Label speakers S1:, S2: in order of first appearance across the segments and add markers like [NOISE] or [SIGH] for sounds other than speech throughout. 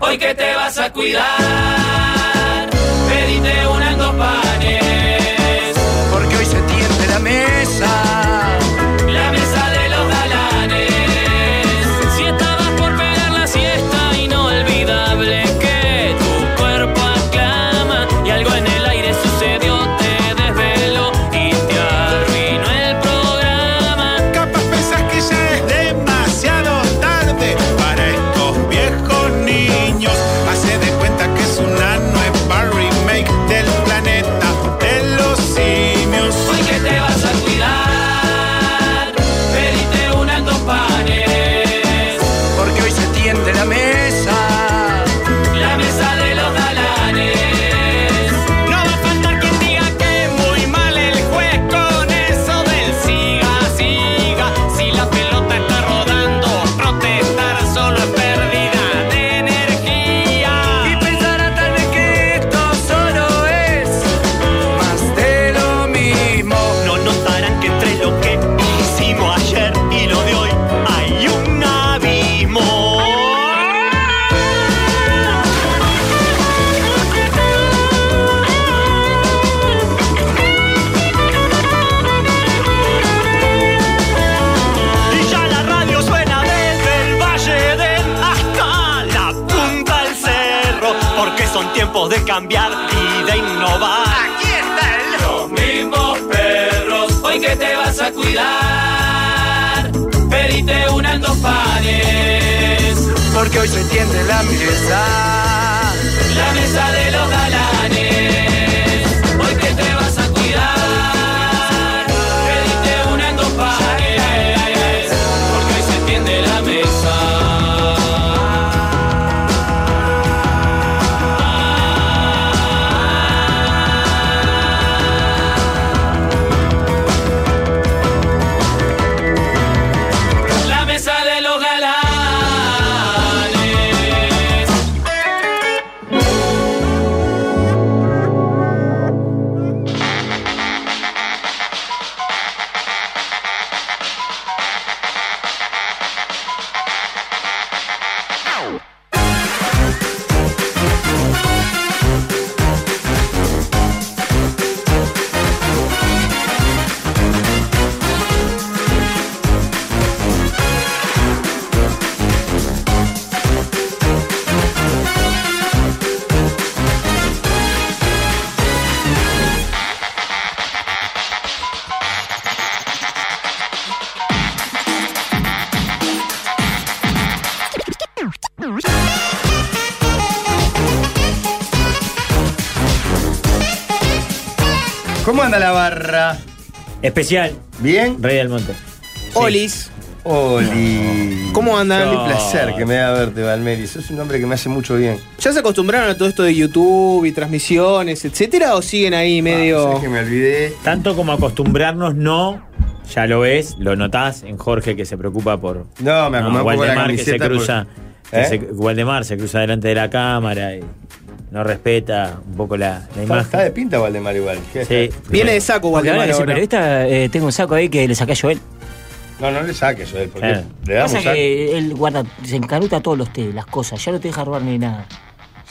S1: hoy que te vas a cuidar, pedite unas dos panes,
S2: porque hoy se tiende la mesa.
S1: la mesa de los galanes. Si estabas por pegar la siesta, inolvidable que tu cuerpo aclama y algo en el aire sucedió, te desveló y te arruinó el programa.
S3: Capaz pensás que ya es demasiado tarde para estos viejos niños. Hace de cuenta que es una nueva remake del planeta de los simios.
S1: Hoy que te vas a cuidar, pedite unas dos panes,
S2: Porque hoy se tiende la mesa.
S1: la mesa de los galanes.
S3: No va a faltar quien diga que muy mal el juez con eso del siga, siga. Si la pelota está rodando, protestar solo es pérdida de
S2: Y
S3: energía.
S2: pensará tal vez que esto solo es más de lo mismo.
S3: No notarán que entre lo que hicimos ayer y lo de hoy hay un abismo.
S2: ¡Ah!
S3: Y ya la radio suena desde el Valle del hasta la punta al cerro, porque son tiempos de cambiar y de innovar.
S1: Los mismos perros, hoy que te vas a cuidar, pedite unas dos panes,
S2: Porque hoy se tiende la mesa.
S1: la mesa de los galanes. Hoy que te vas a cuidar, pedite unas dos panes, porque hoy se entiende la mesa. La mesa de los galanes.
S4: ¿Cómo anda la barra?
S5: Especial,
S4: ¿Bien?
S5: Rey del Monte.
S6: Olis,
S4: Oli.
S6: ¿Cómo andan?
S4: Qué placer que me da verte, Valmeri. Sos un hombre que me hace mucho bien.
S6: ¿ya se acostumbraron a todo esto de YouTube y transmisiones, etcétera? ¿O siguen ahí
S4: Ah,
S6: medio.?
S4: ¿sabés que me olvidé.
S5: Tanto como acostumbrarnos, no. Ya lo ves, lo notás en Jorge que se preocupa por.
S4: No, me acomodé
S5: No,
S4: un poco la
S5: Waldemar que se
S4: camiseta por-
S5: cruza. que
S4: ¿Eh?
S5: se- Waldemar se cruza delante de la cámara y no respeta un poco la,
S4: Está,
S5: la
S4: está de
S5: imagen.
S4: pinta Valdemar igual. ¿Qué?
S5: Sí.
S6: Viene de saco,
S7: Porque ahora
S6: Valdemar.
S7: que soy
S6: ahora.
S7: periodista, eh, tengo un saco ahí que le saqué a Joel.
S4: No, no le saques a él, porque
S5: Claro.
S4: le damos
S7: Pasa
S4: saco.
S7: que él guarda, se encaruta todos los té, las cosas, ya no te deja robar ni nada.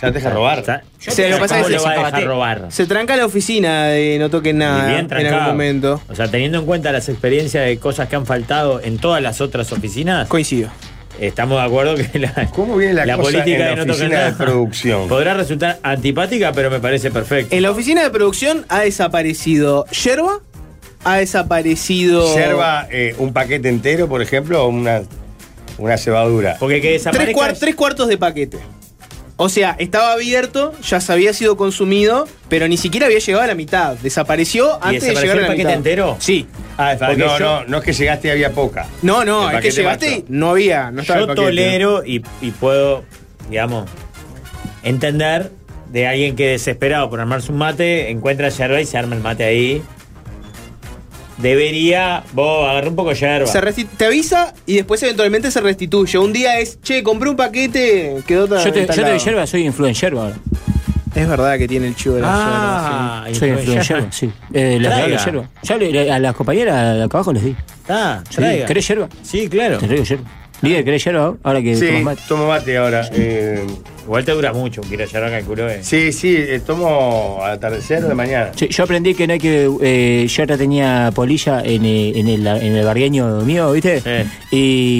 S4: Ya te deja robar.
S5: Está-
S7: Yo
S6: O sea,
S7: te
S6: lo
S7: digo,
S6: que pasa es
S5: ¿Cómo
S6: que
S5: lo
S7: se
S5: va a dejar
S7: zapatee.
S5: robar?
S6: Se tranca la oficina de no toquen
S5: Y
S6: nada
S5: bien
S6: en algún
S5: trancado.
S6: momento.
S5: O sea, teniendo en cuenta las experiencias de cosas que han faltado en todas las otras oficinas,
S6: Coincido.
S5: estamos de acuerdo que la,
S4: ¿Cómo viene la cosa en la
S5: tocar
S4: oficina de producción?
S5: podrá resultar antipática, pero me parece perfecto.
S6: En la oficina de producción ha desaparecido yerba, ha desaparecido.
S4: Yerba eh, un paquete entero, por ejemplo, o una, una cebadura.
S5: Porque que
S6: Tres,
S5: desaparezca
S6: cuar- tres cuartos de paquete. O sea, estaba abierto, ya se había sido consumido, pero ni siquiera había llegado a la mitad. Desapareció
S5: ¿Y
S6: antes
S5: desapareció
S6: de llegar a la
S5: el paquete
S6: mitad.
S5: entero?
S6: Sí.
S4: Ah, está,
S5: Porque
S4: no,
S5: yo-
S4: no, no es que llegaste y había poca.
S6: No, no,
S4: El
S6: es que
S4: paquete
S6: llegaste y
S4: basta.
S6: no había, no estaba el
S5: yo
S6: paquete.
S5: tolero y, y puedo, digamos, entender de alguien que desesperado por armarse un mate, encuentra yerba y se arma el mate ahí. Debería, vos, agarrar un poco de yerba.
S6: Se resti- te avisa y después eventualmente se restituye. Un día es, che, compré un paquete, quedó tan.
S7: Yo te,
S6: en
S7: yo
S6: tal
S7: te doy
S6: lado".
S7: yerba, soy influencer ahora.
S6: Es verdad que tiene el chivo de la yerba, sí.
S5: ah,
S7: Soy
S5: influencer.
S7: influencer, sí. Eh, la
S5: Traiga.
S7: verdad, la yerba. Ya le- le- a las compañeras de acá abajo les di.
S5: Ah,
S7: Sí,
S5: traiga.
S7: ¿Querés yerba?
S5: Sí, claro.
S7: Te traigo yerba. Líder, ¿querés yerba? Ahora que
S4: Sí,
S7: tomas Eh, mate.
S4: tomo mate ahora. eh,
S5: Igual te dura mucho, quiero ya lo calculo. eh.
S4: sí, sí, eh, tomo al atardecer o de mañana.
S7: Sí, yo aprendí que no hay que. Eh, yo ahora tenía polilla en, eh, en el, en el bargueño mío, ¿viste?
S5: Sí.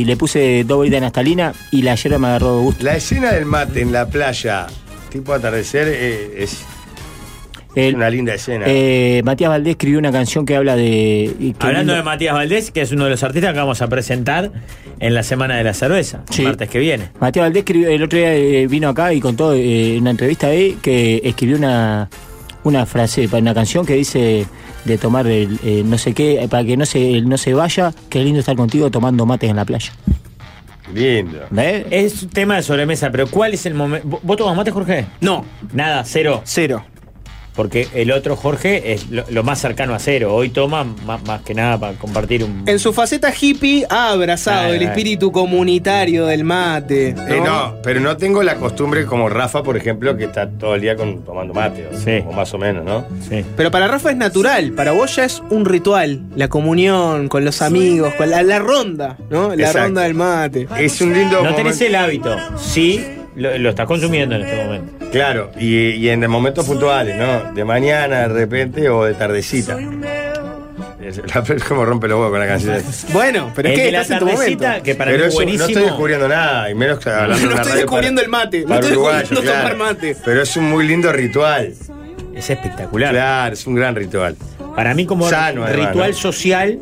S7: Y le puse dos bolitas de nastalina y la yerba me agarró de gusto.
S4: La escena del mate en la playa, tipo atardecer, eh, es
S7: El-
S4: una linda escena.
S7: eh, Matías Valdés escribió una canción que habla de. y que-
S5: Hablando de Matías Valdés, que es uno de los artistas que vamos a presentar en la Semana de la Cerveza, el
S7: Sí.
S5: martes que viene.
S7: Matías Valdés escribió- el otro día eh, vino acá y contó eh, en una entrevista ahí que escribió una, una frase para una canción que dice de tomar el eh, no sé qué, eh, para que no se, el no se vaya, qué lindo estar contigo tomando mates en la playa.
S4: Lindo.
S7: ¿Ves?
S5: Es tema de sobremesa, pero ¿cuál es el momento? ¿Vos tomás mate, Jorge?
S6: No,
S5: Nada, cero.
S6: cero.
S5: Porque el otro Jorge es lo, lo más cercano a cero. Hoy toma más, más que nada para compartir un.
S6: En su faceta hippie ha abrazado
S5: Ay,
S6: el
S5: ay.
S6: espíritu comunitario del mate. ¿no?
S4: Eh, no, pero no tengo la costumbre como Rafa, por ejemplo, que está todo el día con, tomando mate, o,
S5: Sí.
S4: o más o menos, ¿no?
S5: Sí.
S6: Pero para Rafa es natural, para vos ya es un ritual. La comunión con los amigos, con la, la ronda, ¿no? La
S4: Exacto.
S6: ronda del mate.
S4: Es un lindo
S5: No tenés
S4: momento.
S5: el hábito. Sí, lo, lo estás consumiendo en este momento.
S4: Claro, y, y en momentos puntuales, ¿no? De mañana, de repente, o de tardecita. Es- La es como rompe los huevos con la canción.
S6: Bueno, pero es
S5: El
S6: que
S5: de la
S6: estás en tu momento.
S5: tardecita, que para
S4: Pero
S5: mí es
S4: eso, no
S5: buenísimo.
S4: estoy descubriendo nada, y menos que hablando
S6: [LAUGHS] No
S4: en la
S6: estoy
S4: radio
S6: descubriendo el mate, no
S4: para
S6: estoy
S4: uruguayos,
S6: descubriendo tomar mate.
S4: Pero es un muy lindo ritual.
S5: Es espectacular.
S4: Claro, es un gran ritual.
S5: Para mí, como
S4: Sano, además,
S5: ritual
S4: ¿no?
S5: social,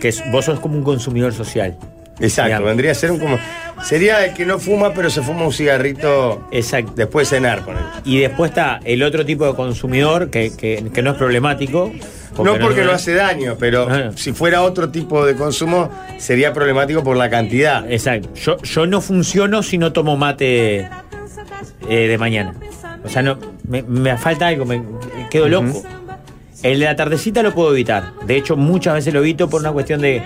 S5: que es- vos sos como un consumidor social.
S4: Exacto,
S5: Digamos.
S4: vendría a ser un como. Sería el que no fuma, pero se fuma un cigarrito
S5: Exacto.
S4: después de cenar, ponele.
S5: Y después está el otro tipo de consumidor que, que- que no es problemático.
S4: No porque lo hace daño, pero
S5: Ah.
S4: si fuera otro tipo de consumo sería problemático por la cantidad.
S5: Exacto. Yo, yo no funciono si no tomo mate eh, de mañana. O sea, no, me, me falta algo, me quedo loco. El de la tardecita lo puedo evitar. De hecho, muchas veces lo evito por una cuestión de,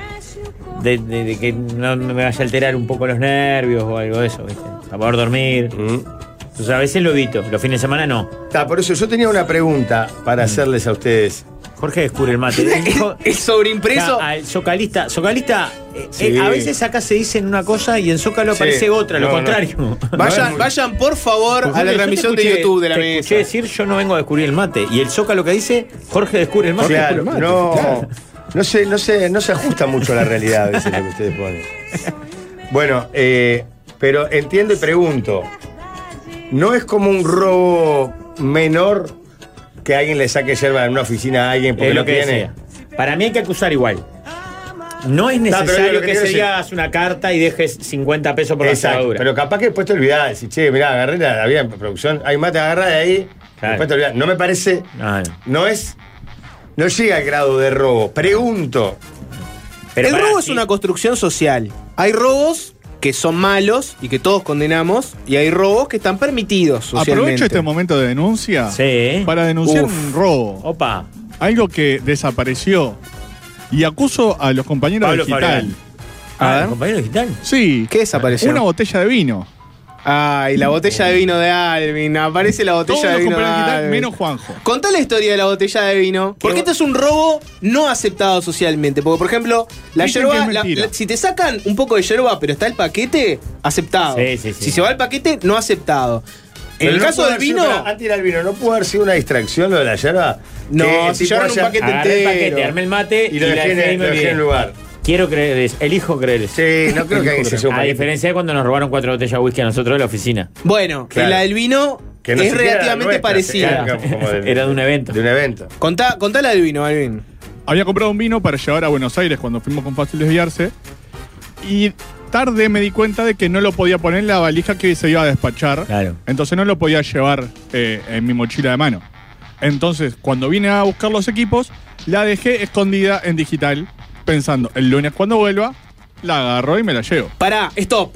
S5: de- de- de que no me vaya a alterar un poco los nervios o algo de eso, ¿viste? Para poder dormir.
S4: Mm.
S5: Entonces, a veces lo evito. Los fines de semana no.
S4: Está, por eso yo tenía una pregunta para hacerles a ustedes.
S5: Jorge descubre
S4: [LAUGHS]
S5: el mate. Él dijo-
S6: El sobreimpreso.
S5: al socalista, socalista eh,
S4: Sí.
S5: eh, a veces acá se dicen una cosa y en Zócalo
S4: Sí.
S5: aparece otra, lo
S4: No, no.
S5: contrario.
S4: No es
S6: Vayan,
S4: muy-
S6: vayan por favor a la
S5: Yo te
S6: transmisión de
S5: escuché-
S6: YouTube de la
S5: te
S6: mesa.
S5: escuché decir yo no vengo a descubrir el mate. Y el Zócalo que dice, Jorge descubre el mate.
S4: Claro, no, no, se, no, se, no se ajusta mucho a la realidad a veces lo que ustedes ponen. Bueno, eh, pero entiendo y pregunto, ¿no es como un robo menor que alguien le saque yerba en una oficina a alguien porque
S5: Es
S4: lo
S5: lo que
S4: tiene?
S5: decía. Para mí hay que acusar igual. No es
S4: pero
S5: necesario
S4: lo que
S5: que,
S4: quiero
S5: se
S4: decir-
S5: digas una carta y dejes 50 pesos por la
S4: Exacto,
S5: cerradura.
S4: pero capaz que después te olvidás, decís, che, mirá, agarré la, había en producción, hay mate, agarra de ahí,
S5: Claro.
S4: después te olvidás. No me parece,
S5: No, no.
S4: no es, no llega al grado de robo. Pregunto,
S5: Pero
S6: el
S5: pará,
S6: robo es
S5: sí.
S6: una construcción social. Hay robos que son malos y que todos condenamos, y hay robos que están permitidos socialmente.
S8: Aprovecho este momento de denuncia
S5: Sí. ¿eh?
S8: para denunciar
S6: Uf.
S8: un robo,
S5: Opa.
S8: algo que desapareció. Y acuso a los compañeros
S5: Pablo
S8: digital.
S5: Fabián.
S6: A
S5: Ah,
S6: ver.
S5: compañero digital.
S8: Sí.
S6: ¿Qué desapareció?
S8: Una botella de vino.
S6: Ay, la botella de vino de Alvin. Aparece la
S8: Todos
S6: botella
S8: los
S6: de vino de
S8: compañeros digital,
S6: Alvin.
S8: menos Juanjo.
S6: Contá la historia de la botella de vino. Porque este es un robo no aceptado socialmente. Porque, por ejemplo, la
S8: Dicen que
S6: yerba.
S8: es
S6: la-
S8: mentira.
S6: la- si te sacan un poco de yerba, pero está el paquete, aceptado.
S5: Sí, sí, sí.
S6: Si se va el paquete, no aceptado. En
S4: Pero
S6: el
S4: no
S6: caso
S4: pudo
S6: del
S4: haber sido-
S6: vino.
S4: pará, antes de ir al vino, ¿no pudo haber sido una distracción lo de la yerba?
S6: No,
S4: Que
S6: si
S4: tipo
S6: llevaron un
S4: haya-
S6: paquete
S5: Agarré el
S6: entero.
S5: paquete, armé el mate
S4: Y lo
S5: la
S4: dejé, en-
S5: dejé y
S4: lo
S5: me
S4: dejé en
S5: olvidé.
S4: el lugar.
S5: Quiero creer, eso, elijo creer. eso.
S4: Sí, no creo que alguien se lleve un
S5: A
S4: paquete.
S5: diferencia de cuando nos robaron cuatro botellas de whisky a nosotros de la oficina.
S6: Bueno,
S4: Claro.
S6: en la del vino
S4: Que no
S6: es
S4: siquiera era
S6: relativamente
S4: nuestra,
S6: parecida.
S4: claro. Como del-
S5: [LAUGHS] Era de un evento.
S4: De un evento.
S6: Contá, contá la del vino, Alvin.
S8: Había comprado un vino para llevar a Buenos Aires cuando fuimos con Fácil Desviarse. Y tarde me di cuenta de que no lo podía poner en la valija que se iba a despachar.
S5: Claro.
S8: Entonces no lo podía llevar eh, en mi mochila de mano. Entonces, cuando vine a buscar los equipos, la dejé escondida en digital, pensando, el lunes cuando vuelva, la agarro y me la llevo.
S6: Pará, stop.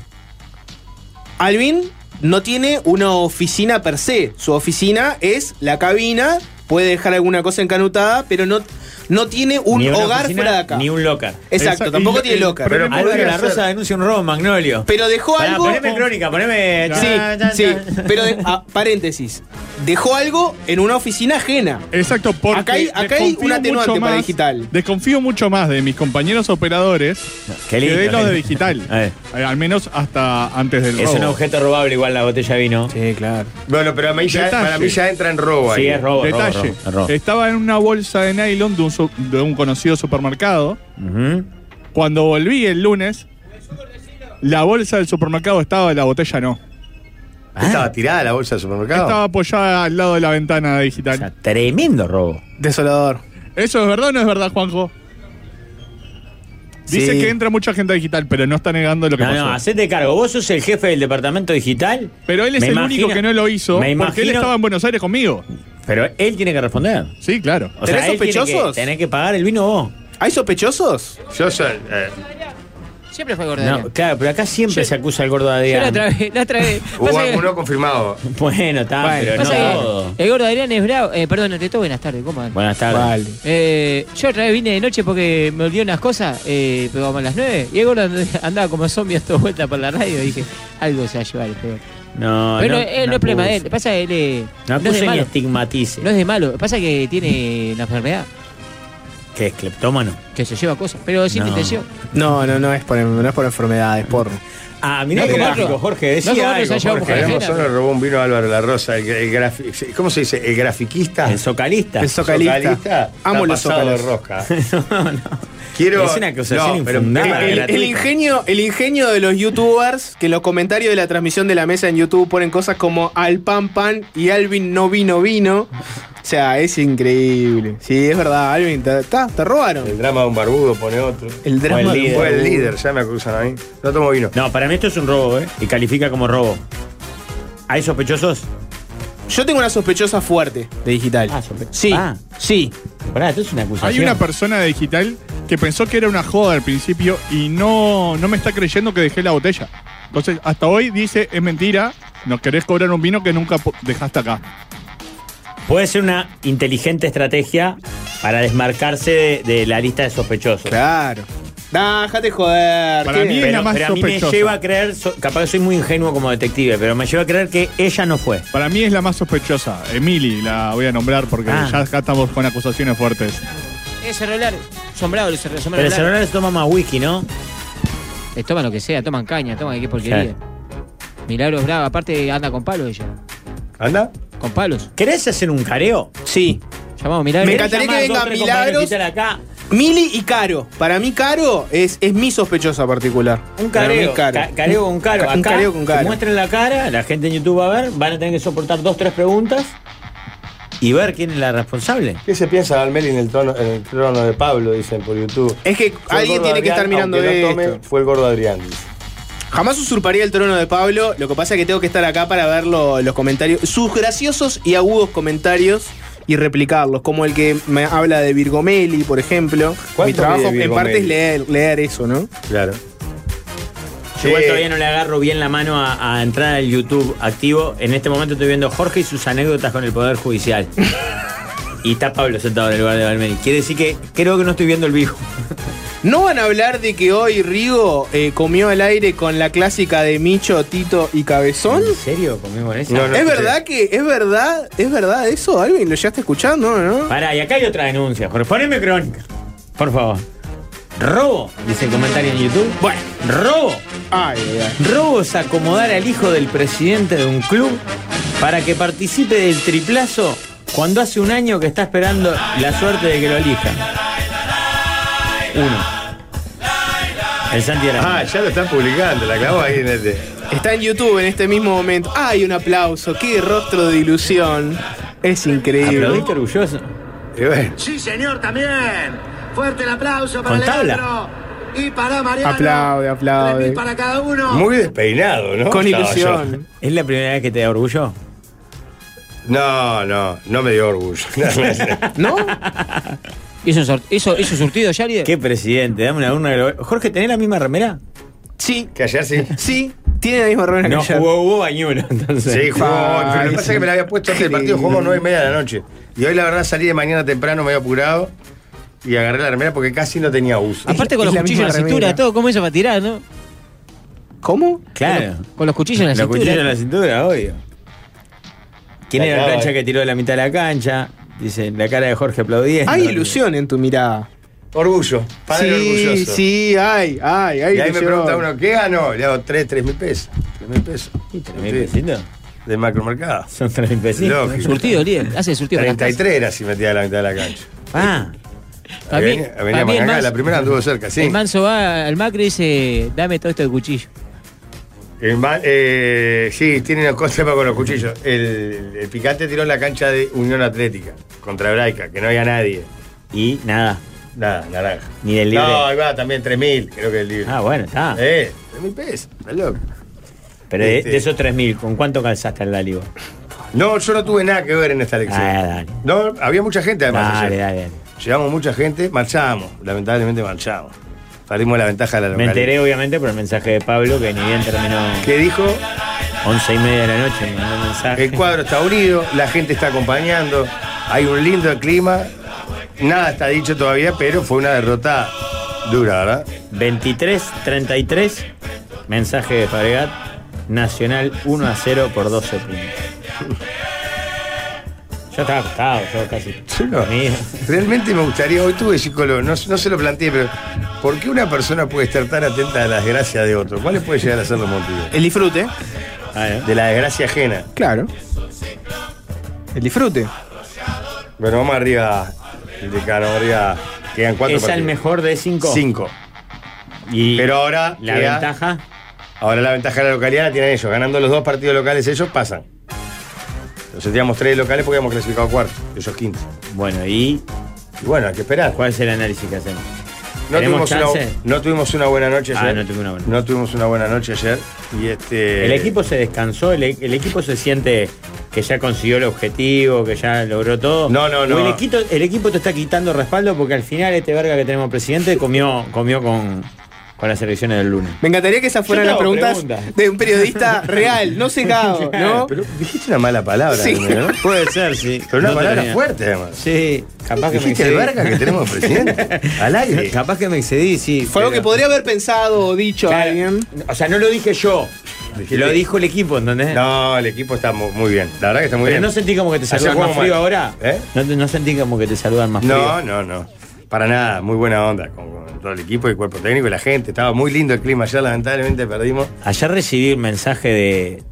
S6: Alvin no tiene una oficina per se. Su oficina es la cabina. Puede dejar alguna cosa encanutada, pero no, no tiene un
S5: Ni una
S6: hogar
S5: oficina,
S6: fuera de acá.
S5: Ni un locker.
S6: Exacto,
S8: Exacto,
S6: tampoco
S8: y-
S6: tiene
S8: y-
S6: locker.
S4: pero-
S6: Pero,
S5: Algo
S4: podría
S5: que la
S4: ser.
S5: rosa denuncia un robo, Magnolio.
S6: dejó
S5: Pará,
S6: algo.
S5: Poneme crónica, poneme.
S6: Sí, sí. Pero de- ah, paréntesis. Dejó algo en una oficina ajena.
S8: Exacto, porque
S6: Acá hay- acá hay
S8: desconfío
S6: un atenuante
S8: mucho
S6: para
S8: más-
S6: digital.
S8: Desconfío mucho más de mis compañeros operadores
S5: Qué
S8: que de
S5: lindo,
S8: los de
S5: [LAUGHS] eh.
S8: digital.
S5: A ver.
S8: Eh, Al menos hasta antes del
S5: Es
S8: robo.
S5: un objeto robable igual la botella de vino. Sí,
S6: Sí, claro.
S4: Bueno, pero a mí ya,
S8: Detalle.
S4: para mí ya entra en robo ahí.
S5: es robo, robo,
S8: Detalle.
S5: robo, robo.
S8: Estaba en una bolsa de nylon de un, su- de un conocido supermercado.
S5: Ujú.
S8: Cuando volví el lunes, la bolsa del supermercado estaba, la botella no.
S4: Estaba tirada la bolsa del supermercado.
S8: Estaba apoyada al lado de la ventana
S5: O
S8: digital.
S5: sea, tremendo robo.
S6: Desolador.
S8: ¿Eso es verdad o no es verdad, Juanjo? Dice
S6: Sí.
S8: que entra mucha gente a digital, pero no está negando lo que
S5: No,
S8: pasó.
S5: no, hacete cargo. Vos sos el jefe del departamento digital.
S8: Pero él es
S5: Me
S8: el
S5: imagino-
S8: único que no lo hizo
S5: Me
S8: porque él
S5: imagino-
S8: estaba en Buenos Aires conmigo.
S5: Pero él tiene que responder.
S8: Sí, claro.
S5: O
S6: ¿Tenés
S5: sea, él tiene
S6: sospechosos?
S5: que- Tenés que pagar el vino vos.
S6: ¿Hay sospechosos?
S4: Yo soy. eh,
S9: Siempre fue gordo.
S5: No, claro, pero acá siempre
S9: Yo-
S5: se acusa al gordo de
S9: Yo la
S5: Adrián.
S9: otra vez, la otra vez.
S4: hubo
S9: Pasa que-
S4: alguno confirmado.
S5: [LAUGHS] Bueno, está,
S6: Bueno,
S5: pero no
S9: pasa que
S5: todo.
S9: el gordo Adrián es bravo. Eh, perdón, ante todo, buenas tardes. ¿Cómo andan?
S5: Buenas tardes.
S9: Eh, yo otra vez vine de noche porque me olvidé unas cosas, eh, pero como a las 9, y el gordo and- andaba como zombie a toda vuelta por la radio. Y dije, algo se va a llevar este el peor.
S5: No,
S9: Pero no,
S5: no,
S9: él no es problema de él.
S5: acuse.
S9: Pasa que él eh,
S5: No
S9: no, es
S5: acuse
S9: de
S5: ni
S9: malo.
S5: estigmatice.
S9: No es de malo. Pasa que tiene una enfermedad
S5: Que es cleptómano.
S9: que se lleva cosas, pero sin
S5: No.
S9: intención.
S6: No, no, no es por, no es por enfermedades, por.
S5: Ah, mirá
S9: No,
S5: el
S9: como
S5: gráfico,
S9: otro-
S5: Jorge.
S9: no,
S5: Decía
S9: como otro se
S5: algo,
S9: ha llevado
S5: Jorge.
S9: mujer.
S4: Gerardo solo robó un vino a Álvaro La Rosa. El, el grafi- ¿Cómo se dice? El grafiquista.
S5: El socalista.
S6: El socalista.
S4: Está
S6: Amo los
S4: pasado de
S6: zócalos.
S4: rosca.
S5: no, no.
S4: Quiero,
S5: Es una acusación
S4: pero-
S5: infundada,
S4: pero-
S6: El,
S5: gratuito.
S6: el ingenio, el ingenio de los youtubers que en los comentarios de la transmisión de la mesa en YouTube ponen cosas como al pan pan y Alvin no vino vino. O sea, es increíble. Sí, es verdad, Alvin, te, ta, te
S4: el
S6: robaron.
S4: drama de un barbudo pone otro.
S6: El drama
S5: el
S6: de-
S5: líder.
S4: Fue el líder, ya me acusan a mí. No tomo vino.
S5: No, para mí esto es un robo, ¿eh? Y califica como robo. ¿Hay sospechosos?
S6: Yo tengo una sospechosa fuerte de digital.
S5: Ah, sospechosos.
S6: Sí,
S5: Ah.
S6: sí.
S5: Pará, esto es una acusación.
S8: Hay una persona de digital que pensó que era una joda al principio y no, no me está creyendo que dejé la botella. Entonces, hasta hoy dice, es mentira, nos querés cobrar un vino que nunca po- dejaste acá.
S5: Puede ser una inteligente estrategia para desmarcarse de, de la lista de sospechosos.
S6: Claro. Nah, déjate joder.
S8: Para
S6: ¿qué?
S8: mí- Es la
S5: Pero,
S8: más
S5: pero a mí me
S8: sospechosa.
S5: lleva a creer, so- capaz que soy muy ingenuo como detective, pero me lleva a creer que ella no fue.
S8: Para mí es la más sospechosa. Emily la voy a nombrar porque
S5: Ah.
S8: ya acá estamos con acusaciones fuertes.
S9: Es celular. Sombrado el cer-
S5: Pero
S9: sombrado
S5: el
S9: largo.
S5: celular se toma más whisky, ¿no?
S9: Les toman lo que sea, toman caña, toman qué porquería. Milagros Brava, aparte anda con palos ella.
S4: ¿Anda?
S9: Con palos.
S5: ¿Querés hacer un careo?
S6: Sí.
S9: Llamamos a Milagros.
S6: Me
S5: ¿Querés
S6: encantaría que
S5: llamar a dos,
S6: vengan
S5: tres compañeros
S6: Milagros?
S5: que están acá?
S6: Mili y Caro. Para mí, Caro es, es mi sospechosa particular.
S5: Un
S6: Para mí,
S5: careo.
S6: Caro.
S5: ca- careo con caro.
S6: Un
S5: Acá
S6: careo con
S5: te
S6: Caro.
S5: muestran la cara, la gente en YouTube va a ver, van a tener que soportar dos, tres preguntas y ver quién es la responsable.
S4: ¿Qué se piensa Almeli en el, tono, en el trono de Pablo? Dicen por YouTube.
S6: Es que
S4: Fue el
S6: alguien
S4: gordo
S6: tiene que
S4: Adrián,
S6: estar mirando
S4: aunque no
S6: esto.
S4: tome, Fue el gordo Adrián. dice.
S6: Jamás usurparía el trono de Pablo. Lo que pasa es que tengo que estar acá para ver lo- los comentarios, sus graciosos y agudos comentarios y replicarlos. Como el que me habla de Virgomeli, por ejemplo.
S4: ¿Cuánto
S6: Mi trabajo
S4: mide
S6: en
S4: Virgomeli?
S6: parte es leer, leer eso, ¿no?
S4: Claro.
S5: Yo igual
S4: Eh,
S5: todavía no le agarro bien la mano a, a entrar al YouTube activo. En este momento estoy viendo Jorge y sus anécdotas con el Poder Judicial. y está Pablo sentado en el lugar de Valmeri. Quiere decir que creo que no estoy viendo el vivo.
S6: No van a hablar de que hoy Rigo eh, comió al aire con la clásica de Micho, Tito y Cabezón.
S5: ¿En serio? ¿Conmigo con eso?
S4: No, no.
S6: ¿Es
S4: escuché.
S6: verdad que, es verdad, es verdad eso, Alvin? ¿Lo llegaste escuchando, no?
S5: Pará, y acá hay otra denuncia. Jorge, poneme crónica. Por favor. Robo, dice el comentario en YouTube. Bueno, robo.
S6: Ay, ay, ay.
S5: Robo es acomodar al hijo del presidente de un club para que participe del triplazo cuando hace un año que está esperando la suerte de que lo elijan. Uno. El Santi de la
S4: Ah, ya lo están publicando, la clavó ahí en este.
S6: Está en YouTube en este mismo momento. ¡Ay, un aplauso! ¡Qué rostro de ilusión! Es increíble.
S5: Aplaudiste orgulloso.
S4: Y
S6: [LAUGHS]
S4: bueno,
S10: Sí, señor, también. Fuerte el aplauso para
S5: Con tabla.
S10: Leandro y para Mariano.
S6: Aplaude, aplaude.
S10: Tres mil para cada uno.
S4: muy despeinado, ¿no?
S6: Con
S4: Estaba yo.
S6: ilusión.
S5: ¿Es la primera vez que te da orgullo?
S4: No, no, no me dio
S6: [LAUGHS]
S4: orgullo. [LAUGHS]
S6: ¿No?
S9: ¿Hizo, un sort- hizo, hizo surtido ya, líder?
S5: ¿Qué presidente? Dame una urna. que lo- Jorge, ¿tenés la misma remera?
S6: Sí,
S4: que ayer sí.
S6: sí. Tiene la misma remera
S5: No,
S6: que yo.
S5: jugó Hugo Bañuelo, entonces.
S4: Sí, jugó.
S6: Ay,
S4: pero lo que pasa es que me la había puesto antes del partido, jugamos nueve y media de la noche. Y hoy la verdad salí de mañana temprano, medio apurado. y agarré la remera porque casi no tenía uso.
S9: Aparte con
S6: es
S9: los
S6: la
S9: cuchillos en la
S6: misma
S9: cintura,
S6: remera.
S9: todo, ¿cómo hizo para tirar, no?
S6: ¿Cómo?
S5: Claro.
S9: Con los cuchillos en la
S5: Los
S9: cintura.
S5: cuchillos en la cintura, obvio. ¿Quién era el
S4: Acaba,
S5: cancha
S4: eh.
S5: que tiró de la mitad de la cancha? Dice, la cara de Jorge aplaudiendo.
S6: Hay ilusión en tu mirada.
S4: Orgullo, padre
S6: sí,
S4: orgulloso.
S6: sí, hay, hay, hay
S4: y ahí me
S6: ilusión.
S4: pregunta uno, ¿qué ganó? Le hago 3, 3 mil pesos. 3 mil pesos.
S5: ¿Mil pesitos?
S4: Del macromercado.
S5: Son tres mil pesitos.
S4: Lógico.
S9: Surtido, líder. Hace surtido. con las
S4: 33 era si metía a la mitad de la cancha.
S5: Ah,
S9: casas. Para mí,
S4: Avenida,
S9: para
S4: Avenida
S9: mí el,
S4: Mangacá,
S9: manso,
S4: la primera anduvo cerca, sí.
S9: el manso va al Macri y dice, dame todo esto de cuchillo.
S4: El ma- eh, sí, tienen los cosas con los cuchillos. El, el picante tiró en la cancha de Unión Atlética contra Braica, que no había nadie.
S5: y nada.
S4: Nada, naranja.
S5: Ni del libre.
S4: No, ahí va también 3.000, creo que el libre.
S5: Ah, bueno, está.
S4: Eh, 3.000 pesos, está loco.
S5: Pero de,
S4: este-
S5: de esos 3.000, ¿con cuánto calzaste al Dalibo?
S4: No, yo no tuve nada que ver en esta elección.
S5: Ah, dale.
S4: No, había mucha gente además.
S5: Dale,
S4: ayer.
S5: dale, dale.
S4: Llegamos mucha gente, marchamos, lamentablemente marchamos. Perdimos la ventaja de la
S5: Me
S4: localidad.
S5: enteré, obviamente, por el mensaje de Pablo, que ni bien terminó
S4: Que dijo,
S5: 11 y media de la noche, me mandó un mensaje.
S4: el cuadro está unido, la gente está acompañando, hay un lindo clima, nada está dicho todavía, pero fue una derrota dura, ¿verdad?
S5: 23-33, mensaje de Fabregat, Nacional 1 a 0 por 12 puntos. Yo estaba acostado, yo casi.
S4: No.
S5: dormido.
S4: Realmente me gustaría, hoy tuve psicólogo, no, no se lo planteé, pero ¿por qué una persona puede estar tan atenta a las desgracias de otro? ¿Cuáles puede llegar a ser los motivos?
S6: El disfrute,
S5: Ah, ¿no?
S4: De la desgracia ajena.
S6: claro. El disfrute.
S4: Bueno, vamos arriba, el decano, arriba. Quedan cuatro
S5: Es al
S4: partidos.
S5: mejor de 5.
S4: Cinco.
S5: Y
S4: Pero ahora
S5: la
S4: queda-
S5: ventaja,
S4: Ahora la ventaja de la localidad la tienen ellos. Ganando los dos partidos locales ellos pasan. Nosotros teníamos tres locales porque habíamos clasificado cuarto, ellos quince.
S5: bueno, ¿y
S4: Y bueno, hay que esperar.
S5: cuál es el análisis que hacemos?
S4: No
S5: ¿Tenemos
S4: tuvimos, una,
S5: chance?
S4: no tuvimos una buena noche
S5: Ah,
S4: ayer.
S5: no tuvimos una buena Eh,
S4: No tuvimos una buena noche ayer. Y este.
S5: El equipo se descansó, el, el equipo se siente que ya consiguió el objetivo, que ya logró todo.
S4: No, no,
S5: O
S4: no.
S5: El equipo, el equipo te está quitando respaldo porque al final este verga que tenemos presidente comió, comió con, con las elecciones del lunes.
S6: Me encantaría que esas fueran
S5: te
S6: las
S5: hago
S6: preguntas
S5: preguntas.
S6: de un periodista real,
S4: [LAUGHS]
S6: no secado, ¿no?
S4: Pero dijiste una mala palabra,
S6: Sí.
S4: ¿no?
S5: Puede ser, sí.
S4: Pero una palabra fuerte, además.
S5: Sí, capaz que me
S4: dijiste el
S5: excedí.
S4: verga
S5: [LAUGHS]
S4: que tenemos presidente. Al aire.
S5: Capaz que me excedí, sí.
S6: Fue algo que podría haber pensado o dicho
S5: Claro.
S6: alguien.
S5: O sea, no lo dije yo.
S4: Dijiste-
S5: Lo dijo el equipo, ¿entendés?
S4: No, el equipo está mu- muy bien. La verdad que está muy
S5: Pero
S4: bien.
S5: no sentí como que te
S4: Ayer
S5: saludan más
S4: jugamos
S5: frío
S4: mal.
S5: ahora.
S4: ¿Eh?
S5: No, te- no sentí como que te saludan más frío.
S4: No, no, no. Para nada, muy buena onda con, con todo el equipo, el cuerpo técnico y la gente. Estaba muy lindo el clima. Ayer lamentablemente perdimos.
S5: Ayer recibí un mensaje de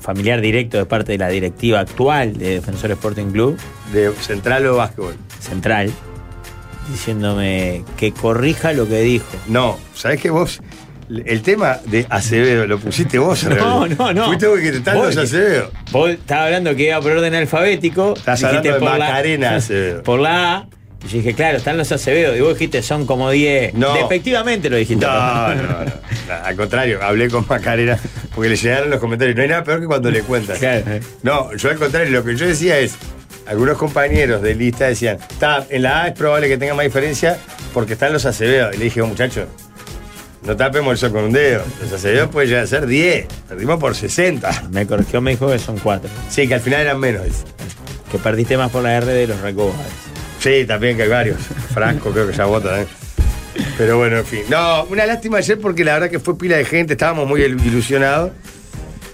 S5: familiar directo de parte de la directiva actual de Defensor Sporting Club
S4: De Central o Básquetbol.
S5: Central diciéndome que corrija lo que dijo.
S4: No, ¿sabés que vos? El tema de Acevedo lo pusiste vos.
S5: [LAUGHS] No,
S4: Raúl.
S5: no, no.
S4: Fuiste vos que te tanto
S5: Vos
S4: es
S5: que-
S4: Acevedo.
S5: Vos estabas hablando que iba por orden alfabético.
S4: Estás
S5: dijiste
S4: hablando de
S5: por la- [LAUGHS]
S4: Macarena Acevedo.
S5: Por la A. Y yo dije, claro, están los Acevedo. Y vos dijiste, son como 10.
S4: No.
S5: Despectivamente lo dijiste.
S4: No, no, no. Al contrario, hablé con Macarena porque le llegaron los comentarios. No hay nada peor que cuando le cuentas.
S5: [LAUGHS] Claro.
S4: No, yo al contrario, lo que yo decía es, algunos compañeros de lista decían, "Ta, en la A es probable que tenga más diferencia porque están los Acevedo. Y le dije, muchachos, no tapemos el sol con un dedo. Los Acevedo pueden llegar a ser 10. Perdimos por 60.
S5: Me corrigió, me dijo que son 4.
S4: Sí, que al final eran menos. dice.
S5: Que perdiste más por la R de los recobos.
S4: Sí, también que hay varios. Franco creo que ya vota. ¿eh? Pero bueno, en fin. No, una lástima ayer porque la verdad que fue pila de gente, estábamos muy il- ilusionados.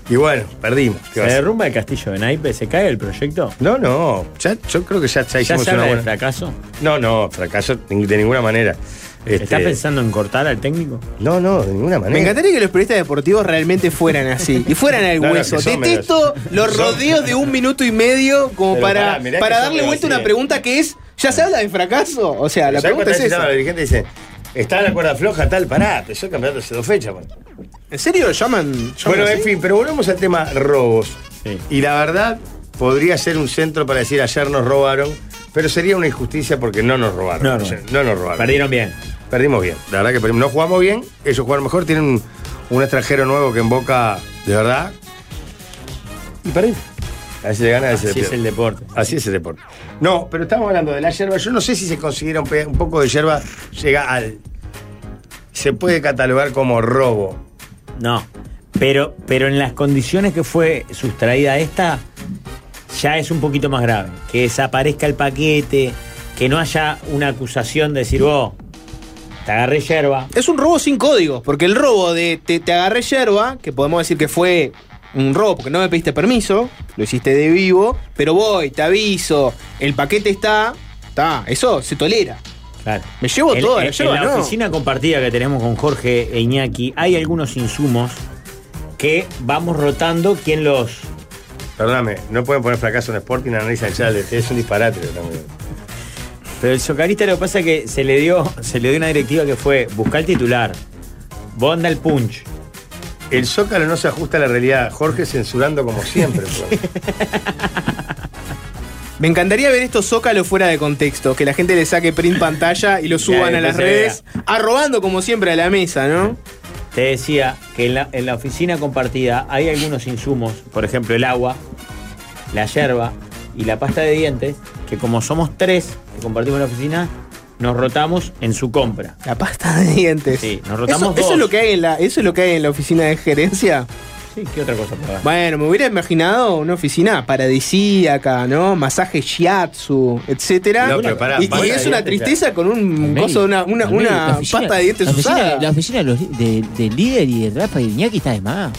S4: Y bueno, perdimos. ¿Qué
S5: ¿Se
S4: va a ser?
S5: derrumba el castillo de Naipes? ¿Se cae el proyecto?
S4: No, no. Ya- yo creo que ya, ya
S5: ¿Ya
S4: hicimos
S5: se
S4: una
S5: habla
S4: buena.
S5: de fracaso?
S4: No, no, fracaso ni- de ninguna manera.
S5: ¿Está
S4: Este,
S5: pensando en cortar al técnico?
S4: No, no, de ninguna manera.
S6: Me encantaría que los periodistas deportivos realmente fueran así y fueran
S4: [LAUGHS]
S6: al
S4: No, no,
S6: hueso.
S4: que son
S6: Detesto
S4: medios-
S6: los
S4: son-
S6: rodeos de un minuto y medio como
S4: Pero
S6: para,
S4: pará, mirá
S6: para
S4: que son
S6: darle vuelta a una
S4: medios-
S6: pregunta que es, ¿ya se habla de fracaso? O sea, la
S4: ¿Sabés
S6: pregunta es
S4: cuántas veces
S6: esa.
S4: llama La dirigente y dice, está la cuerda floja, tal, pará, empezó el campeonato hace dos fechas. man".
S6: ¿En serio? ¿Llaman? llaman
S4: Bueno,
S6: así?
S4: en fin, pero volvemos al tema robos.
S5: Sí.
S4: Y la verdad, podría ser un centro para decir ayer nos robaron, pero sería una injusticia porque no nos robaron.
S5: No, no.
S4: Ayer no nos robaron.
S5: Perdieron bien.
S4: Perdimos bien, la verdad que perdimos. No jugamos bien, ellos jugaron mejor, tienen un, un extranjero nuevo que en Boca, de verdad. Y perdimos. A veces le gana, a veces le
S5: Así es
S4: pierde.
S5: el deporte.
S4: Así es el deporte. No, pero estamos hablando de la yerba. Yo no sé si se considera un, pe- un poco de yerba, llega al. Se puede catalogar como robo.
S5: No. Pero, pero en las condiciones que fue sustraída esta, ya es un poquito más grave. Que desaparezca el paquete, que no haya una acusación de decir, vos, te agarré yerba.
S6: Es un robo sin código, porque el robo de te, te agarré yerba, que podemos decir que fue un robo porque no me pediste permiso, lo hiciste de vivo, pero voy, te aviso, el paquete está, está, eso se tolera.
S5: Claro.
S6: Me llevo
S5: En-
S6: todo,
S5: en,
S6: me
S5: en
S6: llevo,
S5: la
S6: ¿no?
S5: oficina compartida que tenemos con Jorge e Iñaki hay algunos insumos que vamos rotando quién los...
S4: Perdóname, no pueden poner fracaso en Sporting a Nariz Sánchez. Es un disparate. también.
S5: Pero el socarista lo que pasa es que se le dio, se le dio una directiva que fue buscar el titular, bonda el punch.
S4: El Zócalo no se ajusta a la realidad. Jorge censurando como
S5: [LAUGHS]
S4: siempre. pues.
S6: Me encantaría ver estos zócalos fuera de contexto, que la gente le saque print pantalla y lo suban
S5: Ya,
S6: a
S5: después
S6: las
S5: se
S6: redes, arrobando como siempre a la mesa, ¿no?
S5: Te decía que en la, en la oficina compartida hay algunos insumos, por ejemplo el agua, la yerba y la pasta de dientes, que como somos tres que compartimos la oficina, nos rotamos en su compra.
S6: La pasta de dientes.
S5: Sí, nos
S6: Eso,
S5: rotamos dos.
S6: eso es lo que hay en la, eso es lo que hay en la oficina de gerencia.
S5: Sí, ¿qué otra cosa puede haber?
S6: Bueno, me hubiera imaginado una oficina paradisíaca, ¿no? Masaje shiatsu, etcétera.
S4: No, pero pará,
S6: y, y
S4: pasta de
S6: es una
S4: dientes,
S6: tristeza con un
S9: Almeri,
S6: coso de una, una,
S9: Almeri,
S6: una
S9: la oficina-
S6: pasta de dientes
S9: la oficina-
S6: usada.
S9: La oficina de los li- de- del líder y de Rafa y de Iñaki está de más.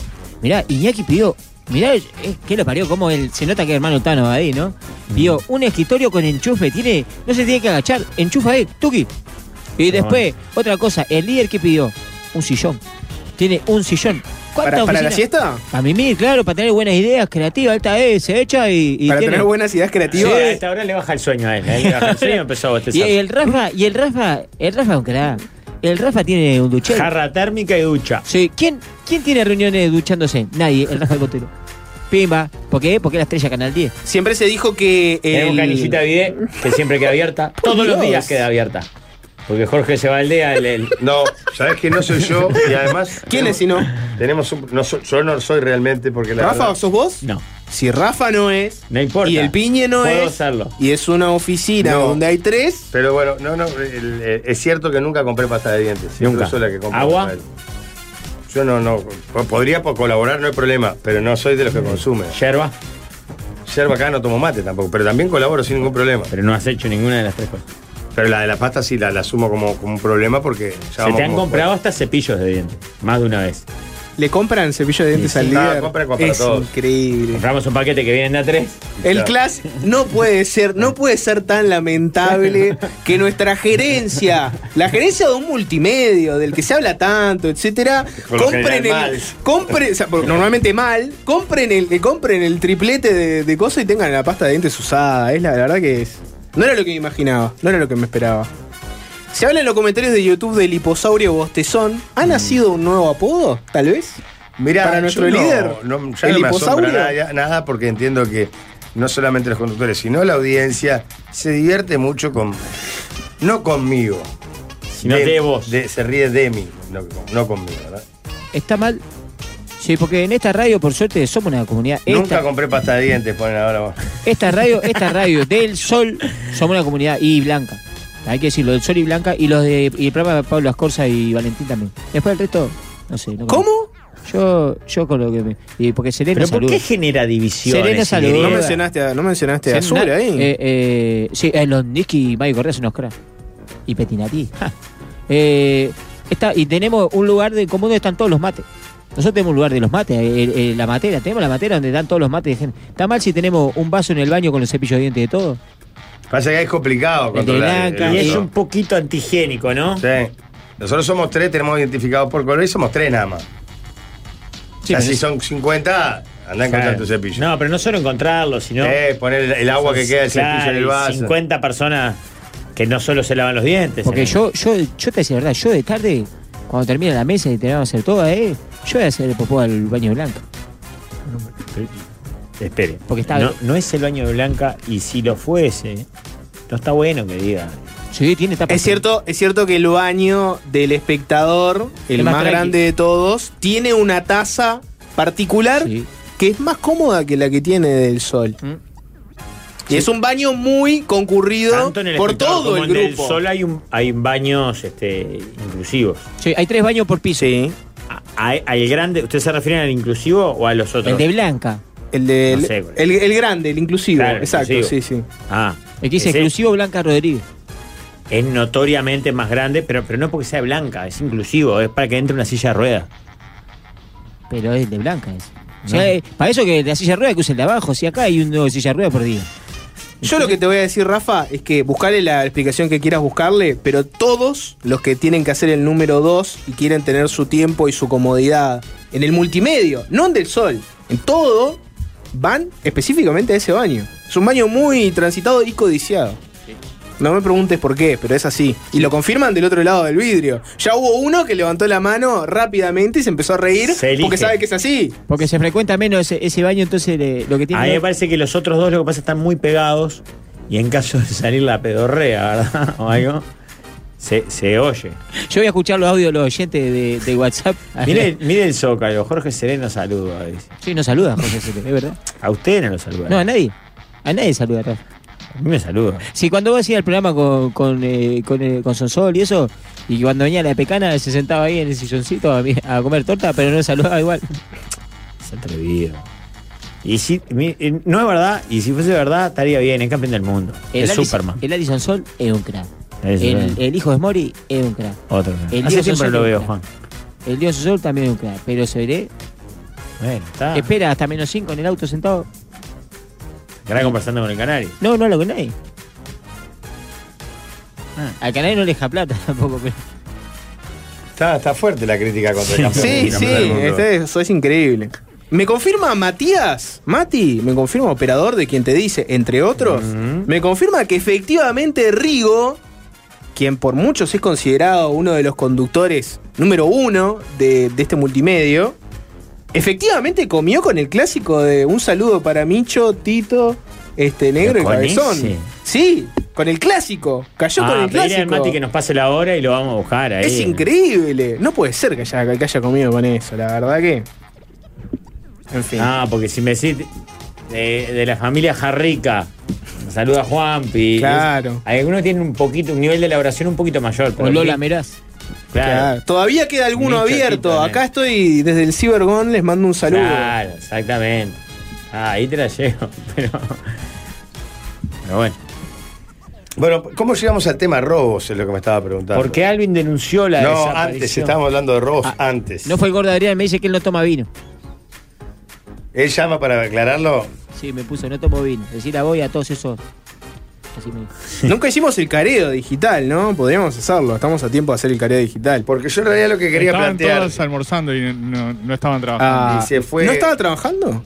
S9: Mirá, Iñaki pidió. Mirá, eh, ¿qué lo parió? Como él, se nota que hermano Tano va ahí, ¿no?
S6: Mm.
S9: Pidió un escritorio con enchufe, tiene, no se tiene que agachar, enchufa ahí, tuki. Y después, otra cosa, el líder que pidió, un sillón. Tiene un sillón.
S6: ¿Para,
S9: ¿Cuántas
S6: para la
S9: oficinas?
S6: siesta?
S9: Para mimir, claro, para tener buenas ideas creativas, alta vez, se echa y. y
S6: para
S9: tiene-
S6: tener buenas ideas creativas.
S5: a esta hora le baja el sueño a él. a él le baja el sueño y empezó a bostezar.
S9: Y el Rafa, y el Rafa, el Rafa, aunque la- El Rafa tiene un duchero.
S5: Jarra térmica y ducha.
S9: Sí, ¿quién, quién tiene reuniones duchándose? Nadie, el Rafael Botero. Pimba, ¿por qué? Porque es la estrella Canal 10.
S6: Siempre se dijo que.
S5: Tenemos canillita bidet que siempre queda abierta. Todos los
S6: Dios.
S5: días queda abierta. Porque Jorge se va al día, el- el-
S4: No, sabes que no soy yo y
S5: [LAUGHS]
S4: además.
S6: ¿Quién es si
S4: tenemos-
S6: no?
S4: Tenemos un. No, soy- yo no soy realmente porque la.
S6: ¿Rafa,
S4: verdad-
S6: sos vos?
S5: No,
S6: Si Rafa no es.
S5: no importa.
S6: Y el piñe no
S5: Puedo
S6: es.
S5: hacerlo.
S6: Y es una oficina
S4: No.
S6: donde hay tres.
S4: Pero bueno, no, no. el- el- es cierto que nunca compré pasta de dientes. Siempre
S5: Nunca.
S4: soy la que compro
S5: ¿Agua?
S4: pasta de- Yo no, no. po- Podría po- colaborar, no hay problema, pero no soy de los que consume.
S5: Yerba,
S4: Yerba acá no tomo mate tampoco, pero también colaboro sin ningún problema.
S5: pero no has hecho ninguna de las tres cosas.
S4: Pero la de la pasta sí la, la asumo como, como un problema porque ya
S5: se
S4: vamos
S5: te han
S4: como-
S5: comprado hasta cepillos de dientes, más de una vez.
S6: Le compran cepillo de dientes
S5: Sí,
S6: al
S4: sí.
S6: líder.
S4: Ah, compra para
S6: es
S4: todos.
S6: increíble.
S5: Compramos un paquete que vienen de a tres.
S6: El
S4: Claro.
S6: class no puede ser, no puede ser
S4: [LAUGHS]
S6: tan lamentable que nuestra gerencia, la gerencia de un multimedio, del que se habla tanto, etcétera,
S4: Por lo
S6: compren
S4: general,
S6: el,
S4: mal.
S6: compren, o sea, porque normalmente mal, compren el, que compren el triplete de, de cosas y tengan la pasta de dientes usada. Es la, la verdad que es. No era lo que me imaginaba, no era lo que me esperaba. Se habla en los comentarios de YouTube del hiposaurio bostezón. ¿Ha
S4: Mm.
S6: nacido un nuevo apodo? Tal vez.
S4: Mirá,
S6: Para
S4: yo
S6: nuestro
S4: no-
S6: líder,
S4: no- ya
S6: el
S4: no me
S6: hiposaurio.
S4: asombra nada, nada porque entiendo que no solamente los conductores, sino la audiencia se divierte mucho con. No conmigo.
S5: Si no
S4: De-
S5: de vos.
S4: de- se ríe de mí, no, no conmigo, ¿verdad?
S9: ¿Está mal? Sí, porque en esta radio, por suerte, somos una comunidad.
S4: Nunca
S9: Esta,
S4: compré pasta de dientes, ponen ahora vos.
S9: esta radio,
S5: [LAUGHS]
S9: esta radio del sol, somos una comunidad y blanca. Hay que decirlo, del sol y blanca, y los de y el programa de Pablo Ascorza y Valentín también. Después el resto, no sé. no conozco.
S6: ¿Cómo?
S9: Yo, yo con lo que me. Y porque Serena
S5: Pero ¿por
S9: saluda.
S5: qué genera división?
S9: Serena saluda.
S6: Eh, No
S9: Eva.
S6: mencionaste a, no mencionaste a
S9: Serena-
S6: Azul ahí.
S9: Eh, eh, sí, eh, los Nicky y Mario Correa son los cracks. Y Petinati. ja. Eh, está, y tenemos un lugar de común donde están todos los mates. Nosotros tenemos un lugar de los mates, eh, eh, la matera, tenemos la matera donde están todos los mates. de gente. Está mal si tenemos un vaso en el baño con los cepillos de dientes de todo.
S4: Pasa que es complicado
S9: El de
S4: controlar.
S9: Blanca.
S5: Y es
S4: uso.
S5: un poquito antigénico, ¿no?
S4: Sí. Nosotros somos tres, tenemos identificados por color y somos tres nada más.
S9: Sí,
S4: o sea,
S9: pero-
S4: si son 50, andá a encontrar tu cepillo.
S5: No, pero no solo encontrarlo, sino.
S4: Eh, poner el, el agua que queda el
S5: Claro,
S4: cepillo en el
S5: y
S4: vaso.
S5: 50 personas que no solo se lavan los dientes.
S9: Porque
S5: eh.
S9: yo, yo, yo te decía la verdad, yo de tarde, cuando termina la mesa y tenemos que hacer todo, eh, yo voy a hacer el popó al baño de blanco.
S5: Espere.
S9: Porque está-
S5: no, no es el baño de Blanca y si lo fuese, no está bueno que diga.
S9: Sí, tiene tapa.
S6: Es cierto, es cierto que el baño del espectador, el
S9: Es
S6: más,
S9: más tranqui.
S6: grande de todos, tiene una taza particular
S9: Sí.
S6: que es más cómoda que la que tiene del sol.
S9: Mm.
S6: Y es un baño muy concurrido
S5: Tanto en el
S6: por
S5: espectador
S6: todo
S5: como
S6: el
S5: en
S6: grupo.
S5: Solo hay, un, hay baños este, inclusivos.
S9: Sí, hay tres baños por piso.
S6: Sí,
S5: A- Hay, hay el grande, ¿Ustedes se refieren al inclusivo o a los otros?
S9: El de blanca.
S6: el, del-
S5: No sé, güey.
S6: el, el grande, el inclusivo.
S5: Claro, el
S6: Exacto,
S5: inclusivo.
S6: sí, sí.
S5: Ah,
S9: Aquí dice
S5: Ese-
S9: exclusivo Blanca Rodríguez.
S5: Es notoriamente más grande, pero, pero no porque sea blanca, es inclusivo, es para que entre una silla de ruedas.
S9: Pero es de Blanca eso. O sea, eh, para eso que la silla de ruedas que usa el de abajo, si acá hay un nuevo silla de ruedas por día.
S6: Yo lo que te voy a decir, Rafa, es que buscarle la explicación que quieras buscarle, pero todos los que tienen que hacer el número 2 y quieren tener su tiempo y su comodidad en el multimedio, no en del sol, en todo, van específicamente a ese baño. Es un baño muy transitado y codiciado. No me preguntes por qué, pero es así. Y lo confirman del otro lado del vidrio. Ya hubo uno que levantó la mano rápidamente y se empezó a reír
S5: Se elige.
S6: porque sabe que es así.
S9: Porque se frecuenta menos ese, ese baño, entonces le- lo que
S5: A
S9: tiene.
S5: mí me parece que los otros dos lo que pasa es que están muy pegados y en caso de salir la pedorrea, ¿verdad? [LAUGHS] O algo, se, se oye.
S9: Yo voy a escuchar los audios de los oyentes de, de
S5: [LAUGHS]
S9: WhatsApp.
S5: Mire, mire el zócalo, Jorge Sereno saluda. dice.
S9: Sí, no
S5: [LAUGHS]
S9: saluda, José Cete, es verdad.
S5: A usted no lo saluda.
S9: No, a nadie. A nadie saluda, Rafa.
S5: A mí me saluda.
S9: Si cuando vos hacías el programa con, con, eh, con, eh, con Sonsol y eso, y cuando venía la pecana se sentaba ahí en el silloncito a, mi- a comer torta, pero no saludaba igual.
S5: Es atrevido. Y si, mi- eh, no es verdad, y si fuese verdad, estaría bien, es campeón del mundo. es
S9: Alison-
S5: Superman.
S9: El Alison Sol es un crack.
S5: Es
S9: El,
S5: Superman.
S9: el hijo de Mori es un crack.
S5: Otro.
S9: el
S5: Así
S9: Diego
S5: siempre
S9: Sosa
S5: lo
S9: que-
S5: veo, Juan.
S9: El Dios Sol también es un crack. Pero Soiré
S5: Bueno, está.
S9: espera hasta menos 5 en el auto sentado.
S5: Estará conversando con el canario.
S9: No, no habla con nadie. Al canal no le deja plata [LAUGHS] tampoco, pero.
S4: Está, está fuerte la crítica contra el campeón.
S6: Sí,
S4: del
S6: sí,
S4: campeón del mundo.
S6: este es- eso es increíble. ¿Me confirma Matías? Mati, me confirma operador de quien te dice, entre otros, me confirma que efectivamente Rigo, quien por muchos es considerado uno de los conductores número uno de, de este multimedio, efectivamente comió con el clásico de un saludo para Micho, Tito, este negro y
S5: ¿Con
S6: cabezón.
S5: ese?
S6: Sí, con el clásico. Cayó con
S5: Ah,
S6: el
S5: pedirle al
S6: clásico.
S5: Mati que nos pase la hora y lo vamos a buscar ahí.
S6: Es increíble. No puede ser que haya, que haya comido con eso, la verdad que. En fin.
S5: Ah, porque si me decís de, de la familia Jarrica, me saluda Juanpi.
S6: Claro.
S5: Algunos tienen un poquito, un nivel de elaboración un poquito mayor.
S9: O
S5: pero-
S9: Lola Meraz.
S5: Claro.
S6: Claro. Todavía queda alguno
S5: Mucho
S6: abierto.
S5: tito,
S6: Acá
S5: nene.
S6: estoy desde el Cybergon, les mando un saludo.
S5: eh. Claro, exactamente. Ah, ahí te la llevo, [LAUGHS] pero. Pero bueno.
S4: Bueno, ¿cómo llegamos al tema robos? Es lo que me estaba preguntando.
S5: Porque Alvin denunció la
S4: No,
S5: desaparición.
S4: antes, estábamos hablando de robos antes.
S9: No fue el gordo Adrián, me dice que él no toma vino.
S4: Él llama para aclararlo.
S9: Sí, me puso, no tomo vino. Decir a vos y a todos esos. Así me dijo.
S6: [LAUGHS] Nunca hicimos el careo digital, ¿no? Podríamos hacerlo. Estamos a tiempo de hacer el careo digital.
S4: Porque yo en realidad lo que quería
S8: estaban
S4: plantear.
S8: todos almorzando y no, no estaban trabajando.
S6: Ah,
S4: Y se fue-
S6: ¿No estaba trabajando?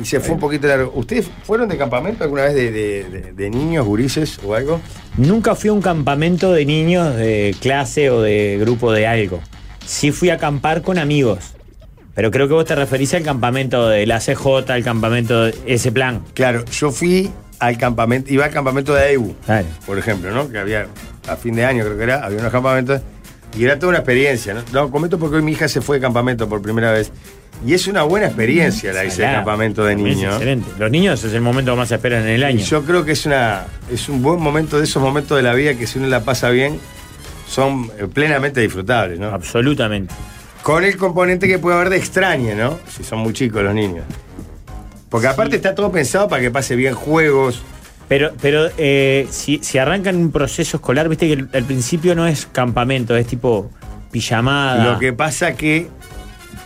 S4: Y se fue un poquito largo. ¿Ustedes fueron de campamento alguna vez de, de- de- de niños, gurises o algo?
S5: Nunca fui a un campamento de niños de clase o de grupo de algo. Sí fui a acampar con amigos. Pero creo que vos te referís al campamento de la CJ, al campamento de ese plan.
S4: Claro, yo fui al campamento, iba al campamento de AEU,
S5: Claro.
S4: por ejemplo, ¿no? Que había, a fin de año creo que era, había unos campamentos. Y era toda una experiencia, ¿no? Lo comento porque hoy mi hija se fue de campamento por primera vez. Y es una buena experiencia la hice el
S5: Salado.
S4: campamento de
S5: También es
S4: niños.
S5: Excelente. Los niños es el momento que más se esperan en el año.
S4: Yo creo que es una es un buen momento de esos momentos de la vida que si uno la pasa bien son eh, plenamente disfrutables, ¿no?
S5: Absolutamente.
S4: Con el componente que puede haber de extraña, ¿no? Si son muy chicos los niños. Porque aparte está todo pensado para que pase bien juegos.
S5: Pero, pero eh, si, si arrancan un proceso escolar, viste que el- al principio no es campamento, es tipo pijamada.
S4: Lo que pasa que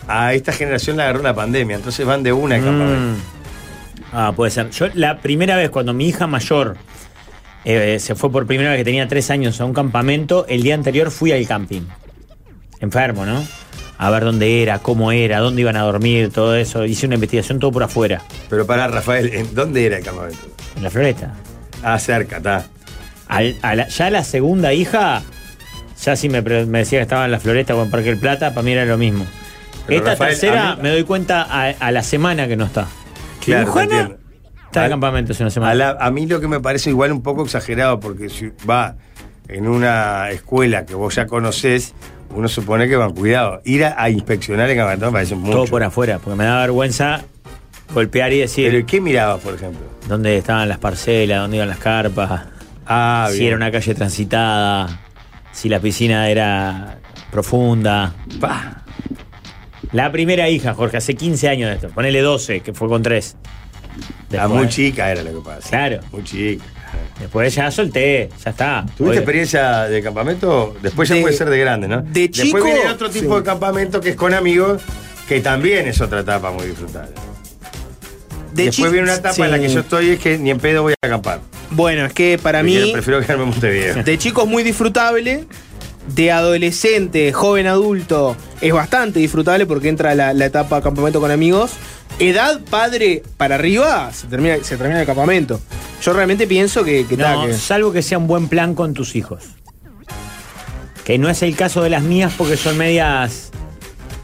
S4: a esta generación la agarró la pandemia, entonces van de una al
S5: Mm.
S4: campamento.
S5: Ah, puede ser. Yo la primera vez cuando mi hija mayor eh, se fue por primera vez que tenía tres años a un campamento, el día anterior fui al camping. Enfermo, ¿no? A ver dónde era, cómo era, dónde iban a dormir, todo eso. Hice una investigación todo por afuera,
S4: Pero para Rafael, ¿en dónde era el campamento?
S5: en la floresta.
S4: Ah, cerca, está.
S5: Al- a la- ya la segunda hija, ya si me, pre- me decía que estaba en la floresta o en Parque del Plata, para mí era lo mismo.
S4: Pero,
S5: Esta
S4: Rafael,
S5: tercera
S4: a mí-
S5: me doy cuenta a, a la semana que no está.
S4: Claro, te
S5: Juana
S4: entiendo.
S5: está
S4: Al-
S5: de campamento hace una semana.
S4: A, la- a mí lo que me parece igual un poco exagerado, porque si va en una escuela que vos ya conocés, uno supone que van cuidado. Ir a, a inspeccionar el campamento me parece mucho.
S5: Todo por afuera, porque me da vergüenza golpear y decir
S4: Pero ¿y ¿qué mirabas, por ejemplo?
S5: dónde estaban las parcelas, dónde iban las carpas,
S4: Ah,
S5: si
S4: bien.
S5: era una calle transitada, si la piscina era profunda.
S4: Pa.
S5: La primera hija, Jorge, hace 15 años de esto. Ponele 12, que fue con 3.
S4: Ah, muy chica era lo que pasa.
S5: Claro.
S4: Muy chica.
S5: Después ya solté, ya está.
S4: ¿Tuviste
S5: Oye,
S4: experiencia de campamento? Después ya
S6: De-
S4: puede ser de grande, ¿no?
S6: de chico,
S4: Después viene otro tipo
S6: sí.
S4: de campamento que es con amigos, que también es otra etapa muy disfrutable.
S6: De
S4: Después
S6: chi-
S4: viene una etapa en la que
S6: sí.
S4: yo estoy es que ni en pedo voy a acampar.
S6: Bueno, es que para
S4: Prefiero-
S6: mí,
S4: Prefiero quedarme en
S6: [LAUGHS]
S4: Montevideo.
S6: de chico es muy disfrutable. De adolescente, joven adulto, es bastante disfrutable porque entra la, la etapa campamento con amigos. Edad padre para arriba, se termina, se termina el campamento. Yo realmente pienso que, que, ta,
S5: no,
S6: que-
S5: salvo que sea un buen plan con tus hijos. Que no es el caso de las mías porque son medias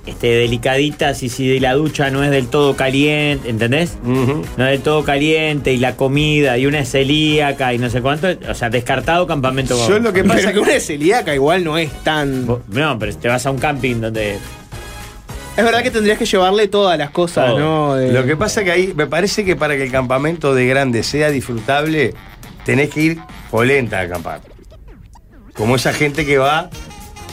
S5: este, delicaditas y si de la ducha no es del todo caliente, ¿entendés?
S4: Ujú.
S5: No es del todo caliente y la comida y una es celíaca y no sé cuánto. O sea, descartado campamento.
S4: Yo lo que pasa
S6: Pasa que una celíaca igual no es tan.
S5: Vos- No, pero te vas a un camping donde...
S6: Es verdad que tendrías que llevarle todas las cosas,
S5: Todo.
S6: ¿no? eh. De-
S4: Lo que pasa que ahí, me parece que para que el campamento de grande sea disfrutable, tenés que ir polenta a acampar. Como esa gente que va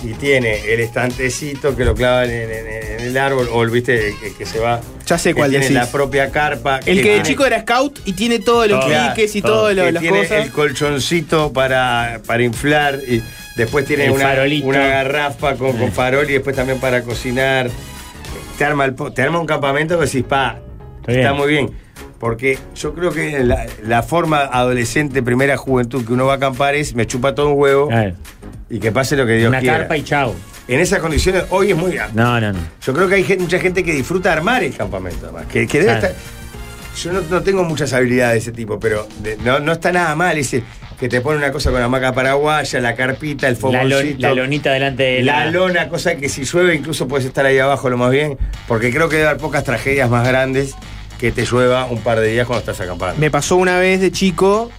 S4: y tiene el estantecito que lo clavan en, en- en el árbol, o el, viste, el, el que se va.
S6: Ya sé
S4: que
S6: cuál
S4: tiene
S6: decís.
S4: la propia carpa.
S6: El que de
S4: tiene-
S6: chico era scout y tiene todos los
S5: Todo.
S6: cliques y
S5: Todo.
S6: todas
S4: que
S6: las
S4: tiene
S6: cosas.
S4: el colchoncito para, para inflar y después tiene
S5: El
S4: una,
S5: farolito.
S4: una garrafa con, con farol y después también para cocinar. Te arma, el po- te arma un campamento que decís, pa,
S5: Está
S4: está,
S5: bien.
S4: muy bien. Porque yo creo que la, la forma adolescente, primera juventud que uno va a acampar es me chupa todo un huevo
S5: Claro,
S4: y que pase lo que Dios
S5: Ah. una
S4: quiera.
S5: carpa y chao.
S4: En esas condiciones hoy es muy amplio.
S5: No, no, no.
S4: Yo creo que hay gente- mucha gente que disfruta armar el campamento, además. Que, que debe
S5: Claro.
S4: estar- Yo no, no tengo muchas habilidades de ese tipo, pero de- no, no está nada mal ese que te pone una cosa con la maca paraguaya, la carpita, el
S5: La, lon-
S4: fogoncito.
S5: la lonita delante de
S4: la lona, cosa que si llueve incluso puedes estar ahí abajo lo más bien, porque creo que debe haber pocas tragedias más grandes que te llueva un par de días cuando estás acampando.
S6: Me pasó una vez de chico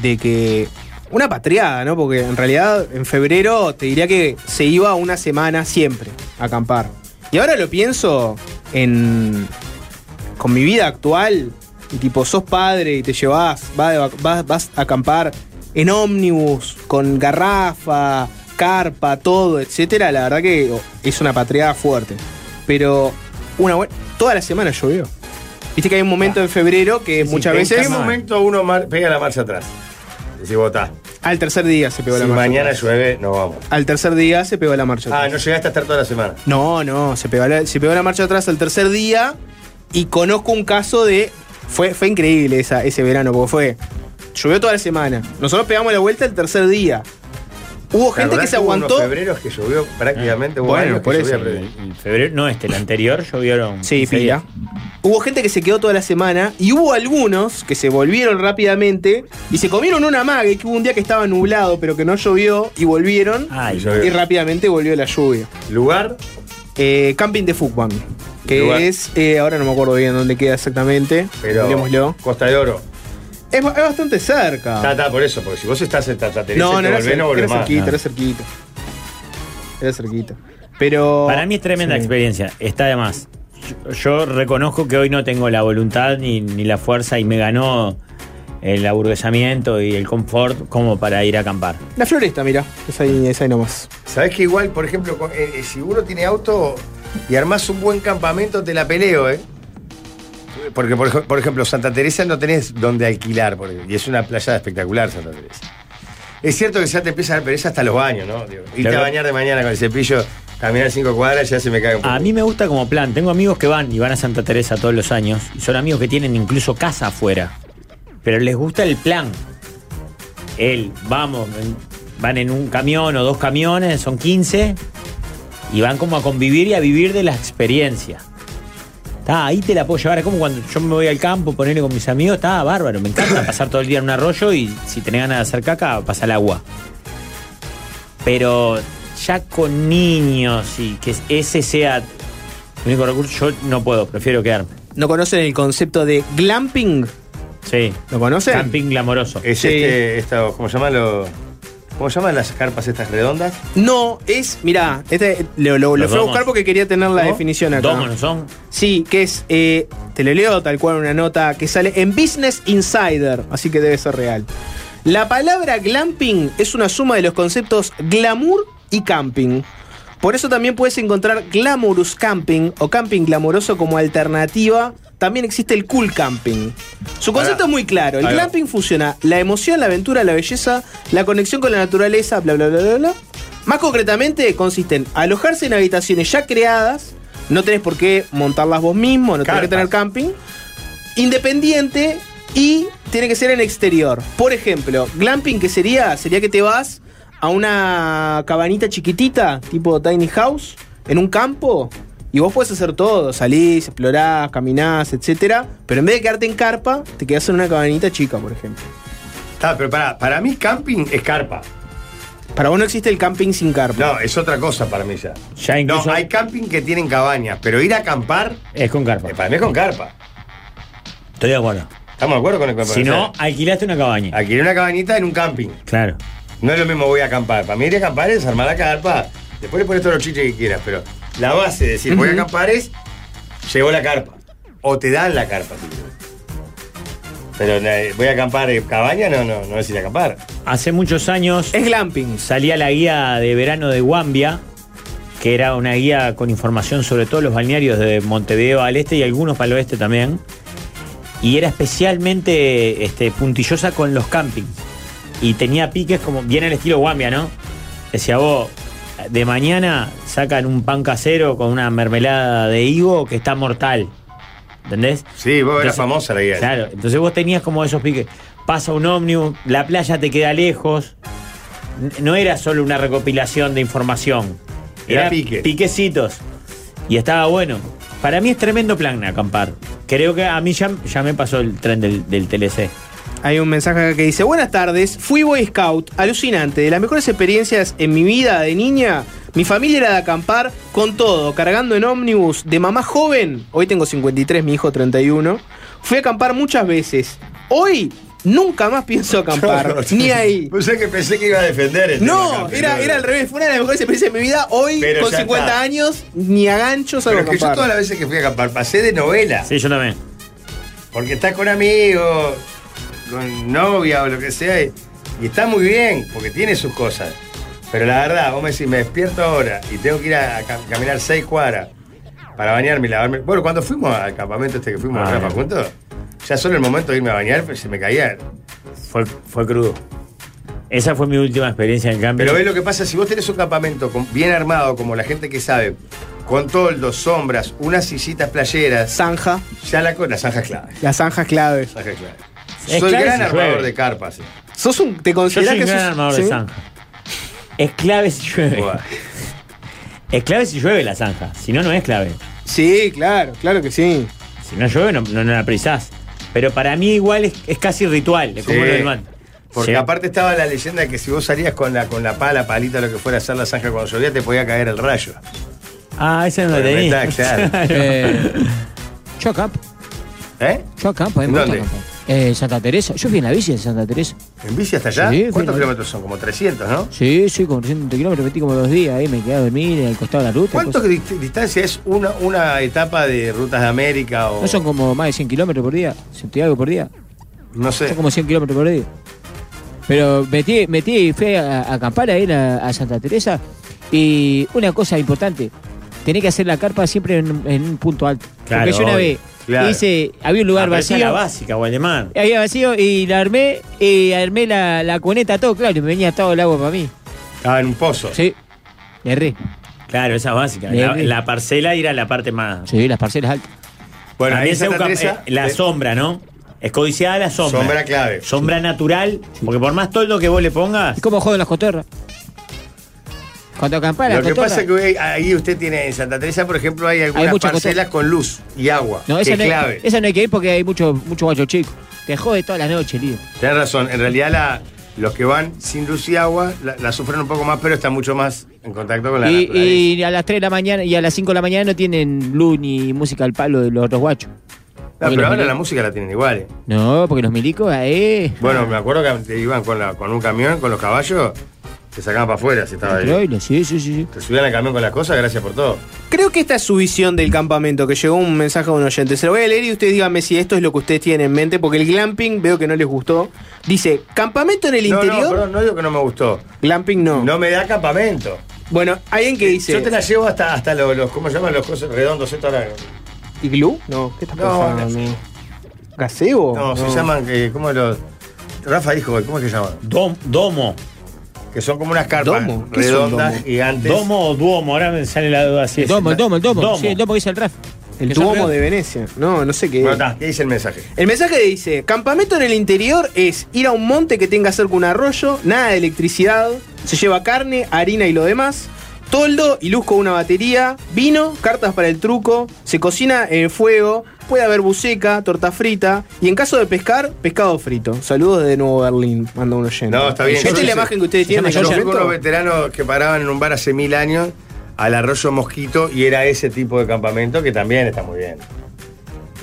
S6: de que. Una patriada, ¿no? Porque en realidad en febrero te diría que se iba una semana siempre a acampar. Y ahora lo pienso en. con mi vida actual. Y tipo, sos padre y te llevas, vas, de vac- vas, vas a acampar en ómnibus, con garrafa, carpa, todo, etcétera. La verdad que oh, es una patriada fuerte. Pero una buena. Toda la semana llovió. Viste que hay un momento en febrero que muchas
S4: ¿En
S6: veces.
S4: qué momento uno mar- pega la marcha atrás? Decís, votá.
S6: Al tercer día se pegó
S4: Si
S6: la marcha.
S4: mañana
S6: atrás.
S4: llueve, no vamos.
S6: Al tercer día se pegó la marcha.
S4: Ah,
S6: atrás.
S4: no llegaste a estar toda la semana.
S6: no, no, se pegó, la, se pegó la marcha atrás al tercer día y conozco un caso de. Fue, fue increíble esa, ese verano, porque fue. Llovió toda la semana. Nosotros pegamos la vuelta el tercer día. Hubo
S4: ¿Te
S6: gente que
S4: acordás
S6: se
S4: hubo unos
S6: aguantó.
S4: febreros que llovió prácticamente. hubo
S6: Bueno,
S4: años que
S6: por eso. eh,
S4: llovía, pero-
S5: En febrero, no este, el anterior llovieron.
S6: Sí,
S5: seis
S6: pila.
S5: días.
S6: Hubo gente que se quedó toda la semana y hubo algunos que se volvieron rápidamente y se comieron una mague que hubo un día que estaba nublado pero que no llovió y volvieron
S5: Ay,
S4: Yo-
S6: y rápidamente volvió la lluvia.
S4: Lugar,
S6: Eh, camping de Fucman, que
S4: Lugar.
S6: es, eh, ahora no me acuerdo bien dónde queda exactamente,
S4: pero.
S6: mirémoslo.
S4: Costa de Oro.
S6: Es, ba- es bastante cerca.
S4: Está, está, por eso, porque si vos estás en Tatateresa,
S6: Ah. no,
S4: te
S6: no, era,
S4: volvés,
S6: cer-
S4: no volvés
S6: era
S4: más.
S6: cerquita,
S5: no.
S6: era cerquita. Era cerquita. Pero...
S5: Para mí es tremenda experiencia, está de más. Yo, yo reconozco que hoy no tengo la voluntad ni, ni la fuerza y me ganó el aburguesamiento y el confort como para ir a acampar.
S6: La floresta, mira, es ahí, es ahí nomás.
S4: Sabés que igual, por ejemplo, con- eh, eh, si uno tiene auto y armás un buen campamento, te la peleo, ¿eh? Porque, por, ej- por ejemplo, Santa Teresa no tenés donde alquilar, por ejemplo, y es una playa espectacular Santa Teresa. Es cierto que ya te empieza a dar pereza hasta los baños, ¿no? Digo, irte
S5: Claro.
S4: a bañar de mañana con el cepillo, caminar cinco cuadras, ya se me cae un poco.
S5: A mí me gusta como plan, tengo amigos que van y van a Santa Teresa todos los años, y son amigos que tienen incluso casa afuera, pero les gusta el plan. Él, vamos, en- van en un camión o dos camiones, son 15, y van como a convivir y a vivir de la experiencia. Está, ahí te la puedo llevar. Es como cuando yo me voy al campo, ponerle con mis amigos, está bárbaro. Me encanta [LAUGHS] pasar todo el día en un arroyo y si tenés ganas de hacer caca, pasa al agua. Pero ya con niños y que ese sea el único recurso, yo no puedo, prefiero quedarme.
S6: ¿No conocen el concepto de glamping?
S5: Sí.
S6: ¿Lo conocen?
S5: Camping glamoroso.
S4: Es
S6: Sí.
S4: este, esta, ¿cómo llaman los- ¿Cómo llaman las carpas estas redondas?
S6: No, es, mirá, este lo, lo- lo
S5: Los
S6: fui a
S5: domos.
S6: buscar porque quería tener la definición acá.
S5: Domos no son.
S6: Sí, que es, eh, te lo leo tal cual una nota que sale en Business Insider, así que debe ser real. La palabra glamping es una suma de los conceptos glamour y camping. Por eso también puedes encontrar Glamorous Camping o Camping Glamoroso como alternativa. También existe el Cool Camping. Su concepto
S4: Ahora,
S6: es muy claro. El
S4: ahí va.
S6: glamping fusiona la emoción, la aventura, la belleza, la conexión con la naturaleza, bla, bla, bla, bla, bla. Más concretamente, consiste en alojarse en habitaciones ya creadas. No tenés por qué montarlas vos mismo, no tenés que
S4: Carpas.
S6: tener camping independiente y tiene que ser en exterior. Por ejemplo, glamping, que sería? Sería que te vas a una cabanita chiquitita, tipo tiny house, en un campo, y vos puedes hacer todo, salís, explorás, caminás, etcétera, pero en vez de quedarte en carpa, te quedás en una cabanita chica, por ejemplo.
S4: Está, pero para, para mí camping es carpa.
S6: Para vos no existe el camping sin carpa.
S4: No, es otra cosa para mí ya.
S5: Ya
S4: No,
S5: incluso
S4: hay camping que tienen cabañas, pero ir a acampar,
S5: es con carpa.
S4: eh, para mí es con carpa.
S5: Estoy de acuerdo.
S4: ¿Estamos de acuerdo con el con-
S5: Si
S4: o sea,
S5: no, alquilaste una cabaña.
S4: Adquirir una cabañita en un camping.
S5: Claro.
S4: No es lo mismo voy a acampar. Para mí ir a acampar es armar la carpa. Después le pones todos los chiches que quieras, pero la base de decir voy a acampar es llegó la carpa. O te dan la carpa. si querés. Pero eh, voy a acampar eh, cabaña, no, no, no es ir a acampar.
S5: Hace muchos años
S6: Es glamping.
S5: salía la guía de verano de Guambia, que era una guía con información sobre todos los balnearios de Montevideo al este y algunos para el oeste también. Y era especialmente este, puntillosa con los campings. Y tenía piques como bien al estilo Guambia, ¿no? Decía vos, de mañana sacan un pan casero con una mermelada de higo que está mortal. ¿Entendés?
S4: Sí, vos eras
S5: Entonces-
S4: famosa la guía. [LAUGHS]
S5: Claro, entonces vos tenías como esos piques. Pasa un ómnibus, la playa te queda lejos. N- No era solo una recopilación de información.
S4: Era pique.
S5: piquecitos. Y estaba bueno. Para mí es tremendo plan acampar. Creo que a mí ya, ya me pasó el tren del, del TLC.
S6: Hay un mensaje acá que dice, buenas tardes, fui Boy Scout, alucinante, de las mejores experiencias en mi vida de niña, mi familia era de acampar con todo, cargando en ómnibus, de mamá joven, hoy tengo 53, mi hijo 31, fui a acampar muchas veces, hoy nunca más pienso
S4: [LAUGHS]
S6: acampar, ni ahí.
S4: Pues es que pensé que iba a defender el tema
S6: No,
S4: camping,
S6: era,
S4: no,
S6: era
S4: no.
S6: al revés, fue una de las mejores experiencias de mi vida, hoy
S4: Pero
S6: con
S4: ya
S6: 50
S4: está.
S6: años, ni a ganchos
S4: Pero
S6: a
S4: es que yo todas las veces que fui a acampar pasé de novela.
S5: Sí, yo también.
S4: Porque estás con amigos, con novia o lo que sea, y, y está muy bien, porque tiene sus cosas. Pero la verdad, vos me decís, me despierto ahora y tengo que ir a, a cam- caminar seis cuadras para bañarme y lavarme. Bueno, cuando fuimos al campamento este que fuimos
S5: Ah,
S4: a Rafa
S5: bien.
S4: juntos, ya solo el momento de irme a bañar pues, se me caía.
S5: Fue, fue crudo. Esa fue mi última experiencia en cambio.
S4: Pero ves lo que pasa, si vos tenés un campamento con- bien armado, como la gente que sabe, con toldos, sombras, unas sillitas playeras,
S6: Zanja,
S4: ya la, co- la zanja es clave.
S6: las zanjas claves.
S4: Zanja es clave.
S5: Es
S4: Soy
S5: clave
S4: gran
S5: si
S4: armador
S5: llueve.
S4: de carpas. eh. sí.
S6: ¿Sos un, ¿Te
S5: yo
S6: considerás
S5: soy
S6: que
S5: un gran
S6: sos-
S5: armador
S6: sí?
S5: de zanja. Es clave si llueve.
S4: Buah.
S5: Es clave si llueve la zanja. Si no, no es clave.
S6: Sí, claro, claro que sí.
S5: Si no llueve, no, no, no la precisás. Pero para mí igual es, es casi ritual, es como
S4: Sí.
S5: lo del mate.
S4: Porque
S5: Sí.
S4: aparte estaba la leyenda que si vos salías con la, con la pala, palita, lo que fuera, a hacer la zanja cuando llovía, te podía caer el rayo.
S5: Ah, esa no la
S4: Pero
S5: tenía.
S4: está,
S5: [LAUGHS]
S4: claro.
S9: [LAUGHS] Eh, yo acampo,
S4: ¿Eh?
S9: yo acampo, a mí me
S4: ¿En
S9: gusta
S4: dónde?
S9: acampar. Eh, Santa Teresa, yo fui en la bici en Santa Teresa.
S4: ¿En bici hasta allá?
S9: Sí, fui
S4: ¿Cuántos
S9: en la-
S4: kilómetros son? Como 300, ¿no?
S9: Sí, sí, como 300 kilómetros, metí como dos días ahí, me quedé a dormir en el costado de la ruta.
S4: ¿Cuánto
S9: cosas.
S4: dist- distancia es una, una etapa de rutas de América o.?
S9: No son como más de 100 kilómetros por día, 100 y algo por día.
S4: no sé.
S9: Son como 100 kilómetros por día. Pero metí, metí y fui a, a acampar ahí a, a Santa Teresa. Y una cosa importante, tenés que hacer la carpa siempre en, en un punto alto.
S5: Claro,
S9: Porque yo una
S5: obvio,
S9: vez
S4: claro.
S9: hice, había un
S5: Ah,
S9: lugar
S5: pero esa es
S9: vacío.
S5: la básica, Gualdemar.
S9: Había vacío y la armé, y armé la, la cuneta, todo claro, y me venía todo el agua para mí.
S4: Ah, en un pozo.
S9: Sí. Le erré.
S5: Claro, esa es básica.
S9: Bien,
S5: La,
S9: bien.
S5: la parcela ir a la parte más.
S9: Sí, las parcelas altas.
S4: Bueno, ahí
S5: También
S4: en
S5: se
S4: Santa
S5: busca,
S4: Teresa.
S5: eh, la
S4: eh,
S5: sombra, ¿no? Es codiciada la sombra.
S4: Sombra clave.
S5: Sombra natural, porque por más toldo que vos le pongas,
S9: ¿Y cómo joden las cotorras? Cuando acampás las
S4: Lo que
S9: cotorras.
S4: pasa es que hoy- ahí usted tiene en Santa Teresa, por ejemplo, hay algunas
S9: mucha
S4: parcelas con luz y agua.
S9: No,
S4: que
S9: esa
S4: es
S9: no, hay,
S4: clave.
S9: esa no hay que ir porque hay mucho, mucho guacho chico. Te jode todas las noches, lío.
S4: Tenés razón, en realidad la- los que van sin luz y agua la, la sufren un poco más, pero están mucho más en contacto con la
S9: Y,
S4: naturaleza.
S9: y a las 3 de la mañana y a las 5 de la mañana no tienen luz ni música al palo de los otros guachos.
S4: No,
S9: porque
S4: pero
S9: los
S4: ahora
S9: mili-
S4: la música la tienen igual. eh.
S9: No, porque los milicos, eh.
S4: Bueno, me acuerdo que te iban con, la- con un camión, con los caballos, te sacaban para afuera si estaba ahí.
S9: Troilo, sí, sí, sí. sí.
S4: Te subían al camión con las cosas, gracias por todo.
S6: Creo que esta es su visión del campamento, que llegó un mensaje a un oyente. Se lo voy a leer y ustedes díganme si esto es lo que ustedes tienen en mente, porque el glamping veo que no les gustó. Dice, campamento en el
S4: No, no,
S6: interior.
S4: perdón, no digo que no me gustó.
S6: glamping no.
S4: No me da campamento.
S6: Bueno, hay alguien que dice.
S4: Yo te la llevo hasta, hasta los, los- ¿cómo se llaman los cosas redondos? estos ahora?
S6: ¿Iglú? No, ¿qué estás
S4: No,
S6: pensando,
S4: no.
S6: amigo? ¿Gazebo?
S4: No, se llaman, eh, ¿cómo los? Rafa dijo, ¿cómo es que se llaman?
S5: Dom- domo.
S4: Que son como unas carpas
S6: Domo, ¿qué es un
S4: redondas,
S6: domo?
S4: gigantes.
S5: Domo o duomo, ahora me sale la duda. Así
S9: El domo, el domo, el domo.
S5: Domo.
S9: Sí, el domo que dice el Raf.
S6: El
S9: Que son
S6: Duomo
S9: redondo.
S6: de Venecia. No, no sé qué.
S4: Bueno,
S6: es.
S4: está, ¿qué dice el mensaje?
S6: El mensaje dice: Campamento en el interior es ir a un monte que tenga cerca un arroyo, nada de electricidad, se lleva carne, harina y lo demás, toldo y luz con una batería, vino, cartas para el truco, se cocina en fuego, puede haber buceca, torta frita y en caso de pescar, pescado frito. Saludos de Nuevo Berlín, manda uno lleno.
S4: No, está bien.
S6: Esta
S4: Yo
S6: es la
S4: hice-
S6: imagen que ustedes
S9: se
S6: tienen.
S9: llama
S4: Yo
S6: de
S9: Yo
S4: fui con
S6: campamento. [LAUGHS]
S4: los veteranos que paraban en un bar hace mil años al arroyo Mosquito y era ese tipo de campamento que también está muy bien.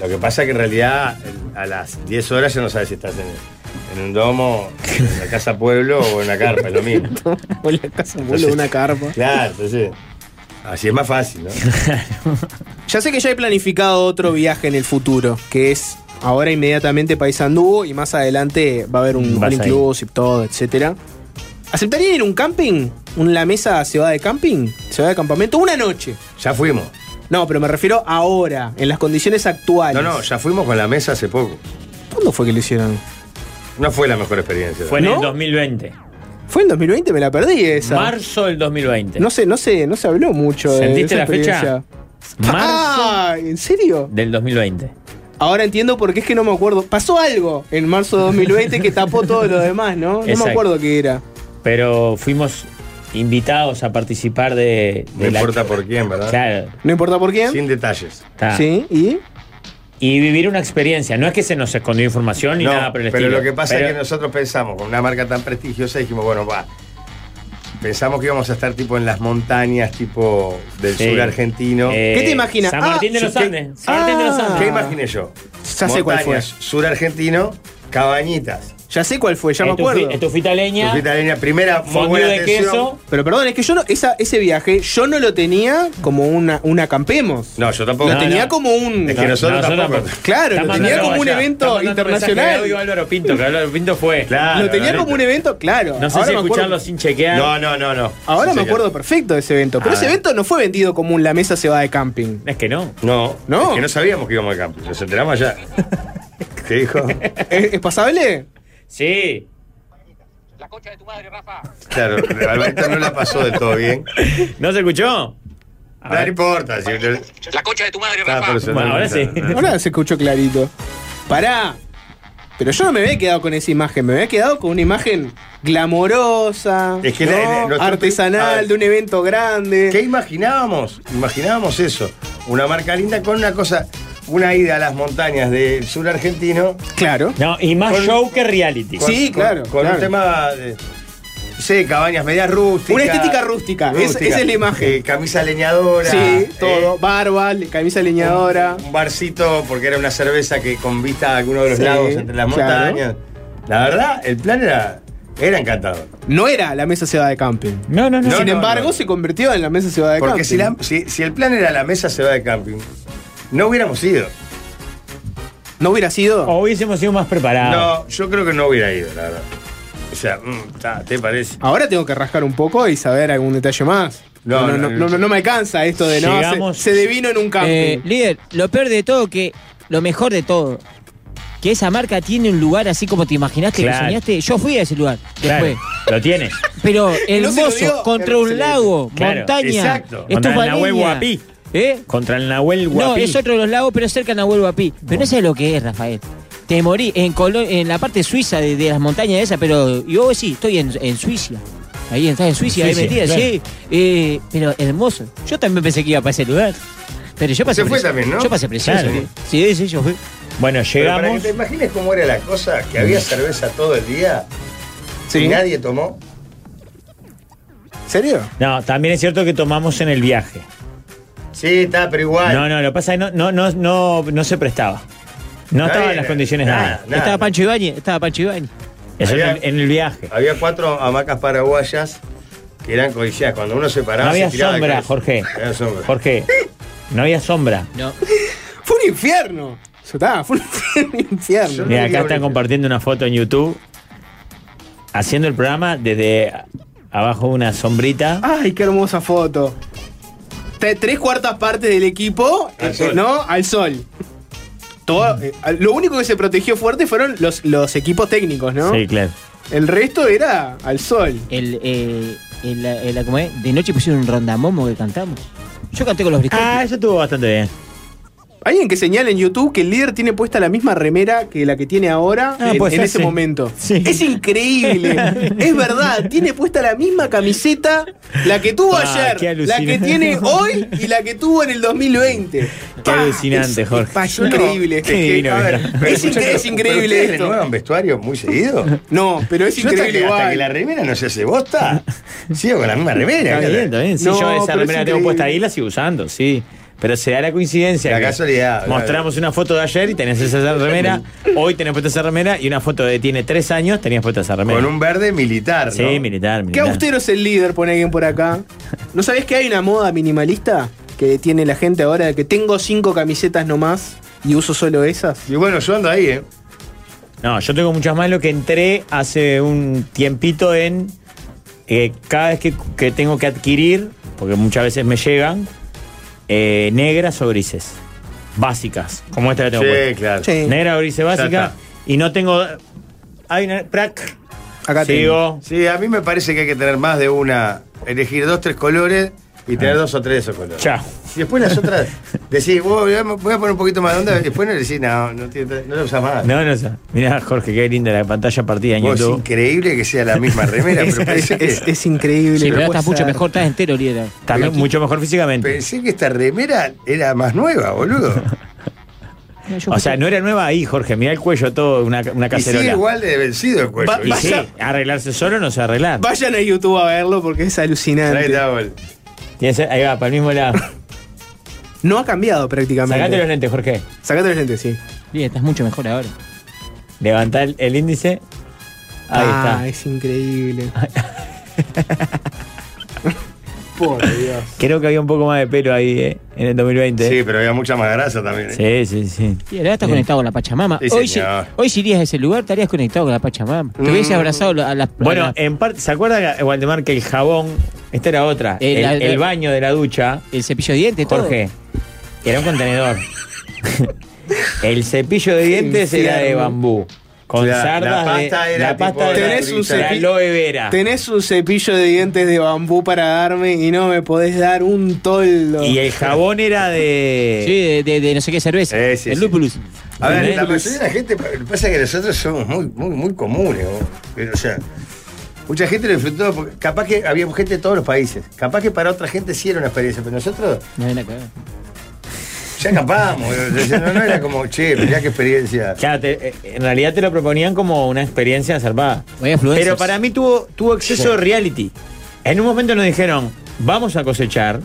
S4: Lo que pasa es que en realidad el- a las 10 horas ya no sabes si estás en, en un domo, en la casa pueblo o en la carpa, es lo mismo.
S6: O la casa, boludo,
S4: Entonces-
S6: una carpa.
S4: Claro, entonces. Así es más fácil, ¿no?
S6: Ya sé que ya he planificado otro viaje en el futuro, que es ahora inmediatamente Paisandú y más adelante va a haber un
S5: Vas
S6: all
S5: ahí.
S6: inclusive, todo, etcétera. ¿Aceptarían ir a un camping? ¿Un la mesa se va de camping? ¿Se va de campamento? Una noche.
S4: Ya fuimos.
S6: No, pero me refiero ahora, en las condiciones
S4: No,
S6: actuales.
S4: no, ya fuimos con la mesa hace poco.
S6: ¿Cuándo fue que lo hicieron?
S4: No fue la mejor experiencia.
S5: Fue en
S6: ¿No?
S5: el 2020.
S6: Fue en 2020, me la perdí esa.
S5: Marzo del 2020.
S6: No sé, no sé, no se habló mucho de
S5: ¿Sentiste
S6: esa
S5: la fecha?
S6: experiencia.
S5: Marzo
S6: Ah, ¿en serio?
S5: del 2020.
S6: Ahora entiendo por qué es que no me acuerdo. Pasó algo en marzo de 2020 que tapó todo lo demás, ¿no? No me
S5: Exacto.
S6: acuerdo qué era.
S5: Pero fuimos invitados a participar de. de
S4: No
S5: la-
S4: importa por quién, ¿verdad?
S5: Claro,
S6: No importa por quién.
S4: Sin detalles.
S5: está.
S6: Sí, y
S5: Y vivir una experiencia. No es que se nos escondió información ni
S4: No,
S5: nada por el
S4: pero
S5: estilo.
S4: lo que pasa
S5: Pero
S4: es que nosotros pensamos, con una marca tan prestigiosa, dijimos, bueno, va. Pensamos que íbamos a estar tipo en las montañas, tipo del
S5: Sí.
S4: sur argentino.
S5: Eh,
S6: ¿Qué te imaginas?
S5: San Martín
S6: Ah,
S5: de los
S6: yo-
S5: Andes. San Martín de los
S6: Ah.
S5: Andes.
S4: ¿Qué imaginé yo?
S6: ya sé cuál fue.
S4: Montañas, Sur argentino, cabañitas.
S6: Ya sé cuál fue, ya me
S5: Estufi-
S6: acuerdo.
S5: Estufita leña,
S4: Tufita de leña, primera, muy
S5: fondue
S4: buena
S5: de
S4: atención.
S5: queso.
S6: Pero perdón, es que yo no, esa, ese viaje yo no lo tenía como una, un acampemos.
S4: Oh, No, yo tampoco.
S6: lo
S5: no,
S6: tenía
S5: no.
S6: como un.
S4: Es que nosotros tampoco.
S6: Claro,
S5: Está
S6: lo tenía
S5: mandando
S6: como un
S5: allá, está
S6: evento
S5: mandando mensaje de audio a
S6: internacional.
S5: Álvaro Pinto, que Álvaro Pinto fue.
S4: Claro,
S6: Lo tenía
S4: no,
S6: como un evento, claro.
S5: No sé
S6: Ahora
S5: si
S6: me acuerdo-
S5: escucharlo sin chequear.
S4: No, no, no, no.
S6: Ahora
S4: Sí,
S6: me
S4: señor.
S6: acuerdo perfecto de ese evento. Pero
S5: A
S6: ese
S5: ver.
S6: evento no fue vendido como un la mesa se va de camping.
S5: Es que no.
S4: No,
S6: No.
S4: Es que no sabíamos que íbamos al campo. Nos enteramos
S6: [LAUGHS]
S4: allá. ¿Qué dijo?
S6: ¿Es, es
S4: [LAUGHS]
S6: pasable?
S5: Sí.
S4: Claro, Alvarito no la pasó de todo bien.
S5: ¿No se escuchó? A
S4: No, no
S5: ver.
S4: importa. si-
S1: La concha de tu madre,
S4: Ah, pero se-
S5: Bueno, ahora sí.
S6: Ahora se escuchó clarito. Pará. Pero yo no me había quedado con esa imagen, me había quedado con una imagen glamorosa,
S4: Es que
S6: ¿no?
S4: la- la- nuestro- a
S6: artesanal,
S4: ver.
S6: de un evento grande.
S4: [LAUGHS] ¿Qué imaginábamos? Imaginábamos eso. Una marca linda con una cosa, una ida a las montañas del sur argentino.
S6: Claro.
S5: No, y más
S4: Con-
S5: show que reality.
S4: con-
S6: Sí,
S4: con-
S6: claro,
S4: Con,
S6: claro.
S4: un tema de, no sé, cabañas medias rústicas.
S6: Una estética rústica, es- esa es la imagen.
S4: Eh, camisa leñadora.
S6: Sí,
S4: eh,
S6: todo. Barba, le- camisa leñadora.
S4: Un barcito, porque era una cerveza que con vista a alguno de los
S6: Sí,
S4: lagos entre las
S6: claro.
S4: montañas. La verdad, el plan era, era encantador.
S6: No era la mesa ciudad de camping.
S5: No, no, no.
S4: No,
S6: Sin
S4: no,
S6: embargo,
S4: no.
S6: se convirtió en la mesa ciudad de
S4: Porque
S6: camping.
S4: si, la- si- si el plan era la mesa se va de camping, no hubiéramos ido.
S6: No hubiera sido.
S5: O hubiésemos sido más preparados.
S4: No, yo creo que no hubiera ido, la verdad. O sea, mm, ta, ¿te parece?
S6: Ahora tengo que rascar un poco y saber algún detalle más. No,
S4: No,
S6: no, no,
S4: no,
S6: no me alcanza esto de no.
S5: Llegamos-
S6: se, se devino en un camping.
S9: Eh, líder, lo peor de todo que. Lo mejor de todo. Que esa marca tiene un lugar así como te imaginaste,
S5: Claro.
S9: que soñaste. Yo fui a ese lugar
S5: Claro,
S9: después.
S5: lo tiene.
S9: Pero
S6: No se lo
S9: hermoso,
S6: digo,
S9: contra
S6: se
S9: un
S6: le-
S9: lago,
S5: Claro,
S9: montaña.
S4: exacto.
S5: Contra el Nahuel
S9: Estufaleña.
S5: Huapi.
S9: ¿Eh?
S5: Contra el Nahuel
S9: No,
S5: Guapí.
S9: es otro de los lagos, pero cerca de Nahuel Huapi. Pero no sé lo que es, Rafael. Te morí en, Colo- en la parte suiza de, de las montañas esas, pero yo sí, estoy en, en Suiza. Ahí estás en Suiza, ahí
S5: Suiza,
S9: metida,
S5: claro.
S9: sí. Eh, pero hermoso. Yo también pensé que iba para ese lugar. Pero yo
S4: Se
S9: pasé
S4: fue
S9: precioso.
S4: también, ¿no?
S9: Yo pasé precioso.
S5: Claro.
S9: Sí, sí, sí, yo fui.
S5: Bueno,
S4: Pero para que
S5: llegamos.
S4: te imagines cómo era la cosa, que
S5: Mm.
S4: había cerveza todo el día
S6: Sí.
S4: y nadie tomó.
S6: ¿En serio?
S5: No, también es cierto que tomamos en el viaje.
S4: Sí, está, pero igual.
S5: No, no, lo que pasa es que no, no, no, no, no se prestaba.
S4: Está
S5: No estaban
S4: bien, eh.
S5: las condiciones
S4: nada,
S5: nada.
S4: nada.
S9: estaba Pancho Ibañez, estaba Pancho Ibañez.
S5: Eso en
S4: Había-
S5: el, en el viaje.
S4: Había cuatro hamacas paraguayas que eran codiciadas. Cuando uno se paraba,
S5: No había
S4: se tiraba de
S5: sombra,
S4: cabeza.
S5: Jorge.
S4: No había sombra.
S5: Jorge, no había sombra.
S9: No.
S6: Fue un infierno. Eso está, fue un [LAUGHS]
S5: Mira,
S6: infierno.
S4: diría
S5: acá están
S4: ahorita.
S5: compartiendo una foto en YouTube haciendo el programa desde abajo una sombrita.
S6: Ay, qué hermosa foto. Te- Tres cuartas partes del equipo,
S4: Al
S6: eh,
S4: sol.
S6: ¿no? Al sol. Todo, eh, al- lo único que se protegió fuerte fueron los, los equipos técnicos, ¿no?
S5: Sí, claro.
S6: El resto era al sol.
S9: El, eh, el- el- la- ¿cómo es? De noche pusieron un rondamomo que cantamos. Yo canté con los
S5: Ah,
S9: británicos.
S5: eso estuvo bastante bien.
S6: Alguien que señala en YouTube que el líder tiene puesta la misma remera que la que tiene ahora
S5: Ah,
S6: en,
S5: pues
S6: en
S5: sí,
S6: ese
S5: sí.
S6: momento.
S5: Sí.
S6: Es
S5: [LAUGHS]
S6: increíble. es verdad. Tiene puesta la misma camiseta, la que tuvo
S5: Ah, qué
S6: ayer, la
S5: alucinante.
S6: que
S5: [LAUGHS]
S6: tiene hoy y la que tuvo en el 2020.
S5: Qué
S6: Pa,
S5: alucinante,
S6: es-
S5: Jorge.
S6: pa, Es increíble. este
S5: Qué divino
S6: a
S5: que
S6: ver,
S5: está.
S4: [LAUGHS] Pero
S6: es,
S4: escucha,
S6: incre- es
S4: pero- pero
S6: increíble
S4: ustedes
S6: esto.
S4: renuevan vestuario muy seguido?
S6: No, pero es
S4: Yo hasta
S6: increíble
S4: que, hasta
S6: igual.
S4: que la remera no se hace bosta, sigo con la misma remera.
S5: Está
S4: cara.
S5: bien, está bien. Si
S6: No,
S5: yo esa
S6: pero
S5: remera
S6: es
S5: la tengo puesta
S6: increíble.
S5: ahí, la sigo usando, sí. Pero se da la coincidencia.
S4: La
S5: que
S4: casualidad, claro.
S5: Mostramos una foto de ayer y tenés esa remera. hoy tenés puesta esa remera y una foto de tiene tres años tenías puesta esa remera.
S4: Con un verde militar,
S5: sí,
S4: ¿no?
S5: militar,
S6: Qué
S5: militar.
S6: austero es el líder, pone alguien por acá. ¿No sabés que hay una moda minimalista que tiene la gente ahora de que tengo cinco camisetas nomás y uso solo esas?
S4: Y bueno, yo ando ahí, ¿eh?
S5: No, yo tengo muchas más lo que entré hace un tiempito en. eh, cada vez que, que tengo que adquirir, porque muchas veces me llegan, eh, negras o grises. Básicas, como esta que tengo
S4: Sí,
S5: puesta.
S4: claro.
S6: Sí.
S5: Negra o grises
S4: Ya
S5: básica.
S4: está.
S5: Y no tengo. Hay una. Prac.
S6: Acá tengo.
S5: Sigo.
S4: Sí, a mí me parece que hay que tener más de una, elegir dos, tres colores y tener dos o tres de esos colores.
S5: Ah. Chao.
S4: Y después las otras,
S5: [LAUGHS]
S4: decís, "Vos, voy a voy a poner un poquito más de onda, y después no le decís, no, no, tiene- no lo usás más.
S5: No, no sé. Mirá, Jorge, qué linda la pantalla partida en
S4: Vos, es
S5: YouTube.
S4: increíble que sea la misma remera,
S5: [LAUGHS]
S4: pero
S6: Es,
S4: pensé que,
S6: es- es increíble.
S9: Sí,
S6: no
S9: pero
S6: puede
S9: estás mucho
S6: ser.
S9: mejor, estás entero, líder.
S5: También mucho mejor físicamente.
S4: pensé que esta remera era más nueva,
S5: [LAUGHS]
S4: boludo.
S5: O sea, no era nueva ahí, Jorge. Mirá el cuello todo, una, una
S4: Y sigue
S5: cacerola.
S4: igual de vencido el cuello.
S6: Va-
S5: Y
S4: ¿viste?
S5: sí, arreglarse solo no se arreglar.
S6: Vayan a YouTube a verlo porque es
S4: Ahí
S6: alucinante.
S4: está, bol.
S5: Tiene que ser- ahí va, para el mismo
S4: [LAUGHS]
S5: lado.
S6: No ha cambiado prácticamente.
S5: Sacate los lentes, Jorge.
S6: Sacate los lentes, sí.
S9: Líder, estás mucho mejor ahora.
S5: Levantá el, el índice. Ahí
S6: ah,
S5: está. [LAUGHS]
S6: es increíble. Por Dios.
S5: Creo que había un poco más de pelo ahí eh, en el 2020.
S4: Sí,
S5: eh.
S4: pero había mucha más grasa también. ¿eh?
S5: Sí, sí, sí.
S9: Y ahora estás
S5: Sí.
S9: conectado con la Pachamama.
S4: Sí,
S9: hoy, si,
S4: señor.
S9: hoy si irías a ese lugar, estarías conectado con la Pachamama. Te hubiese abrazado a las. a
S5: Bueno, eh,
S9: las-
S5: en parte, ¿se acuerda, Waldemar, que el jabón, esta era otra,
S9: El-
S5: el,
S9: la-
S5: el baño de la ducha,
S9: el cepillo de dientes, todo.
S5: Jorge, era un [LAUGHS] contenedor. el cepillo de dientes era de
S6: infierno.
S5: bambú. Con
S4: La- la
S5: sardas de-
S4: pasta era
S5: la pasta
S4: tipo
S5: de
S6: Tenés
S5: la-
S6: un
S5: de
S6: cepi-
S5: aloe vera.
S6: Tenés un cepillo de dientes de bambú para darme y no me podés dar un toldo.
S5: Y el jabón era de...
S9: Sí, de, de- de no sé qué cerveza.
S4: Eh, sí,
S9: el
S4: sí.
S9: lupulus.
S4: A ver, la
S5: Tenés-
S4: mayoría de la gente, lo que pasa es que nosotros somos muy, muy, muy comunes. vos. Pero, O sea, mucha gente lo disfrutó, porque capaz que había gente de todos los países. Capaz que para otra gente sí era una experiencia, pero nosotros
S9: No hay nada que ver.
S4: ya escapamos. o sea, no, no era como, che, mirá qué experiencia.
S5: Claro, te- eh, en realidad te lo proponían como una experiencia zarpada.
S9: Vaya influencers.
S5: Pero para mí tuvo, tuvo exceso de reality. En un momento nos dijeron, vamos a cosechar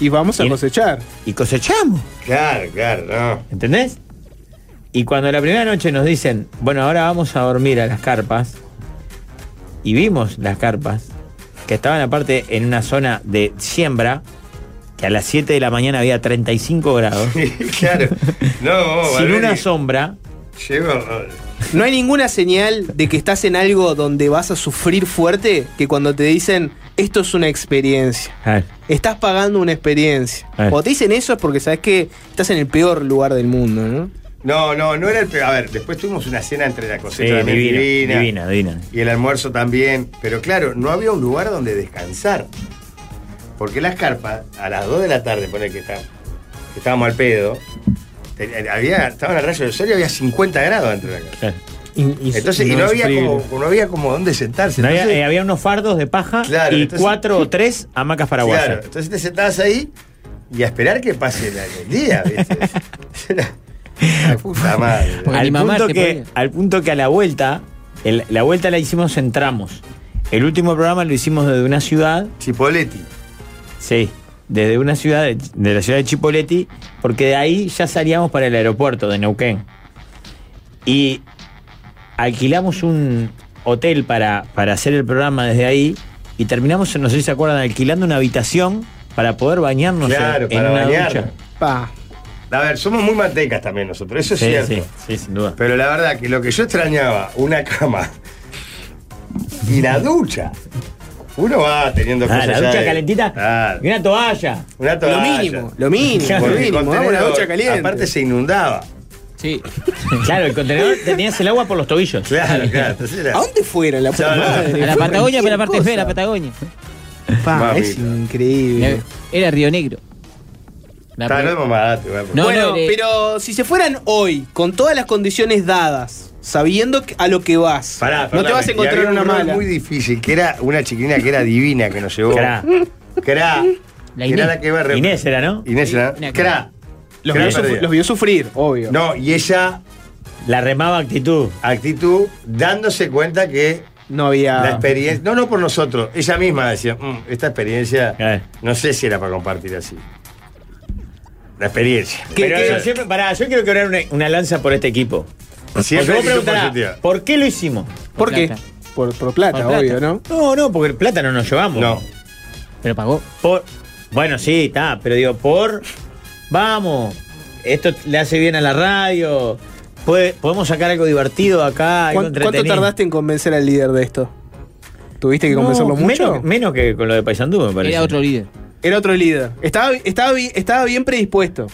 S6: Y vamos a
S5: Y-
S6: cosechar.
S5: y cosechamos.
S4: Claro, claro, no. [LAUGHS]
S5: ¿Entendés? Y cuando la primera noche nos dicen, bueno, ahora vamos a dormir a las carpas, y vimos las carpas, que estaban aparte en una zona de siembra, que a las 7 de la mañana había 35 grados,
S4: claro. No, vos,
S5: sin
S4: Valeria,
S5: una sombra,
S4: Llego.
S6: No hay ninguna señal de que estás en algo donde vas a sufrir fuerte que cuando te dicen esto es una experiencia. Estás pagando una experiencia.
S5: A ver.
S6: Cuando te dicen eso es porque sabes que estás en el peor lugar del mundo, ¿no?
S4: No, no, no era el peor. A ver, después tuvimos una cena entre la
S5: sí, eh,
S4: cosecha
S5: divina,
S4: también
S5: divina, divina.
S4: y el almuerzo también. Pero claro, no había un lugar donde descansar. Porque las carpas, a las 2 de la tarde, poner que, está- que estábamos al pedo, ten- eh, había, estaban al rayo del sol y había 50 grados dentro de la carpa.
S5: Claro.
S6: Y-
S4: Entonces, y no había, como, no había como dónde sentarse.
S5: No había,
S4: Entonces,
S5: eh, había unos fardos de paja
S4: Claro,
S5: y
S4: entonces-
S5: cuatro o tres hamacas paraguayas.
S4: claro, entonces te sentabas ahí y a esperar que pase la- el día,
S5: [LAUGHS]
S4: ¿viste? la puta madre.
S9: Porque
S5: al,
S9: ni mamar
S5: punto
S9: te
S5: que,
S9: podía.
S5: al punto que a la vuelta, el- la vuelta la hicimos en tramos. El último programa lo hicimos desde una ciudad,
S4: Chipoletti.
S5: sí, desde una ciudad, de, de la ciudad de Chipoleti, porque de ahí ya salíamos para el aeropuerto de Neuquén. Y alquilamos un hotel para, para hacer el programa desde ahí y terminamos, no sé si se acuerdan, alquilando una habitación para poder bañarnos en-
S4: Claro,
S5: en,
S4: para
S5: una
S4: bañarnos.
S5: ducha.
S6: Pa.
S4: A ver, somos muy mantecas también nosotros, eso es
S5: Sí,
S4: cierto.
S5: sí, sí, sin duda.
S4: Pero la verdad que lo que yo extrañaba, una cama y la ducha. Uno va teniendo
S5: Ah,
S4: cosas
S5: la
S4: ya
S5: ducha
S4: de-
S5: calentita
S4: Claro.
S5: y una toalla.
S4: Una
S6: Lo
S4: toalla.
S6: mínimo, lo mínimo,
S4: Porque
S6: lo
S4: el
S6: mínimo. Vamos a la
S4: contenedor,
S6: ducha caliente.
S4: Aparte se inundaba.
S9: Sí.
S5: Claro, el contenedor tenías el agua por los tobillos.
S4: Claro, claro. Entonces era-
S6: ¿A dónde fueron la puta
S4: No, no.
S6: madre?
S9: A la
S6: Fue
S9: Patagonia, pero la parte
S6: cualquier
S9: fea de la
S6: cosa.
S9: Patagonia.
S6: Pa,
S4: Mami.
S6: es
S9: Eh.
S6: increíble.
S9: Era Río Negro. La
S4: Está, no es
S9: primera-
S4: mamada, te voy a poner.
S9: No,
S6: bueno,
S9: no, de-
S6: pero si se fueran hoy, con todas las condiciones dadas, sabiendo que- a lo que vas,
S4: Pará,
S6: no te
S4: perdóname.
S6: vas a
S4: Y
S6: encontrar
S4: había
S6: una
S4: un rol
S6: mala.
S4: muy difícil, que era una chiquilina que era divina, que nos llevó.
S5: Crá.
S4: Crá.
S9: La
S4: Que
S9: Inés.
S4: Era la que iba a rep-
S5: Inés era, ¿no?
S4: Inés era.
S9: Una
S4: Crá.
S6: Los
S4: Crá
S6: vio, suf-
S4: perdida.
S6: los vio sufrir, obvio.
S4: No, y ella,
S5: La remaba actitud.
S4: actitud, dándose cuenta que
S6: No había.
S5: Ah.
S4: la experiencia. No, no por nosotros. Ella misma decía, "Mm, esta experiencia
S5: Eh.
S4: no sé si era para compartir así. La experiencia.
S5: Pero yo siempre, pará, yo quiero quebrar una, una lanza por este equipo. Porque
S4: Siempre
S5: vos
S4: actitud
S5: preguntarás,
S4: positiva.
S5: ¿por qué lo hicimos?
S6: ¿Por qué?
S9: plata.
S6: Por, por plata,
S9: Por plata.
S6: obvio, ¿no?
S5: No, no, porque el plata no nos llevamos.
S4: No.
S9: Pero pagó.
S5: Por, bueno, sí, está, pero digo, por. Vamos, esto le hace bien a la radio. puede- podemos sacar algo divertido acá. algo
S6: ¿Cuán- ¿Cuánto
S5: entretenido.
S6: tardaste en convencer al líder de esto? ¿Tuviste que
S5: No,
S6: convencerlo mucho?
S5: Menos, menos que con lo de Paysandú, me parece.
S9: Era otro líder.
S6: Era otro líder. Estaba, estaba, bi- estaba bien predispuesto.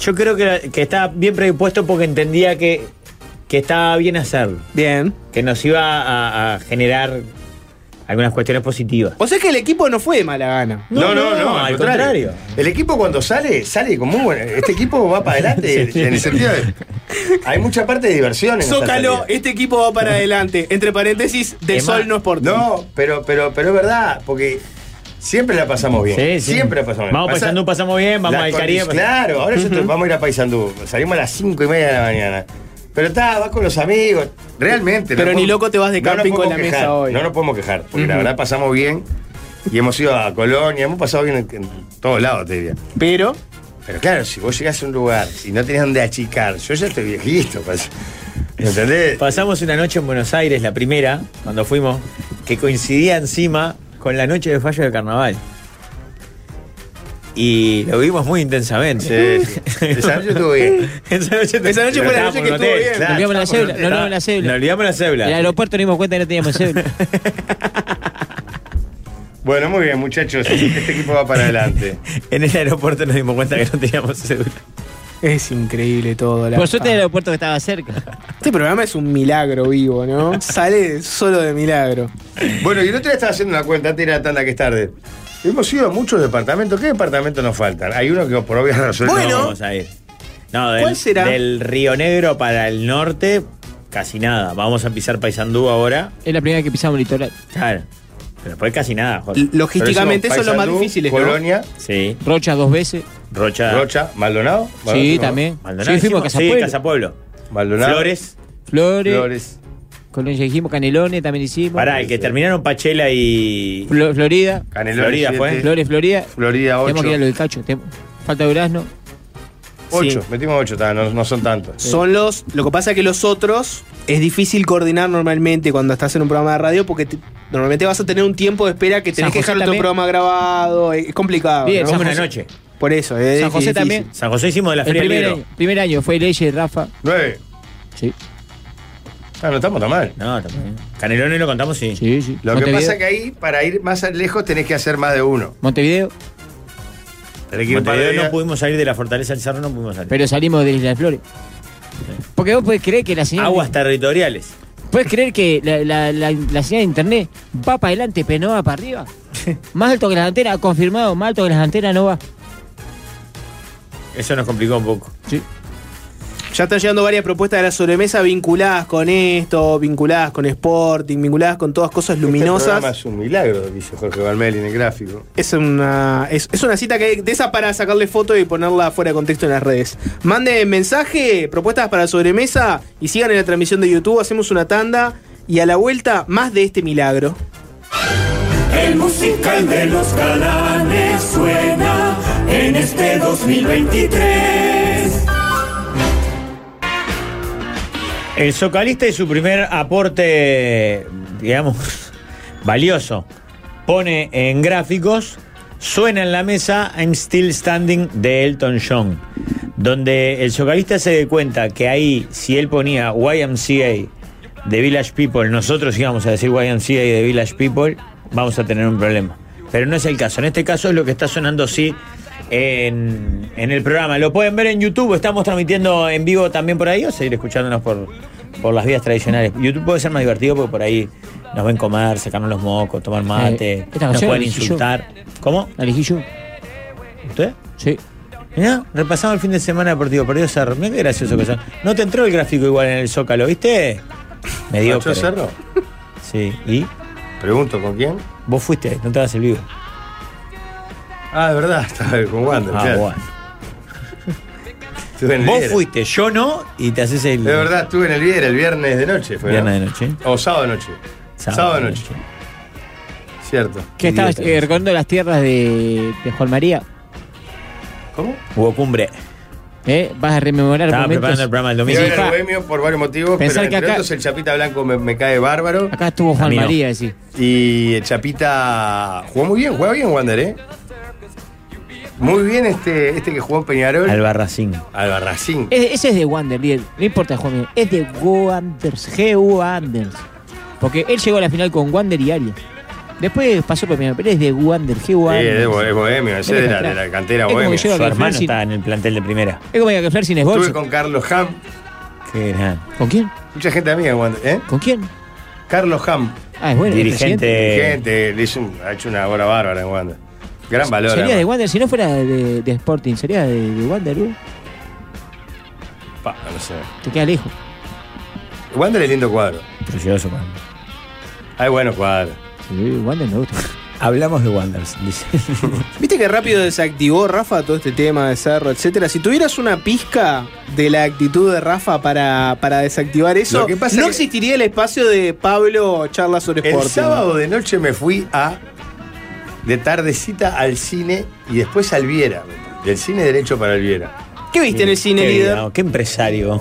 S5: Yo creo que, era- que estaba bien predispuesto porque entendía que, que estaba bien hacerlo.
S6: Bien.
S5: Que nos iba a, a generar algunas cuestiones positivas.
S6: O sea que el equipo no fue de mala gana.
S4: No, no, no,
S5: al contrario.
S4: El equipo cuando sale, sale como un buen- Este equipo va para
S5: [LAUGHS]
S4: adelante en el sentido de. Hay mucha parte de diversión en esta
S6: Zócalo,
S4: salida.
S6: este equipo
S4: [LAUGHS]
S6: va para adelante. Entre paréntesis, de
S5: Es
S6: sol
S5: más,
S6: no es por
S4: No, pero, pero, pero es verdad, porque siempre la pasamos bien.
S5: Sí, sí.
S4: Siempre la pasamos bien.
S5: Vamos a
S4: Pasa-
S5: Paysandú, pasamos bien, vamos
S4: la
S5: al
S4: condi-
S5: Caribe.
S4: Claro, ahora nosotros vamos a ir a Paysandú. Salimos a las 5 y media de la mañana. Pero está, vas con los amigos. Realmente.
S6: Pero ni
S4: podemos-
S6: loco te vas de
S4: no nos
S6: camping con
S4: podemos
S6: la
S4: quejar,
S6: mesa hoy.
S4: No nos podemos quejar, porque la
S6: Ujú.
S4: verdad pasamos bien. Y hemos ido a Colonia, hemos pasado bien en, en todos lados, te diría.
S6: Pero
S4: Pero claro, si vos llegás a un lugar y no tenés donde achicar, yo ya estoy viejito. pues. ¿Me entendés?
S5: Pasamos una noche en Buenos Aires, la primera, cuando fuimos, que coincidía encima con la noche de fallo de carnaval. Y lo vivimos muy intensamente.
S4: Sí, sí. Esa noche estuvo bien.
S5: Esa noche,
S6: Esa noche fue la noche que estuvo bien.
S4: Claro,
S9: Nos olvidamos la
S4: estábamos en
S9: cédula,
S4: hotel.
S9: nos olvidamos la
S5: Nos
S9: cédula.
S5: olvidamos la
S9: En
S5: cebla.
S9: el aeropuerto nos dimos cuenta que no teníamos cédula.
S4: Bueno, muy bien, muchachos. Este equipo va para adelante.
S5: En el aeropuerto nos dimos cuenta que no teníamos cédula.
S6: es increíble todo. La
S9: Por suerte
S6: Ah.
S9: el aeropuerto que estaba cerca.
S6: Este programa es un milagro vivo,
S4: [LAUGHS]
S6: ¿no? Sale solo de milagro.
S4: Bueno, y el otro día estaba haciendo una cuenta, antes de ir a la tanda que es tarde. Hemos ido a muchos departamentos. ¿Qué departamentos nos faltan? Hay uno que por obvias razones.
S6: Bueno.
S4: no-
S5: Vamos a ir. No, del,
S6: ¿Cuál será?
S5: del Río Negro para el norte, casi nada. Vamos a pisar Paysandú ahora.
S9: Es la primera vez que pisamos el litoral.
S5: Claro. Pero después casi nada, Jorge.
S6: Logísticamente
S4: Pero
S6: son los más
S4: Paysandú,
S6: difíciles, ¿no?
S4: Colonia,
S5: Sí.
S9: Rocha dos veces.
S5: Rocha.
S4: Rocha, Maldonado.
S9: Sí,
S4: Maldonado,
S9: también.
S5: Maldonado.
S9: sí, fuimos a
S5: dijimos.
S9: Casapueblo.
S5: Sí, Casapueblo.
S4: Maldonado.
S5: Flores.
S9: Flores,
S4: Flores.
S9: Colonia dijimos, Canelones también hicimos.
S5: Pará, el que terminaron Pachela y.
S9: Flo- Florida.
S4: Canelones
S5: Florida fue.
S4: siete,
S9: Flores, Florida.
S4: Florida
S9: Tenemos que ir a
S4: 8.
S9: lo de Cacho. Tem- Falta Durazno.
S4: Ocho, metimos ocho, tá, no, no son tantos.
S6: Son los. Lo que pasa es que los otros es difícil coordinar normalmente cuando estás en un programa de radio porque te- normalmente vas a tener un tiempo de espera que tenés
S9: San
S6: que
S9: José
S6: dejar tu
S9: también.
S6: programa grabado. Es es complicado.
S9: Bien,
S6: ¿no?
S5: Vamos
S9: San
S5: una
S9: José.
S5: noche.
S6: Por eso. es
S9: San José
S6: difícil.
S9: también.
S5: San José hicimos de la
S9: El
S5: Feria del
S9: primer
S5: Libro.
S9: año, primer año fue Leyes, Rafa.
S4: Nueve.
S9: Sí,
S4: Ah, no estamos tan mal.
S5: No, también. Canelones lo contamos, sí.
S9: sí, sí.
S4: Lo que
S9: Montevideo.
S4: pasa es que ahí, para ir más lejos, tenés que hacer más de uno.
S9: Montevideo,
S4: Tenés que ir un par de
S5: Montevideo no
S4: días.
S5: pudimos salir de la Fortaleza del Cerro, no pudimos salir.
S9: pero salimos de Isla de Flores. Porque vos podés creer que la señal.
S5: Aguas territoriales.
S9: ¿Puedes creer que la, la- la- la señal de internet va para adelante, pero no va para arriba? más alto que las antenas, confirmado, más alto que las antenas no va.
S5: Eso nos complicó un poco.
S6: Ya están llegando varias propuestas de la sobremesa vinculadas con esto, vinculadas con Sporting, vinculadas con todas cosas
S4: Este
S6: luminosas.
S4: programa es un milagro, dice Jorge Valmeli en el gráfico.
S6: Es una, es, es una cita que hay de esa para sacarle foto y ponerla fuera de contexto en las redes. Manden mensaje, propuestas para sobremesa y sigan en la transmisión de YouTube. Hacemos una tanda y a la vuelta más de este milagro.
S1: El musical de los galanes suena en este 2023.
S5: El Socalista y su primer aporte, digamos, [LAUGHS] valioso, pone en gráficos, suena en la mesa I'm Still Standing de Elton John, donde el Socalista se dé cuenta que ahí, si él ponía YMCA de Village People nosotros íbamos a decir YMCA y de Village People, vamos a tener un problema. Pero no es el caso. En este caso es lo que está sonando sí en, en el programa. Lo pueden ver en YouTube, estamos transmitiendo en vivo también por ahí o seguir escuchándonos por, por las vías tradicionales. YouTube puede ser más divertido porque por ahí nos ven comer, sacarnos los mocos, tomar mate,
S7: Eh, esta
S5: nos
S7: canción
S5: pueden
S7: la elegí yo.
S5: insultar. ¿Cómo?
S7: La elegí yo.
S5: ¿Usted?
S7: Sí.
S5: Mirá, repasamos el fin de semana deportivo. Perdió Cerro. Mirá qué gracioso que son. No te entró el gráfico igual en el Zócalo, ¿viste? Me dio.
S4: ¿Nacho Cerro?
S5: Sí. ¿Y?
S4: Pregunto, ¿con quién?
S5: Vos fuiste, no te hagas el vivo.
S4: Ah, de verdad, [LAUGHS] estaba con Wander.
S5: Ah,
S4: claro.
S5: bueno.
S4: Estuve en el
S5: Vos
S4: Viera.
S5: fuiste, yo no, y te haces el.
S4: De verdad, estuve en el Viera el viernes de noche. Fue, ¿no?
S5: Viernes de noche.
S4: O sábado de noche. Sábado de noche. Cierto.
S9: ¿Qué estabas
S4: Idiota.
S9: eh, recorriendo las tierras de, de Juan María?
S4: ¿Cómo?
S5: Hubo cumbre.
S9: ¿Eh? ¿Vas a rememorar
S5: Estaba
S9: momentos?
S5: preparando el programa el
S4: Yo
S5: domingo.
S9: Sí,
S4: era
S9: pa.
S4: bohemio por varios motivos,
S9: Pensar
S4: pero
S9: que
S4: entre
S9: acá-
S4: otros el Chapita Blanco me, me cae bárbaro.
S9: Acá estuvo
S5: A
S9: Juan
S5: mí no.
S9: María, sí.
S4: Y el Chapita jugó muy bien, juega bien Wander, ¿eh? Muy bien este, este que jugó en Peñarol.
S5: Albarracín.
S4: Albarracín.
S9: E- ese es de Wander, líder. no importa Juan María, es de Wanders, G.U. Anders. Porque él llegó a la final con Wander y Arias. Después pasó por Peñarol, pero es de Wander, G.U.
S4: Sí,
S9: Anders.
S4: es Eh, bo- es bohemio, ese
S9: Él
S4: de
S9: es
S4: la,
S9: atrás.
S4: de la cantera
S9: Es como
S4: bohemia.
S9: que yo-
S5: Su hermano
S9: Albarracín.
S5: está en el plantel de primera.
S9: Es como que Flair sin
S4: Estuve
S9: esbolso. Con...
S4: con Carlos Ham,
S5: Qué gran.
S9: quién?
S4: mucha gente amiga de Wander, ¿eh?
S9: ¿Con quién?
S4: Carlos Ham,
S9: Ah, es bueno. es presidente.
S5: Dirigente.
S4: gente, le hizo un- ha hecho una obra bárbara en Wander. Gran valor.
S9: Sería de
S4: además.
S9: Wander, si no fuera de, de Sporting, sería de, de Wander, ¿eh?
S4: Pa, no sé.
S9: te queda lejos.
S4: Wander es lindo cuadro.
S5: Pero llegó su mano.
S4: Hay buenos cuadros.
S9: Sí, Wander me gusta.
S5: Hablamos de Wanders, dice.
S6: ¿Viste que rápido desactivó Rafa todo este tema de Cerro, etcétera? Si tuvieras una pizca de la actitud de Rafa para, para desactivar eso,
S4: Lo que pasa
S6: no
S4: que-
S6: existiría el espacio de Pablo charla sobre
S4: El
S6: Sporting.
S4: sábado de noche me fui a. de tardecita al cine y después al Viera. Del cine derecho para el Viera.
S6: ¿Qué viste en el
S5: [LAUGHS]
S6: cine,
S5: Qué
S6: líder?
S5: bien, Qué empresario.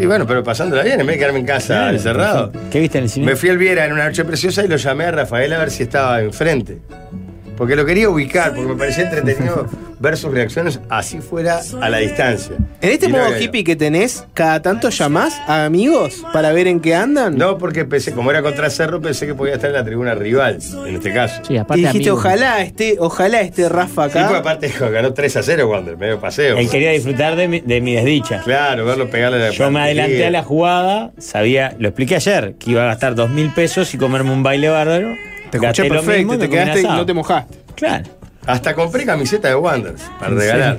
S4: Y bueno, pero pasándola bien, en vez de quedarme en casa encerrado.
S5: ¿Qué viste en el cine?
S4: Me fui al Viera en una noche preciosa y lo llamé a Rafael a ver si estaba enfrente. Porque lo quería ubicar, porque me parecía entretenido ver sus reacciones así fuera a la distancia.
S6: En este
S4: Y no
S6: modo
S4: había ido.
S6: hippie que tenés, cada tanto llamás a amigos para ver en qué andan.
S4: No, porque pensé, como era contra Cerro, pensé que podía estar en la tribuna rival, en este caso.
S9: Sí,
S6: Y
S9: aparte
S6: dijiste,
S9: amigo.
S6: ojalá esté, ojalá esté Rafa
S4: Sí, pues,
S6: acá.
S4: aparte dijo, ganó 3 a 0 Wander, medio paseo.
S5: Él quería disfrutar de mi, de mi desdicha.
S4: Claro, verlo pegarle a la
S5: Yo me adelanté
S4: plantilla.
S5: a la jugada, sabía, lo expliqué ayer, que iba a gastar dos mil pesos y comerme un baile bárbaro.
S6: te escuché
S5: Gasté lo
S6: perfecto,
S5: mismo y me
S6: te
S5: comí un
S6: quedaste y
S5: asado.
S6: no te mojaste.
S5: Claro.
S4: Hasta compré camiseta de Wander para
S5: ¿En
S4: regalar.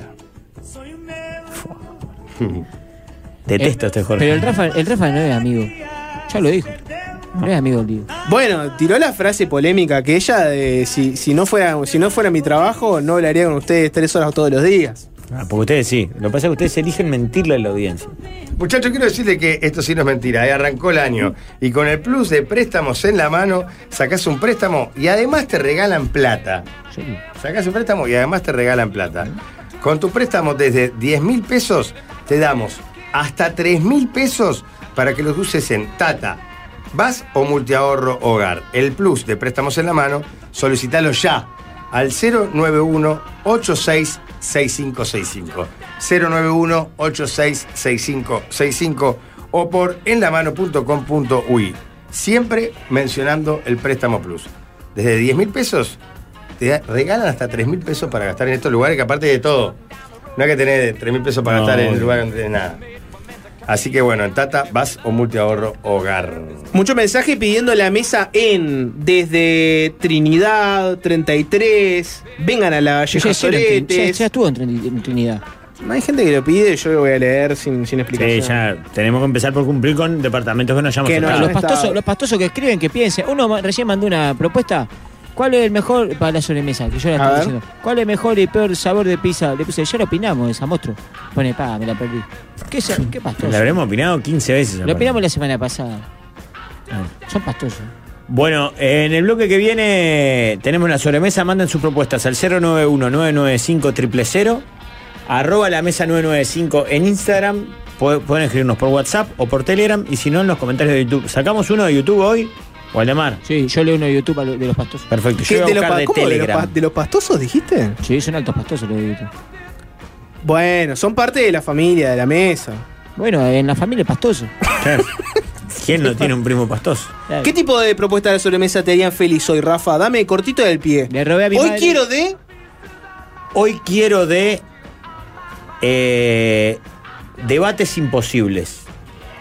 S5: Detesto
S9: Eh,
S5: este Jorge.
S9: Pero el Rafa, el Rafa no es amigo. Ya lo dijo. No es amigo del Diego.
S6: Bueno, tiró la frase polémica aquella de si, si no fuera, si no fuera mi trabajo, no hablaría con ustedes tres horas todos los días.
S5: Ah, porque ustedes sí. Lo que pasa es que ustedes eligen mentirle a la audiencia.
S4: Muchachos, quiero decirle que esto sí no es mentira. eh, Arrancó el año y con el plus de préstamos en la mano, sacás un préstamo y además te regalan plata. Sacás un préstamo y además te regalan plata. Con tu préstamo desde 10 mil pesos, te damos hasta 3 mil pesos para que los uses en Tata, Vas o Multiahorro Hogar. El plus de préstamos en la mano, solicitalo ya al 091-866565. 091-866565 o por enlamano.com.uy. Siempre mencionando el préstamo plus. Desde 10 mil pesos te da- regalan hasta 3 mil pesos para gastar en estos lugares, que aparte de todo, no hay que tener 3 mil pesos para
S5: No,
S4: gastar en el
S5: obvio.
S4: lugar donde tenés nada. Así que bueno, en Tata vas o multiahorro hogar.
S6: Mucho mensaje pidiendo la mesa en desde Trinidad, 33, vengan a la
S9: Ya,
S6: Valleja
S9: hicieron Trin- ya-
S6: Soretes.
S9: ya estuvo en, Trin- en Trinidad.
S6: No hay gente que lo pide, yo lo voy a leer sin, sin
S5: Sí,
S6: explicación.
S5: ya tenemos que empezar por cumplir con departamentos que nos llaman.
S6: Que no
S9: los,
S6: hayan estado.
S9: pastosos, los pastosos que escriben, que piensen. Uno ma- recién mandó una propuesta. ¿Cuál es el mejor para la sobremesa? Que yo la
S6: A
S9: estaba
S6: ver.
S9: diciendo. ¿Cuál es el mejor y peor sabor de pizza? Le puse, ya lo opinamos esa monstruo. Pone, pa, me la perdí. ¿Qué, sa- qué pastoso?
S5: La habremos opinado 15 veces.
S9: Lo
S5: aparte.
S9: opinamos la semana pasada. Son pastosos.
S5: Bueno, en el bloque que viene tenemos la sobremesa. Manden sus propuestas al 091-995-000, arroba la mesa 995 en Instagram. Pu- Pueden escribirnos por WhatsApp o por Telegram y si no, en los comentarios de YouTube. ¿Sacamos uno de YouTube hoy? Waldemar.
S9: Sí, yo leo uno de YouTube a lo- de los pastosos.
S5: Perfecto.
S6: ¿Qué,
S5: Yo voy
S6: de,
S5: a
S6: los
S5: buscar
S6: pa-
S5: de
S6: cómo, de los
S5: Telegram.
S6: pa- de los pastosos dijiste?
S9: Sí, son altos pastosos los de YouTube.
S6: Bueno, son parte de la familia, de la mesa.
S9: Bueno, en la familia es pastoso.
S5: ¿Quién
S6: [LAUGHS]
S5: no tiene un primo pastoso?
S6: ¿Qué tipo de propuesta de sobremesa te harían feliz hoy, Rafa? Dame cortito del pie.
S9: Le robé a mi
S6: hoy
S9: madre.
S6: quiero de.
S5: Hoy quiero de eh, debates imposibles.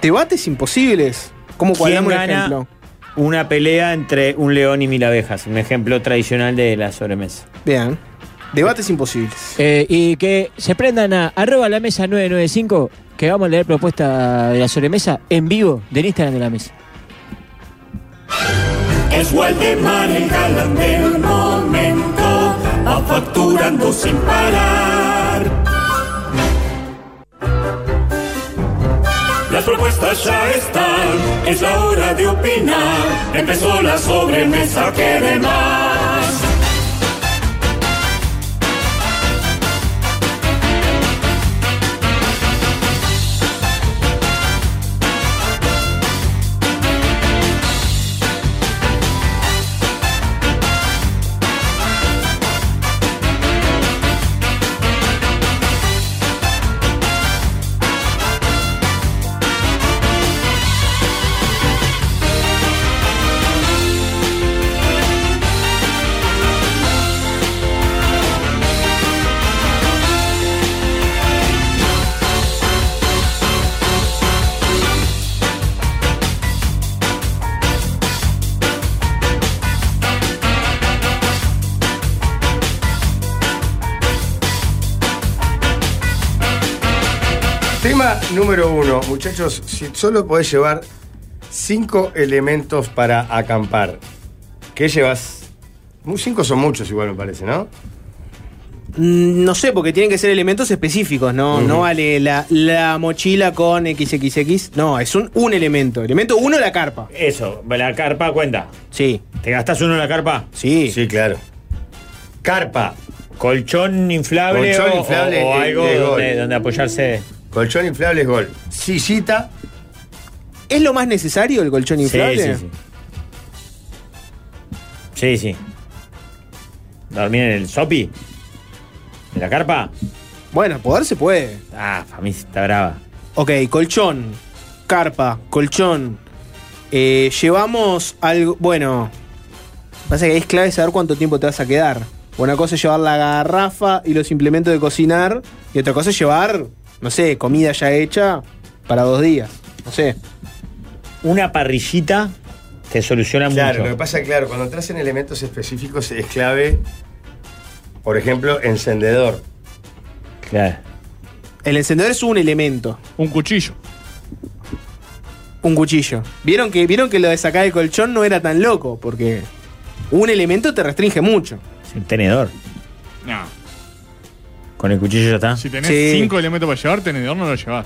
S6: Debates imposibles. ¿Cómo
S5: ¿Quién
S6: cuadramos un
S5: gana
S6: ejemplo?
S5: una pelea entre un león y mil abejas? Un ejemplo tradicional de la sobremesa.
S6: Vean. Debates imposibles.
S9: Eh, y que se prendan a arroba la mesa 995 que vamos a leer propuesta de la sobremesa en vivo del Instagram de la mesa.
S1: Es Waldemar el galán del momento, va facturando sin parar. Las propuestas ya están, es la hora de opinar. Empezó la sobremesa, quiere más.
S4: Tema número uno, muchachos, si solo podés llevar cinco elementos para acampar, ¿qué llevas? Mu- Cinco son muchos igual me parece, ¿no?
S6: Mm, No sé, porque tienen que ser elementos específicos, ¿no? No vale la, la mochila con XXX. No, es un, un elemento. Elemento uno, la carpa.
S5: Eso, la carpa cuenta.
S6: Sí.
S5: ¿Te gastas uno en la carpa?
S6: Sí.
S4: Sí, claro. Carpa,
S5: Colchón inflable,
S4: Colchón
S5: o-
S4: inflable
S5: o,
S4: de-
S5: algo
S4: de
S5: donde,
S4: gol.
S5: donde apoyarse.
S4: colchón inflable es gol. Sillita,
S6: ¿Es lo más necesario el colchón inflable?
S5: Sí, sí, sí. Sí, sí. ¿Dormir en el sopi? ¿En la carpa?
S6: Bueno, poder se puede.
S5: Ah, familia está brava.
S6: Ok, colchón, carpa, colchón. Eh, llevamos algo. Bueno, pasa que es clave saber cuánto tiempo te vas a quedar. Una cosa es llevar la garrafa y los implementos de cocinar, y otra cosa es llevar, no sé, comida ya hecha para dos días. No sé.
S5: Una parrillita te soluciona
S4: Claro, lo
S5: mucho.
S4: que pasa, claro, cuando entras en elementos específicos es clave, por ejemplo, encendedor.
S5: Claro.
S6: El encendedor es un elemento,
S8: Un cuchillo.
S6: un cuchillo. ¿Vieron que, vieron que lo de sacar el colchón no era tan loco, porque un elemento te restringe mucho.
S5: Es un tenedor.
S8: No.
S5: Con el cuchillo ya está.
S8: Si
S5: Sí,
S8: tenés
S6: Sí.
S8: cinco elementos para llevar, tenedor no lo llevas.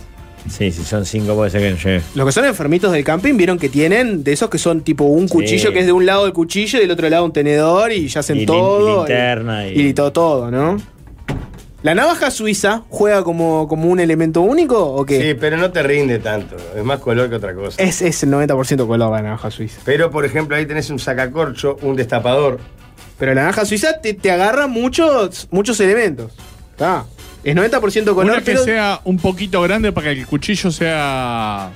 S5: si son cinco puede ser que no llegue.
S6: Los que son enfermitos del camping vieron que tienen de esos que son tipo un cuchillo que es de un lado el cuchillo y del otro lado un tenedor y ya hacen
S5: Y lin-
S6: todo.
S5: linterna
S6: y,
S5: y-
S6: y todo, todo, ¿no? ¿La navaja suiza juega como, como un elemento único o qué?
S4: Sí, pero no te rinde tanto, es más color que otra cosa.
S6: Es, es el 90% color la navaja suiza.
S4: Pero, por ejemplo, ahí tenés un sacacorcho, un destapador.
S6: Pero la navaja suiza te, te agarra muchos, muchos elementos. Está. Es 90% color,
S8: Una que
S6: pero
S8: sea un poquito grande para que el cuchillo sea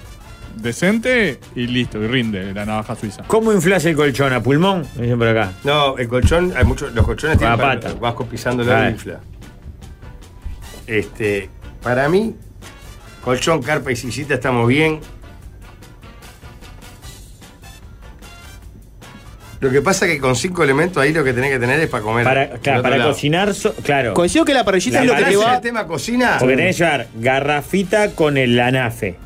S8: decente y listo, y rinde la navaja suiza.
S5: ¿Cómo inflas el colchón? ¿A pulmón? Me dicen por acá.
S4: No, el colchón, hay muchos, los colchones
S5: Con
S4: tienen para-
S5: la pata.
S4: vas pisándolo
S5: Claro.
S4: la infla. Este, para mí, colchón, carpa y sillita estamos bien. Lo que pasa que con cinco elementos ahí lo que tenés que tener es para comer.
S5: Para,
S4: Del
S5: claro,
S4: otro
S5: para
S4: lado.
S5: cocinar, so- claro.
S6: coincido que la parrillita
S5: La
S6: es lo que te
S5: parrilla-
S6: va.
S4: el tema cocina.
S5: Porque tenés que llevar garrafita con el lanafe.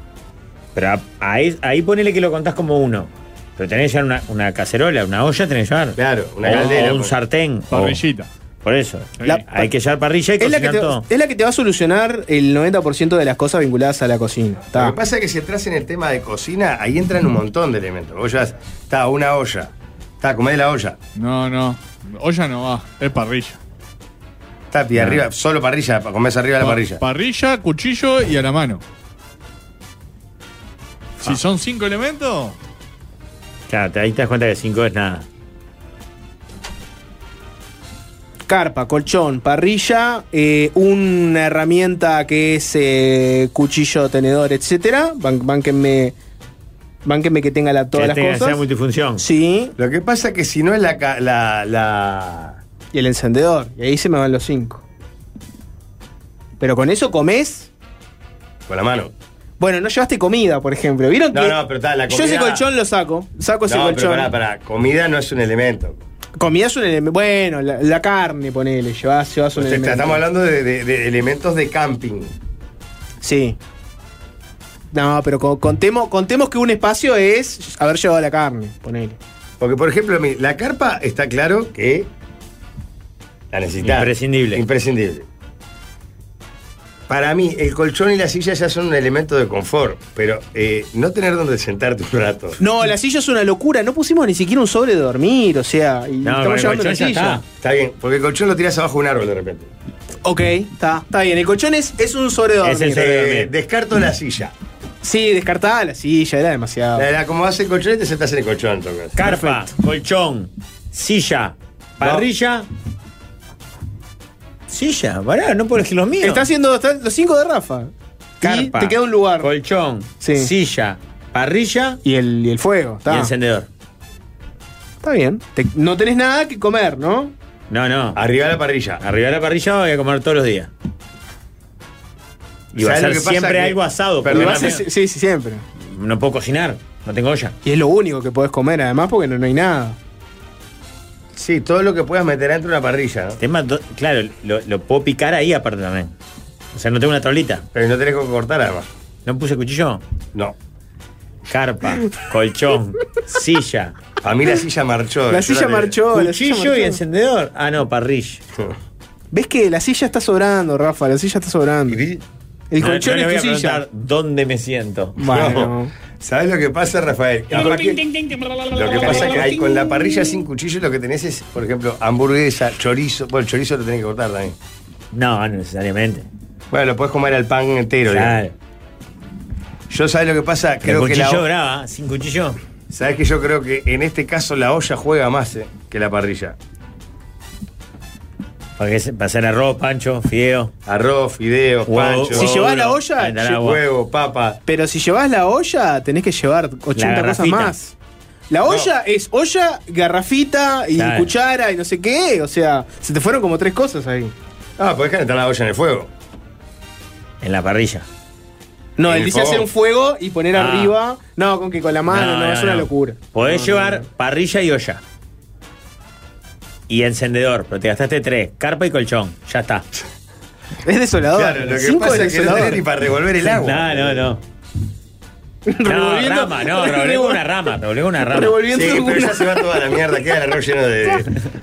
S5: Pero a- ahí, ahí ponele que lo contás como uno. Pero tenés que llevar una, una cacerola, una olla tenés que llevar.
S4: Claro, una
S5: O-
S6: Oh,
S4: caldera,
S5: O un
S4: pues.
S5: sartén. o-
S8: Parrillita.
S5: por eso.
S6: La-
S5: hay que llevar parrilla y
S6: Es la,
S5: cocinar
S6: que te,
S5: todo.
S6: es la que te va a solucionar el 90% de las cosas vinculadas a la cocina.
S4: Lo
S6: Está.
S4: que pasa es que si entras en el tema de cocina, ahí entran un montón de elementos. Vos llevas, está una olla, está comer la olla,
S8: No, no. Olla no va, es parrilla.
S4: está
S6: Ah.
S4: y arriba, solo parrilla, para comerse arriba de la
S8: Pa-
S4: parrilla.
S8: Parrilla, cuchillo y a la mano. Si son cinco elementos,
S5: Claro, te- ahí te das cuenta que cinco es nada.
S6: Carpa, colchón, parrilla, eh, una herramienta que es eh, cuchillo, tenedor, etcétera. Ban- bánquenme Bánqueme que tenga la- todas
S5: que
S6: las
S5: tenga- sea
S6: cosas.
S5: multifunción.
S6: Sí,
S4: Lo que pasa es que si no es la. ca- la, la-
S6: y el encendedor. Y ahí se me van los cinco. Pero con eso comés.
S4: Con la mano.
S6: Bueno, no llevaste comida, por ejemplo. ¿Vieron
S4: No,
S6: que
S4: no, pero está, la
S6: Yo ese
S4: comida-
S6: colchón lo saco. Saco ese
S4: no,
S6: colchón.
S4: pero pará, pará. Comida no es un elemento.
S6: Comida es un elemento. Bueno, la, la carne, ponele. Llevas, llevas un
S4: O sea,
S6: elemento.
S4: Pues estamos hablando de, de- de elementos de camping.
S6: Sí. No, pero co- contemos, contemos que un espacio es haber llevado la carne, ponele.
S4: Porque, por ejemplo, mi- la carpa está claro que la necesitas.
S5: Imprescindible.
S4: Imprescindible. Para mí, el colchón y la silla ya son un elemento de confort, pero eh, no tener donde sentarte un rato.
S6: No, la silla es una locura. No pusimos ni siquiera un sobre de dormir, o sea. Y
S5: No, con
S6: estamos
S5: el
S6: llevando una
S5: colchón ya
S6: silla.
S5: está.
S4: Está bien, porque el colchón lo tiras abajo de un árbol de repente.
S6: Ok, está, está bien. El colchón es, es un sobre de dormir.
S5: Es el sobre-
S4: Eh,
S5: también.
S4: descarto la silla.
S6: Sí, descartada la silla, era demasiado.
S4: La, la como hace el colchón y te sentás en el colchón. Tocas.
S5: Carpa, colchón, silla, parrilla. Silla, pará, no puedes decir los míos.
S6: Está haciendo está- los cinco de Rafa. Y
S5: Carpa,
S6: te queda un lugar.
S5: Colchón,
S6: Sí.
S5: silla, parrilla
S6: Y el, y el fuego,
S5: y
S6: está.
S5: encendedor.
S6: Está bien. Te- no tenés nada que comer, ¿no?
S5: No, no.
S4: Arriba la parrilla.
S5: Arriba de la parrilla voy a comer todos los días. Y va a
S4: ¿Sabes lo
S5: ser
S4: que pasa?
S5: siempre
S4: Que-
S5: algo asado.
S4: Perdón,
S5: porque
S6: Y vas a-
S5: no-
S6: sí, sí, siempre.
S5: no puedo cocinar, no tengo olla.
S6: Y es lo único que podés comer, además, porque no, no hay nada.
S4: Sí, todo lo que puedas meter dentro de una parrilla, ¿no?
S5: Tema do- claro, lo, lo puedo picar ahí aparte también. O sea, no tengo una tablita.
S4: Pero no tenés que cortar además.
S5: No puse cuchillo.
S4: No.
S6: [LAUGHS]
S5: Carpa, colchón, silla,
S4: A mí la silla marchó.
S6: La
S4: Yo
S6: silla
S4: te- [LAUGHS]
S6: marchó, la silla
S5: cuchillo y
S6: marchó.
S5: encendedor. Ah, no, parrilla.
S6: ¿Ves que la silla está sobrando, Rafa? La silla está sobrando. El
S5: No-
S6: colchón
S5: no le voy
S6: es
S5: a
S6: tu silla.
S5: preguntar dónde me siento.
S6: Bueno.
S4: ¿Sabes lo que pasa, Rafael? Capaz que- lo que pasa es que ahí con la parrilla sin cuchillo lo que tenés es, por ejemplo, hamburguesa, chorizo. Bueno, el chorizo lo tenés que cortar también.
S5: No, no necesariamente.
S4: Bueno, lo podés comer al pan entero.
S5: Claro.
S4: digamos. Yo, ¿sabes lo que pasa?
S5: Pero
S4: Creo que la,
S5: cuchillo
S4: ho-
S5: brava, sin cuchillo.
S4: ¿Sabes que yo creo que en este caso la olla juega más eh, que la parrilla?
S5: Para, que, se- para hacer arroz, pancho, fideo.
S4: Arroz, fideos,
S5: Huevo,
S4: pancho,
S6: Si
S5: huevo
S6: llevas
S5: duro,
S6: la olla,
S5: calentar
S6: lle-
S5: agua.
S4: huevo, papa.
S6: Pero si llevas la olla, tenés que llevar 80 cosas
S5: garrafita.
S6: más. La olla es olla, garrafita y
S5: Claro.
S6: cuchara y no sé qué. O sea, se te fueron como tres cosas ahí.
S4: Ah, podés calentar la olla en el fuego.
S5: En la parrilla.
S6: No,
S4: En
S6: él
S4: el
S6: dice
S4: fogón.
S6: hacer un fuego y poner
S5: Ah.
S6: arriba. No, con que con la mano, no, es una locura.
S5: Podés llevar parrilla y olla. Y encendedor, pero te gastaste tres. Carpa y colchón, ya está.
S6: Es desolador.
S4: Claro, lo que
S6: Ah, Cinco
S4: pasa es que no
S6: desolador.
S4: tenés ni para revolver el agua.
S5: No, no, no. No,
S6: [LAUGHS] Revolviendo-
S5: rama, no, revolví con una rama, revolví con una rama.
S6: Revolviendo
S4: Sí, pero
S6: una-
S4: ya se va toda la mierda, queda el arroz lleno de,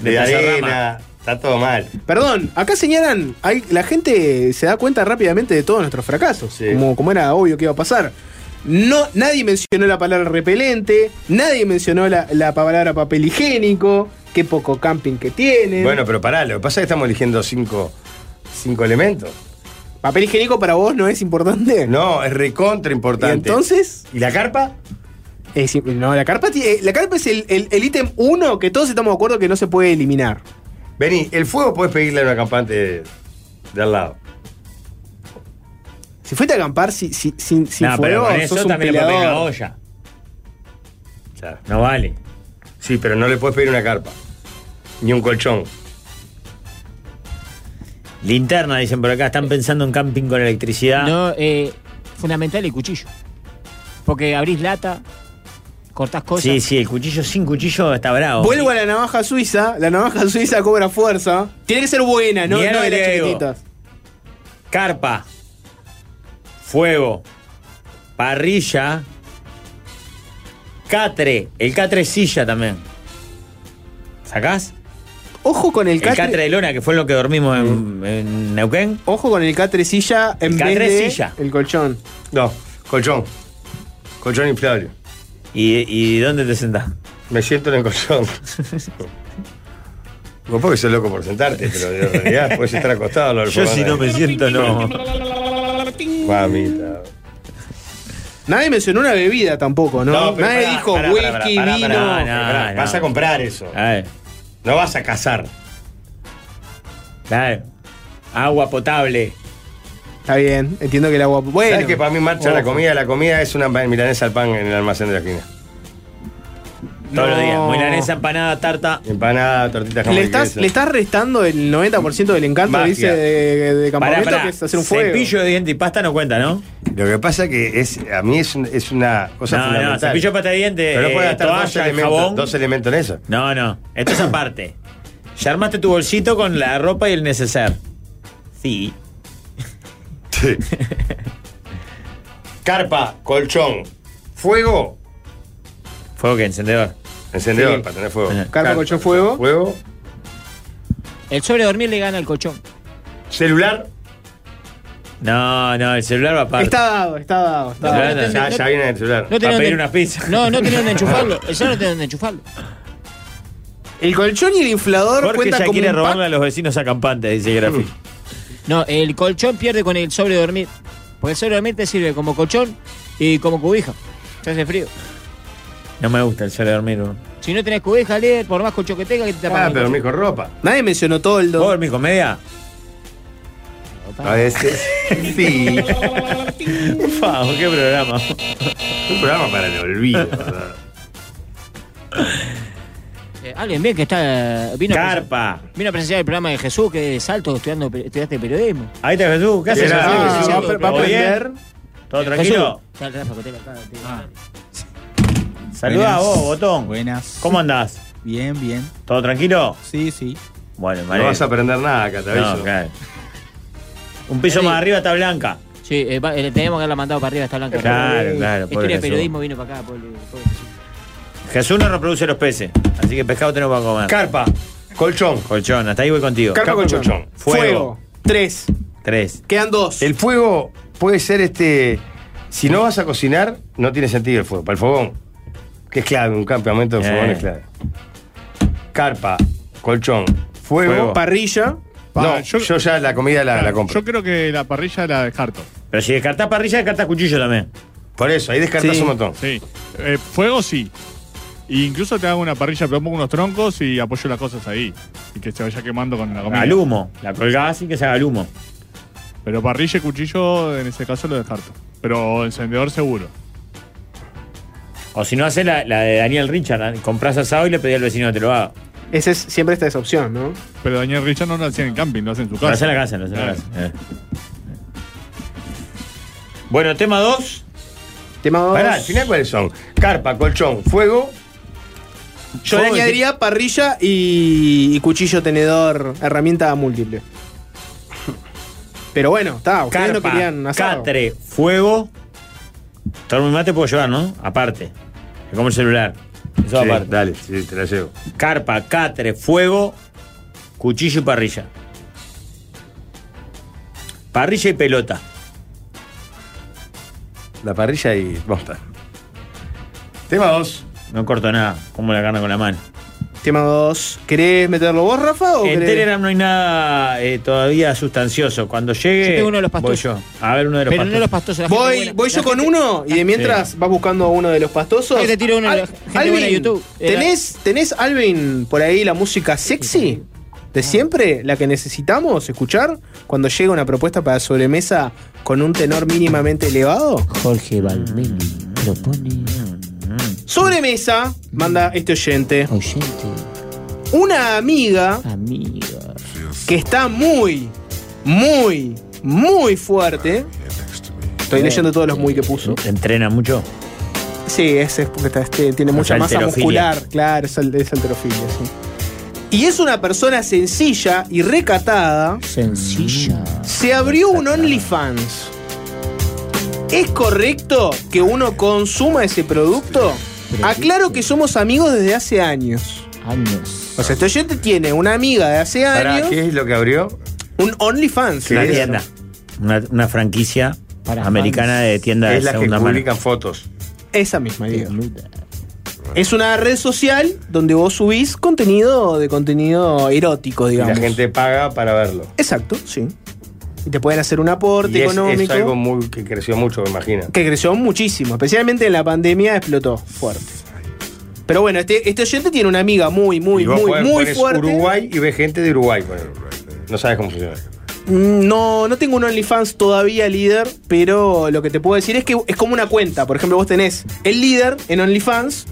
S4: de arena,
S5: pasarrama.
S4: está todo mal.
S6: Perdón, acá señalan, hay, la gente se da cuenta rápidamente de todos nuestros fracasos,
S4: Sí.
S6: como, como era obvio que iba a pasar. No, nadie mencionó la palabra repelente, nadie mencionó la, la palabra papel higiénico, qué poco camping que tienen.
S4: Bueno, pero pará, lo que pasa es que estamos eligiendo cinco, cinco elementos.
S6: papel higiénico para vos no es importante.
S4: No, es recontra importante.
S6: ¿Y entonces?
S4: ¿Y la carpa?
S6: Es im- no, la carpa, ti- eh, la carpa es el- el el ítem uno que todos estamos de acuerdo que no se puede eliminar.
S4: Vení, el fuego puedes pedirle a una campante de, de al lado.
S6: Si fuiste a acampar si- si- sin, sin
S5: no, pero
S6: fuego,
S5: con eso
S6: sos un
S5: también le podés pegar una
S6: peleador.
S5: olla.
S4: Claro.
S5: No vale.
S4: Sí, pero no le puedes pedir una carpa. Ni un colchón.
S5: Linterna, dicen por acá, están pensando en camping con
S4: Ah.
S5: electricidad.
S7: No, eh, fundamental el cuchillo. Porque abrís lata, cortás cosas.
S5: sí, sí, el cuchillo sin cuchillo está bravo.
S6: Vuelvo a la navaja suiza, la navaja [LAUGHS] suiza cobra fuerza. Tiene que ser buena, no,
S5: Mira
S6: no
S5: lo
S6: de
S5: que
S6: las
S5: te digo.
S6: chiquititas.
S5: Carpa, fuego, parrilla, catre. El catre es silla también. ¿Sacás?
S6: Ojo con el
S5: El
S6: catre.
S5: catre de lona, que fue lo que dormimos en, en Neuquén.
S6: Ojo con el catre silla
S5: El
S6: en vez
S5: catre
S6: de
S5: silla.
S6: el colchón.
S4: No, colchón. Colchón inflable.
S5: ¿Y, y dónde te sentás?
S4: Me siento en el
S6: [LAUGHS]
S4: colchón. Vos porque sos loco por sentarte, pero en
S6: [LAUGHS]
S4: realidad puedes estar acostado. lo del fogón ahí.
S5: siento, no.
S4: Mamita.
S6: Nadie mencionó una bebida tampoco, ¿no?
S4: pero
S6: Nadie
S4: pará,
S6: dijo
S4: pará, pará,
S6: whisky,
S4: pará, pará,
S6: vino.
S4: pará,
S5: Ah, No,
S4: pará.
S5: no.
S4: Vas a comprar eso.
S5: A ver,
S4: No vas a cazar.
S5: claro. Agua potable.
S6: Está bien, entiendo que el agua. Bueno,
S4: ¿Sabes que para mí marcha la
S6: ojo.
S4: comida? La comida es una milanesa al pan en el almacén de la esquina.
S5: Todos los días.
S6: No.
S5: Milanesa, empanada, tarta.
S4: Empanada, tortita jamón
S6: Le
S4: y
S6: estás,
S4: queso.
S6: le estás restando el 90% del encanto
S4: Magia.
S6: que dice de, de campamento,
S5: Pará, pará.
S6: que es hacer un fuego.
S5: Cepillo de diente y pasta no cuenta, ¿no?
S4: Lo que pasa que es, a mí es, un- es una cosa
S5: no, no,
S4: fundamental.
S5: cepillo de pasta de diente,
S4: Pero no puedes
S5: eh,
S4: gastar dos
S5: toalla,
S4: elementos,
S5: jabón.
S4: dos elementos en eso.
S5: No, no. Esto es aparte. Ya armaste tu bolsito con la ropa y el neceser. Sí. [LAUGHS]
S4: Sí. Carpa, colchón, fuego,
S5: Fuego que encendedor.
S4: encendedor
S6: Sí.
S4: para tener fuego.
S5: Ajá.
S6: Carpa, colchón, fuego.
S4: Fuego,
S9: El sobre dormir le gana al colchón.
S4: celular.
S5: No, no, el celular va aparte.
S6: Está dado, está dado. Está
S5: No,
S6: dado.
S5: no, no,
S4: Ya,
S5: no,
S4: ya viene el celular.
S9: No
S5: Para
S9: tenía
S5: pedir
S9: dónde-
S5: una pizza.
S9: No, no tenía dónde enchufarlo. El sobre no tenía dónde enchufarlo.
S6: El colchón y el inflador
S5: [LAUGHS] Jorge
S6: cuentan
S5: ya
S6: como
S5: quiere
S6: un pack.
S5: robarle a los vecinos acampantes, dice Grafi.
S9: No, el colchón pierde con el sobre dormir. Porque el sobre dormir te sirve como colchón y como cobija. Te hace frío.
S5: No me gusta el sobre dormir. bro.
S9: Si no tenés cobija, leer, por más colchón que tenga, que te tapas.
S4: Ah,
S9: el
S4: pero
S9: colchón.
S4: dormí con ropa.
S6: Nadie mencionó
S5: ¿Vos
S6: toldo.
S5: dormís con media? [LAUGHS]
S4: A veces. Sí.
S5: Por favor, qué programa.
S4: Un programa para el olvido, ¿verdad?
S9: Eh, Alguien bien que está. Vino a, presen-
S5: Carpa.
S9: vino a presenciar el programa de Jesús, que de salto estudiando, pe- estudiaste periodismo.
S5: Ahí está Jesús. ¿Qué haces?
S4: Era-
S5: Jesús?
S4: Ah,
S5: Jesús,
S4: va a pre- va a
S5: ¿todo bien?
S4: aprender.
S5: ¿Todo tranquilo?
S9: Jesús. Sal, Rafa, que te la cago, te-
S5: Saludá a vos,
S11: Buenas.
S5: botón.
S11: Buenas.
S5: ¿Cómo andás?
S11: Bien, bien.
S5: ¿Todo tranquilo?
S11: Sí, sí.
S5: Bueno,
S4: No
S5: María.
S4: vas a aprender nada acá, te aviso.
S5: No, claro. Un piso
S9: Ahí.
S5: más arriba está blanca.
S9: Sí, eh, va- eh, teníamos que haberla mandado para arriba, está blanca.
S5: Claro, claro, pobre
S9: Historia de
S5: Jesús.
S9: periodismo vino para acá, pobre- pobre Jesús.
S5: Jesús no reproduce los peces, así que pescado tenemos para comer.
S4: Carpa, colchón.
S5: Colchón, hasta ahí voy contigo.
S4: Carpa, colchón.
S5: Fuego.
S6: Tres.
S5: Tres.
S6: Quedan dos.
S4: El fuego puede ser este. Si no vas a cocinar, no tiene sentido el fuego. Para el fogón, que es clave, un campamento de
S5: Eh.
S4: fogón es clave. Carpa, colchón, fuego.
S8: Fuego.
S6: Parrilla.
S4: No,
S8: Pa,
S4: yo,
S8: yo-
S4: ya la comida la, la compro.
S8: Yo creo que la parrilla la descarto.
S5: Pero si descartás parrilla, descartás cuchillo también.
S4: Por eso, ahí descartas
S6: Sí.
S4: un montón.
S8: Sí. Eh, fuego sí. E incluso te hago una parrilla, pero pongo unos troncos y apoyo las cosas ahí. Y que se vaya quemando con la comida.
S5: Al humo. La colgás y que se haga el humo.
S8: Pero parrilla y cuchillo en ese caso lo descarto. Pero encendedor seguro.
S5: O si no, haces la, la de Daniel Richard. ¿eh? Comprás asado y le pedís al vecino que te lo haga.
S6: Ese es, siempre está esa opción, ¿no?
S8: Pero Daniel Richard no lo hacía en camping, lo hace en su
S5: Lo
S8: casa.
S5: hace en la casa, lo hace en la
S8: Claro.
S5: casa. Eh. Bueno, tema dos.
S6: Tema dos.
S4: Pará, al final cuáles son? Carpa, colchón, fuego.
S6: Yo le añadiría parrilla y, y cuchillo tenedor, herramienta múltiple. Pero bueno, está, ustedes no
S5: Carpa,
S6: querían asado.
S5: catre, fuego. Todo mi mate puedo llevar, ¿no? Aparte. Es como el celular. Eso
S4: Sí,
S5: aparte.
S4: dale, sí, te la llevo.
S5: Carpa, catre, fuego, cuchillo y parrilla. Parrilla y pelota.
S4: La parrilla y monta. Tema 2.
S5: No corto nada, como la carne con la mano.
S6: Tema 2. ¿Querés meterlo vos, Rafa? O
S5: En
S6: querés-
S5: Telegram no hay nada eh, todavía sustancioso. Cuando llegue.
S9: Yo tengo uno de los
S5: voy
S9: pastosos.
S5: yo. A ver, uno de los
S9: Pero no
S5: pastosos.
S9: los pastosos. la gente
S6: Voy,
S9: buena-
S6: voy yo
S9: la
S6: con
S9: gente-
S6: uno y de mientras vas buscando uno de los pastosos.
S9: Ahí te tiro uno de la gente buena de YouTube. Era-
S6: ¿tenés, ¿Tenés, Alvin, por ahí la música sexy?
S9: Ah.
S6: De siempre, la que necesitamos escuchar cuando llega una propuesta para sobremesa con un tenor mínimamente elevado.
S7: Jorge Valmeli propone
S6: Sobremesa, manda este oyente.
S7: oyente,
S6: Una amiga
S7: amiga.
S6: que está muy, muy, muy fuerte. Estoy leyendo todos los muy que puso.
S5: Entrena mucho.
S6: Sí, ese es porque está- este, tiene
S5: O
S6: mucha
S5: sea,
S6: masa
S5: halterofilia.
S6: muscular, claro, es, al- es halterofilia, sí. Y es una persona sencilla y recatada.
S7: Sencilla.
S6: Se abrió un OnlyFans. ¿Es correcto que uno consuma ese producto? Aclaro que somos amigos desde hace años.
S7: Años.
S6: O sea, este oyente tiene una amiga de hace
S4: Pará,
S6: años,
S4: ¿qué es lo que abrió?
S6: un OnlyFans.
S4: Sí,
S5: Una
S4: es-
S5: tienda. Una, una franquicia
S7: Para
S5: americana
S7: fans.
S5: de tienda de
S4: es la que
S5: segunda mano.
S4: publican fotos.
S6: Esa misma, digo.
S7: Desnuda.
S6: Es una red social donde vos subís contenido de contenido erótico,
S4: Y
S6: digamos.
S4: la gente paga para verlo.
S6: Exacto, sí. Y te pueden hacer un
S4: Y
S6: aporte
S4: es,
S6: económico.
S4: es algo muy, que creció mucho, me imagino.
S6: Que creció muchísimo, especialmente en la pandemia explotó fuerte. Pero bueno, este, este oyente tiene una amiga muy, muy,
S4: Y vos
S6: muy,
S4: podés-
S6: muy
S4: pones
S6: fuerte.
S4: Uruguay y ves gente de Uruguay. por ejemplo. No sabes cómo funciona.
S6: Mm, No, no tengo un OnlyFans todavía líder, pero lo que te puedo decir es que es como una cuenta. Por ejemplo, vos tenés el líder en OnlyFans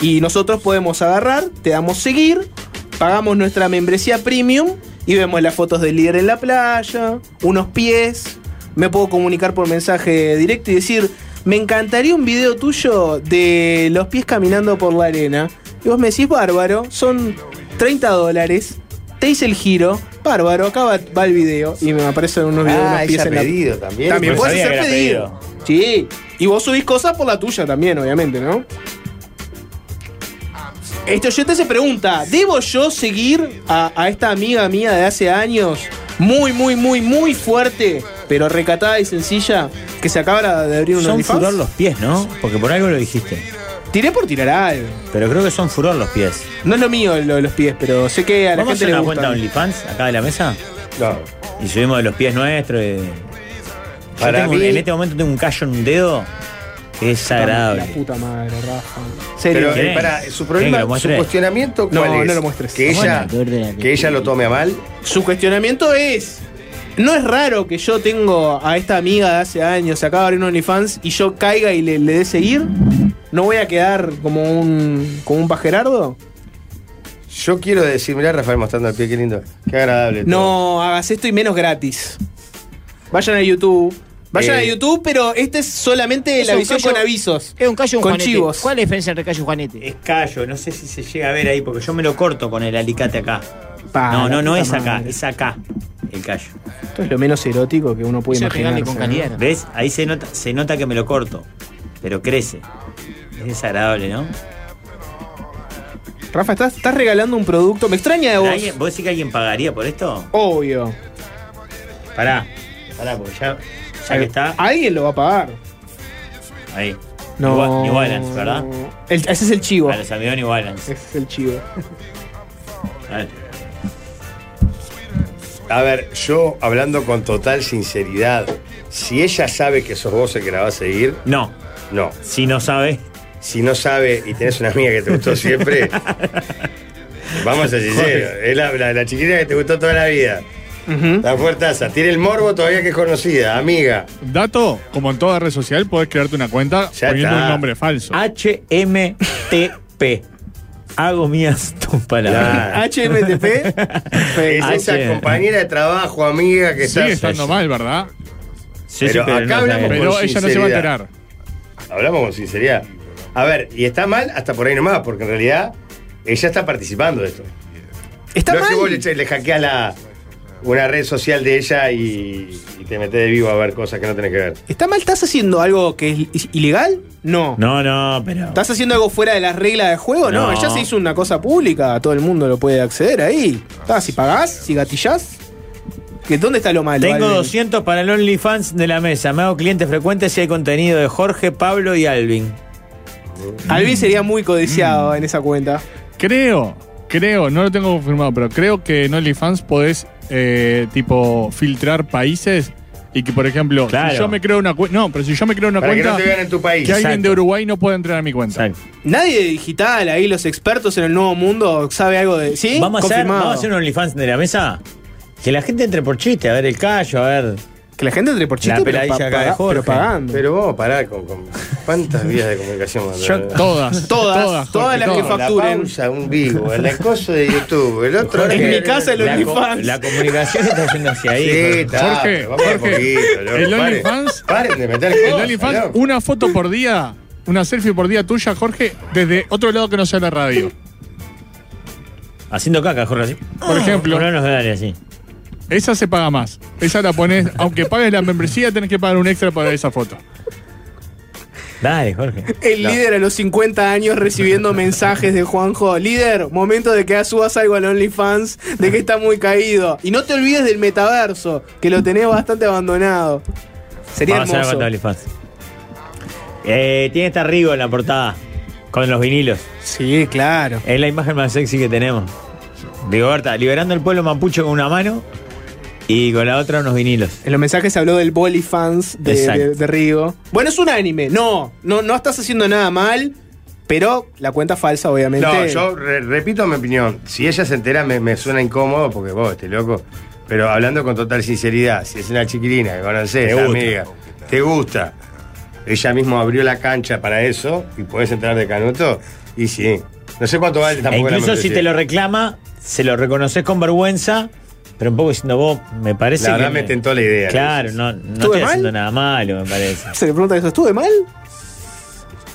S6: y nosotros podemos agarrar, te damos seguir, pagamos nuestra membresía premium y vemos las fotos del líder en la playa, unos pies. Me puedo comunicar por mensaje directo y decir, me encantaría un video tuyo de los pies caminando por la arena. Y vos me decís, bárbaro, son 30 dólares. Te hice el giro, bárbaro, acá va, va el video y me aparecen unos videos de unos
S4: Ah,
S6: pies
S4: ese
S6: en la
S4: pedido también. pues,
S6: También
S5: No
S6: puedes
S5: sabía
S6: hacer
S5: que era
S6: pedido. Sí. Y vos subís cosas por la tuya también, obviamente, ¿no? Este oyente se pregunta, ¿debo yo seguir a, a esta amiga mía de hace años? Muy, muy, muy, muy fuerte, pero recatada y sencilla, que se acaba de abrir un
S5: Son
S6: OnlyFans.
S5: furor los pies, ¿no? Porque por algo lo dijiste.
S6: Tiré por tirar algo.
S5: Pero creo que son furor los pies.
S6: No es lo mío lo de los pies, pero sé que a la
S5: ¿Vamos a
S6: gente
S5: hacer
S6: le
S5: una
S6: gusta.
S5: cuenta OnlyFans acá de la mesa?
S4: No.
S5: Y subimos de los pies nuestros. y- Yo
S4: Para
S5: tengo-
S4: mí-
S5: En este momento tengo un callo en un dedo que es
S6: La
S5: agradable.
S6: puta madre, Rafa.
S4: Pero
S6: Serio.
S5: ¿Quién
S4: eh,
S5: es?
S4: para, su
S5: ¿Quién que
S4: problema,
S5: lo
S4: su
S5: muestre?
S4: cuestionamiento,
S6: No,
S4: ¿cuál es?
S6: no lo muestres.
S4: Que ella,
S7: Bueno,
S4: que ella lo tome a mal.
S6: Su cuestionamiento es. No es raro que yo tengo a esta amiga de hace años, se acaba de abrir un OnlyFans y yo caiga y le, le dé seguir. ¿No voy a quedar como un. como un pajerardo?
S4: Yo quiero decir, mirá Rafael mostrando el pie, qué lindo. Qué agradable. todo.
S6: No, hagas esto y menos gratis. Vayan a YouTube. Vayan
S4: Eh.
S6: a YouTube, pero este es solamente
S7: Es
S6: la
S7: un
S6: visión
S7: callo-
S6: con avisos.
S7: Es un callo o un
S6: Con
S7: juanete.
S6: chivos.
S7: ¿Cuál es la diferencia entre callo y juanete?
S5: Es callo, no sé si se llega a ver ahí, porque yo me lo corto con el alicate acá.
S6: Pa,
S5: no,
S6: Ah, la
S5: no, no
S6: puta
S5: es acá,
S6: madre.
S5: es acá el callo.
S6: Esto es lo menos erótico que uno puede
S7: Eso es pegarle con
S6: imaginar.
S7: calidad. ¿no?
S5: ¿Ves? Ahí se nota, se nota que me lo corto, pero crece. Es desagradable, ¿no?
S6: Rafa, estás, estás regalando un producto. Me extraña de
S5: ¿Pero
S6: vos.
S5: alguien- ¿Vos decís que alguien pagaría por esto?
S6: Obvio.
S5: Pará, pará, porque ya, ya que está.
S6: Alguien lo va a pagar.
S5: Ahí.
S6: No.
S5: New Balance, ¿verdad?
S6: El- ese es el chivo.
S5: A los amigos New Balance.
S6: Ese es el chivo.
S5: Dale.
S4: A ver, yo hablando con total sinceridad, si ella sabe que sos vos el que la va a seguir,
S5: No,
S4: no.
S5: si no sabe.
S4: Si no sabe y tenés una amiga que te gustó siempre, vamos a ser sinceros. Es la, la- la chiquita que te gustó toda la vida. La fuertaza. Tiene el morbo todavía que es conocida, amiga.
S8: Dato, como en toda red social, podés crearte una cuenta
S4: Ya
S8: poniendo
S4: está.
S8: un nombre falso.
S5: HMTP. Hago mías tus palabras.
S6: [LAUGHS]
S4: Claro.
S5: [LAUGHS]
S6: HMTP. Ah,
S4: Es esa
S5: H.
S4: compañera de trabajo, amiga que
S8: Sigue
S4: estás-
S8: estando mal, ¿verdad?
S5: Sí,
S4: Pero acá
S5: no
S4: hablamos
S5: sabe.
S4: con
S8: Pero ella no se va a
S4: sinceridad.
S8: enterar.
S4: Hablamos con sinceridad. A ver, y está mal hasta por ahí nomás, porque en realidad ella está participando de esto.
S6: Está
S4: no es que vos
S6: mal.
S4: le, le hackeás la, una red social de ella y, y te metés de vivo a ver cosas que no tenés que ver.
S6: ¿Está mal? ¿Estás haciendo algo que es i- ilegal? No.
S5: No, no, pero.
S6: ¿Estás haciendo algo fuera de las reglas de juego?
S5: No.
S6: No. Ella se hizo una cosa pública. Todo el mundo lo puede acceder ahí. Ah, si pagás, si gatillás. ¿Que ¿Dónde está lo malo?
S5: Tengo
S6: Alvin?
S5: 200 para el OnlyFans de la mesa. Me hago clientes frecuentes y hay contenido de Jorge, Pablo y Alvin.
S6: Alvin sería muy codiciado
S5: Mm.
S6: en esa cuenta.
S8: Creo, creo, no lo tengo confirmado, pero creo que en OnlyFans podés, eh, tipo, filtrar países y que, por ejemplo,
S5: Claro.
S8: si yo me creo una cuenta. No, pero si yo me creo una
S4: Para que
S8: cuenta,
S4: no te vean en tu país.
S8: que alguien
S5: Exacto.
S8: de Uruguay no pueda entrar a mi cuenta.
S6: Nadie de digital ahí, los expertos en el nuevo mundo, sabe algo de. ¿Sí?
S5: Vamos, a hacer,
S6: Confirmado.
S5: vamos a hacer un OnlyFans de la mesa. Que la gente entre por chiste, a ver el callo, a ver.
S6: Que la gente entre por chiste,
S5: La
S6: pero,
S5: peladilla
S6: pa-
S5: acá de
S6: paga-
S5: Jorge.
S6: pero pagando.
S4: Pero vamos a parar con, con- cuántas vías de comunicación. vamos a
S5: Yo-
S4: tener?
S8: Todas,
S6: [LAUGHS] Todas,
S8: todas,
S6: todas las que
S8: todas.
S4: la
S6: facturen.
S4: pausa, un vivo, el acoso de YouTube, el otro...
S6: En
S4: que-
S6: mi casa el
S5: La, co-
S6: OnlyFans.
S5: la comunicación está yendo hacia
S4: Sí,
S5: ahí.
S4: está,
S8: Jorge,
S4: pero vamos de
S8: Jorge,
S4: poquito, loco,
S8: el
S4: paren.
S8: OnlyFans-
S4: Paren de meter
S8: El
S4: cosas,
S8: OnlyFans,
S4: loco.
S8: una foto por día, una selfie por día tuya, Jorge, desde otro lado que no sea la radio.
S5: Haciendo caca, Jorge. Así.
S8: Por ejemplo.
S5: No nos dale así.
S8: Esa se paga más. Esa la pones, aunque pagues la membresía, tenés que pagar un extra para esa foto.
S5: Dale, Jorge.
S6: El líder a los 50 años [LAUGHS] recibiendo mensajes de Juanjo. Líder, momento de que subas algo al OnlyFans, de que está muy caído. Y no te olvides del metaverso, que lo tenés bastante abandonado. Sería
S5: Vamos a ver
S6: hermoso.
S5: cuánto OnlyFans. Eh, tiene esta Rigo en la portada. Con los vinilos.
S6: Sí, claro.
S5: Es la imagen más sexy que tenemos. Rigoberta, liberando el pueblo mapuche con una mano y con la otra unos vinilos.
S6: En los mensajes se habló del Bolifans de,
S5: Exacto.
S6: de- de Rigo. Bueno, es un anime. No, no, no estás haciendo nada mal, pero la cuenta falsa, obviamente.
S4: No, yo re- repito mi opinión. Si ella se entera, me, me suena incómodo porque vos, este loco, Pero hablando con total sinceridad, si es una chiquilina que conoces,
S11: Te gusta.
S4: amiga, te gusta, ella mismo abrió la cancha para eso y puedes entrar de canuto, y sí. No sé cuánto vale
S5: E
S4: tampoco. la
S5: incluso si
S4: membresía.
S5: te lo reclama, se lo reconoces con vergüenza, pero un poco diciendo vos, me parece
S4: La
S5: que.
S4: verdad me tentó la idea.
S5: Claro, no, no
S6: ¿Estuve
S5: estoy
S6: mal?
S5: haciendo nada malo, me parece.
S6: Se le pregunta eso, ¿estuve mal?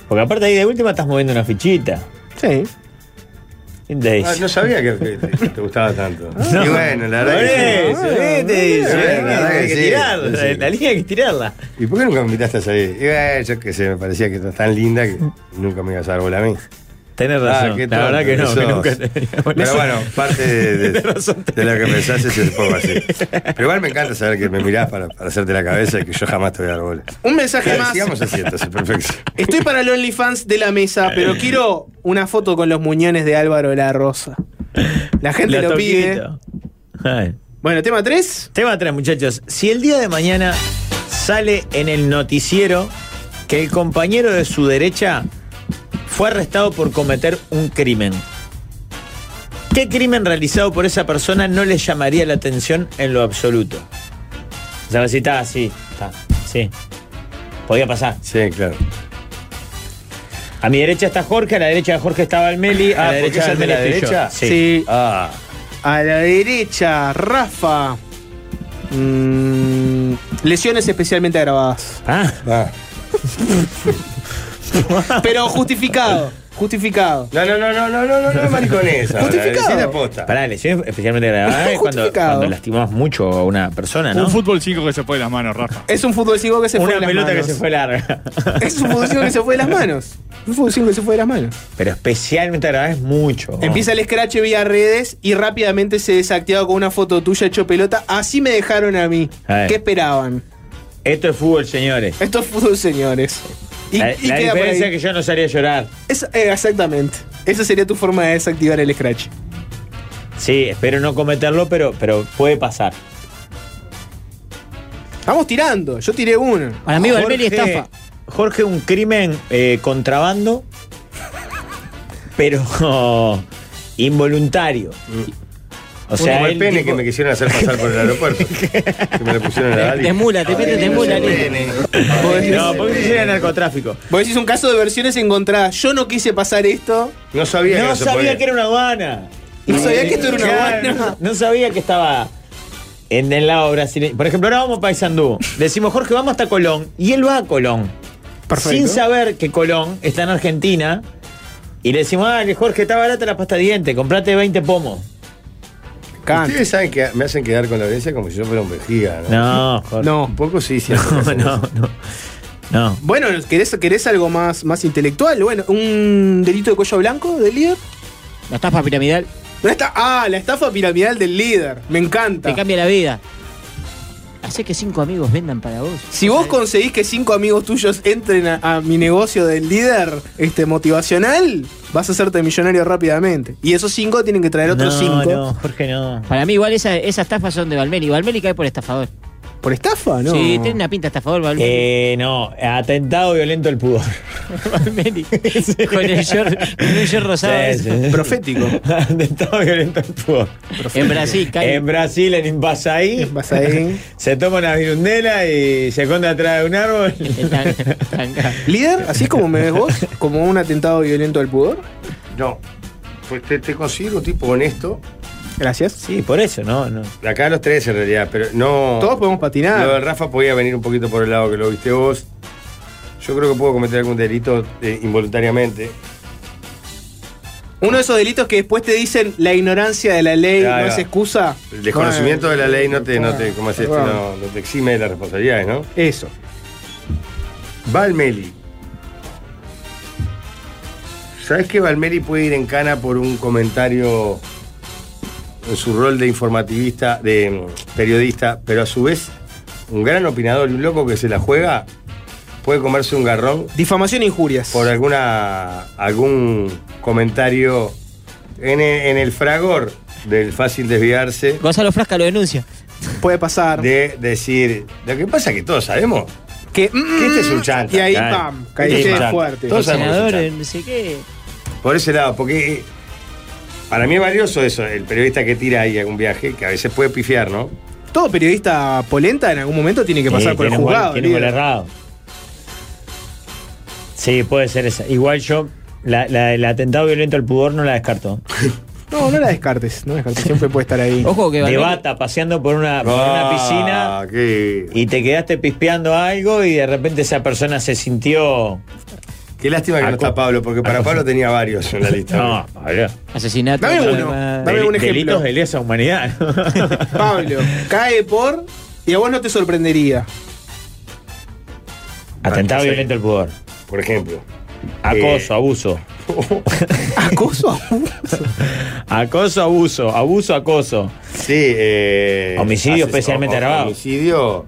S5: Porque aparte ahí de última estás moviendo una fichita.
S6: Sí.
S5: ¿Quién te
S4: Ah,
S5: dice?
S4: no sabía que, que te, te gustaba tanto.
S5: [LAUGHS] No.
S4: Y bueno, la verdad
S5: Por
S4: que sí.
S5: eso, ¿eh? Te dice,
S4: Sí,
S5: ¿eh?
S4: la verdad
S5: Hay
S4: que
S5: que
S4: sí,
S5: tirarla,
S4: sí.
S5: La línea hay que tirarla.
S4: ¿Y por qué nunca me invitaste a salir? Y bueno, yo qué sé, me parecía que estás tan linda que nunca me ibas a dar bola a mí.
S5: Tenés
S4: Ah,
S5: razón.
S4: qué
S5: la verdad
S4: tonto
S5: que no,
S4: que
S5: que
S4: sos.
S5: nunca tenía buena
S4: Pero
S5: [LAUGHS]
S4: bueno, parte de, de-
S5: Tenés razón,
S4: de lo que pensás es un poco
S5: [LAUGHS]
S4: así. Pero igual me encanta saber que me mirás para, para hacerte la cabeza y que yo jamás te voy a dar bola.
S6: Un mensaje
S4: Dale,
S6: más.
S4: Sigamos así entonces, perfecto.
S6: Estoy para el OnlyFans de la mesa, pero
S5: Eh.
S6: quiero una foto con los muñones de Álvaro de la Rosa. La gente lo,
S5: Los
S6: pide.
S5: toquitos. Ay.
S6: Bueno, tema 3.
S5: Tema 3, muchachos. Si el día de mañana sale en el noticiero que el compañero de su derecha fue arrestado por cometer un crimen, ¿qué crimen realizado por esa persona no le llamaría la atención en lo absoluto? O sea, si está, sí, está, sí. Podía pasar.
S4: Sí, claro.
S5: A mi derecha está Jorge, a la derecha de Jorge está Valmeli, a
S4: Ah,
S5: la
S4: porque
S5: derecha de
S4: es el de la
S5: Valmeli estoy yo.
S4: derecha.
S5: Sí.
S4: Ah,
S6: A la derecha, Rafa. Mm, lesiones especialmente agravadas.
S5: Ah,
S4: ah.
S6: Pero justificado. Justificado.
S4: No, no, no, no, no, no, no, no, maricones. ahora,
S6: Justificado.
S4: decí la posta.
S5: pará, lesión especialmente grave es cuando,
S6: Justificado.
S5: cuando lastimas mucho a una persona, Ah, ¿no?
S8: Un fútbol 5 que se puede las manos, Rafa.
S6: Es un fútbol ciego que se fue
S5: una
S6: de las
S5: pelota
S6: manos.
S5: que se fue larga.
S6: Es un fútbol ciego que se fue de las manos. Un fútbol ciego que se fue de las manos.
S5: [LAUGHS] Pero especialmente grave es mucho.
S6: Empieza el scratch vía redes y rápidamente se desactiva con una foto tuya hecho pelota. Así me dejaron a mí.
S5: Ay.
S6: ¿Qué esperaban?
S5: Esto es fútbol, señores.
S6: Estos fútbol señores. Y,
S5: la
S6: y
S5: la
S6: queda por
S5: diferencia es
S6: ahí.
S5: que yo no salía a llorar.
S6: Es- eh, exactamente. Esa sería tu forma de desactivar el scratch.
S5: Sí, espero no cometerlo, pero, pero puede pasar.
S6: Vamos tirando. Yo tiré uno.
S9: Para mí, Valmeli
S5: Jorge-
S9: estafa.
S5: Jorge, un crimen eh, contrabando, pero [LAUGHS] involuntario. O sea,
S4: Como el
S5: él,
S4: pene
S5: tipo-
S4: que me quisieron hacer pasar por el
S5: [LAUGHS]
S4: aeropuerto. que me lo pusieron a la
S9: Te mula, te meten, te mula, Lili.
S5: No, porque eso era narcotráfico.
S6: Vos decís un caso de versiones encontradas. Yo no quise pasar esto.
S4: No sabía que
S5: No
S4: no se
S5: sabía
S4: podía.
S5: que era una aduana.
S6: No sabía que esto era una
S5: Claro,
S6: buena. [LAUGHS]
S5: [LAUGHS] No sabía que estaba en el lado brasileño. Por ejemplo, ahora vamos a Paysandú. Decimos, Jorge, vamos hasta Colón. Y él va a Colón.
S6: Perfecto.
S5: Sin saber que Colón está en Argentina. Y le decimos, ah, que Jorge, está barata la pasta de diente. Comprate 20 pomos.
S6: Can.
S4: Ustedes saben que me hacen quedar con la audiencia como si yo fuera un vejiga, ¿no?
S5: No, [LAUGHS] Jorge.
S4: Un poco sí, sí.
S5: [LAUGHS] no, no. no. No.
S6: Bueno, ¿querés, querés algo más, más intelectual? Bueno, un delito de cuello blanco del líder.
S9: La estafa piramidal
S6: No está- ah, la estafa piramidal del líder. Me encanta.
S9: te cambia la vida. Hace que cinco amigos vendan para vos.
S6: Si vos conseguís que cinco amigos tuyos entren a, a mi negocio del líder este, motivacional, vas a hacerte millonario rápidamente. Y esos cinco tienen que traer otros
S5: no,
S6: cinco.
S5: No, Jorge, no.
S9: Para mí, igual esa- esas estafas son de Valmeli. Valmeli cae por estafador.
S6: ¿Por estafa? Ah, No.
S9: Sí, tiene una pinta estafador, Valmeli. [LAUGHS]
S5: Eh, no, atentado violento al pudor.
S6: [LAUGHS]
S9: Valmeli. con el short, con el short rosado.
S5: Sí,
S4: Eh.
S5: sí. [LAUGHS]
S6: Profético.
S5: atentado violento al pudor.
S9: En Brasil cae.
S6: Eh.
S5: En Brasil, en Invasaí,
S6: Vas ahí.
S5: se toma una virundela y se esconde atrás de un árbol.
S9: el tan-
S6: [LAUGHS]
S9: tanga.
S6: ¿Líder? ¿Así es como me ves vos? ¿Como un atentado violento al pudor?
S4: No. Pues te, te considero un tipo honesto.
S6: Gracias.
S5: Sí, por eso, ¿no? no.
S4: Acá los tres en realidad, pero no.
S6: Todos podemos patinar.
S4: Lo de Rafa podía venir un poquito por el lado que lo viste vos. Yo creo que puedo cometer algún delito eh, involuntariamente.
S6: Uno de esos delitos que después te dicen la ignorancia de la ley
S4: Claro.
S6: no es excusa.
S4: El desconocimiento
S6: Bueno,
S4: de la ley no te, no te,
S6: bueno,
S4: ¿cómo es esto?
S6: bueno.
S4: No, no te exime de las responsabilidades, ¿no?
S6: Eso.
S4: Valmeli. ¿Sabes que Valmeli puede ir en cana por un comentario en su rol de informativista, de mm, periodista, pero a su vez un gran opinador y un loco que se la juega puede comerse un garrón
S6: Difamación e injurias.
S4: por alguna algún comentario en el, en el fragor del fácil desviarse
S9: Gonzalo Frasca lo denuncia.
S6: Puede pasar.
S4: de decir lo que pasa es que todos sabemos
S6: Que, mm,
S4: que este es un chanta
S6: Y ahí,
S4: Claro. Este
S6: pam,
S4: es un
S6: caíste
S4: chanta.
S6: fuerte.
S4: Todos
S9: El
S4: sabemos que es un
S9: senador,
S4: chanta.
S9: eh, no sé qué.
S4: Por ese lado, porque eh, Para mí es valioso eso, el periodista que tira ahí algún viaje, que a veces puede pifiar, ¿no?
S6: Todo periodista polenta en algún momento tiene que
S5: Sí,
S6: pasar por el
S5: tiene un gol-
S6: juzgado.
S5: tiene un gol
S6: líder.
S5: errado. Sí, puede ser esa. Igual yo, la, la- el atentado violento al pudor no la descarto.
S6: No, no la descartes, no la descartes, siempre puede
S5: [LAUGHS]
S6: estar ahí.
S9: Ojo que
S5: De
S9: Barbieri-
S5: bata, paseando por una, por una piscina
S4: Ah, Qué,
S5: y te quedaste pispeando algo y de repente esa persona se sintió.
S4: qué lástima que no
S5: Acu-
S4: está Pablo, porque para
S5: acu-
S4: Pablo tenía varios en la lista.
S5: [LAUGHS] No, Pablo.
S9: Asesinato.
S6: Dame uno,
S9: problema-
S6: dame un
S5: Deli-
S6: ejemplo.
S5: Delitos de lesa humanidad. [LAUGHS]
S6: Pablo, cae por. Y a vos no te sorprendería.
S5: atentado
S4: Sí.
S5: violento al pudor.
S4: Por ejemplo.
S5: Acoso, abuso.
S6: ¿Acoso?
S5: Acoso, abuso. Abuso, acoso.
S4: Sí, eh,
S5: Homicidio
S4: haces-
S5: especialmente agravado.
S4: Homicidio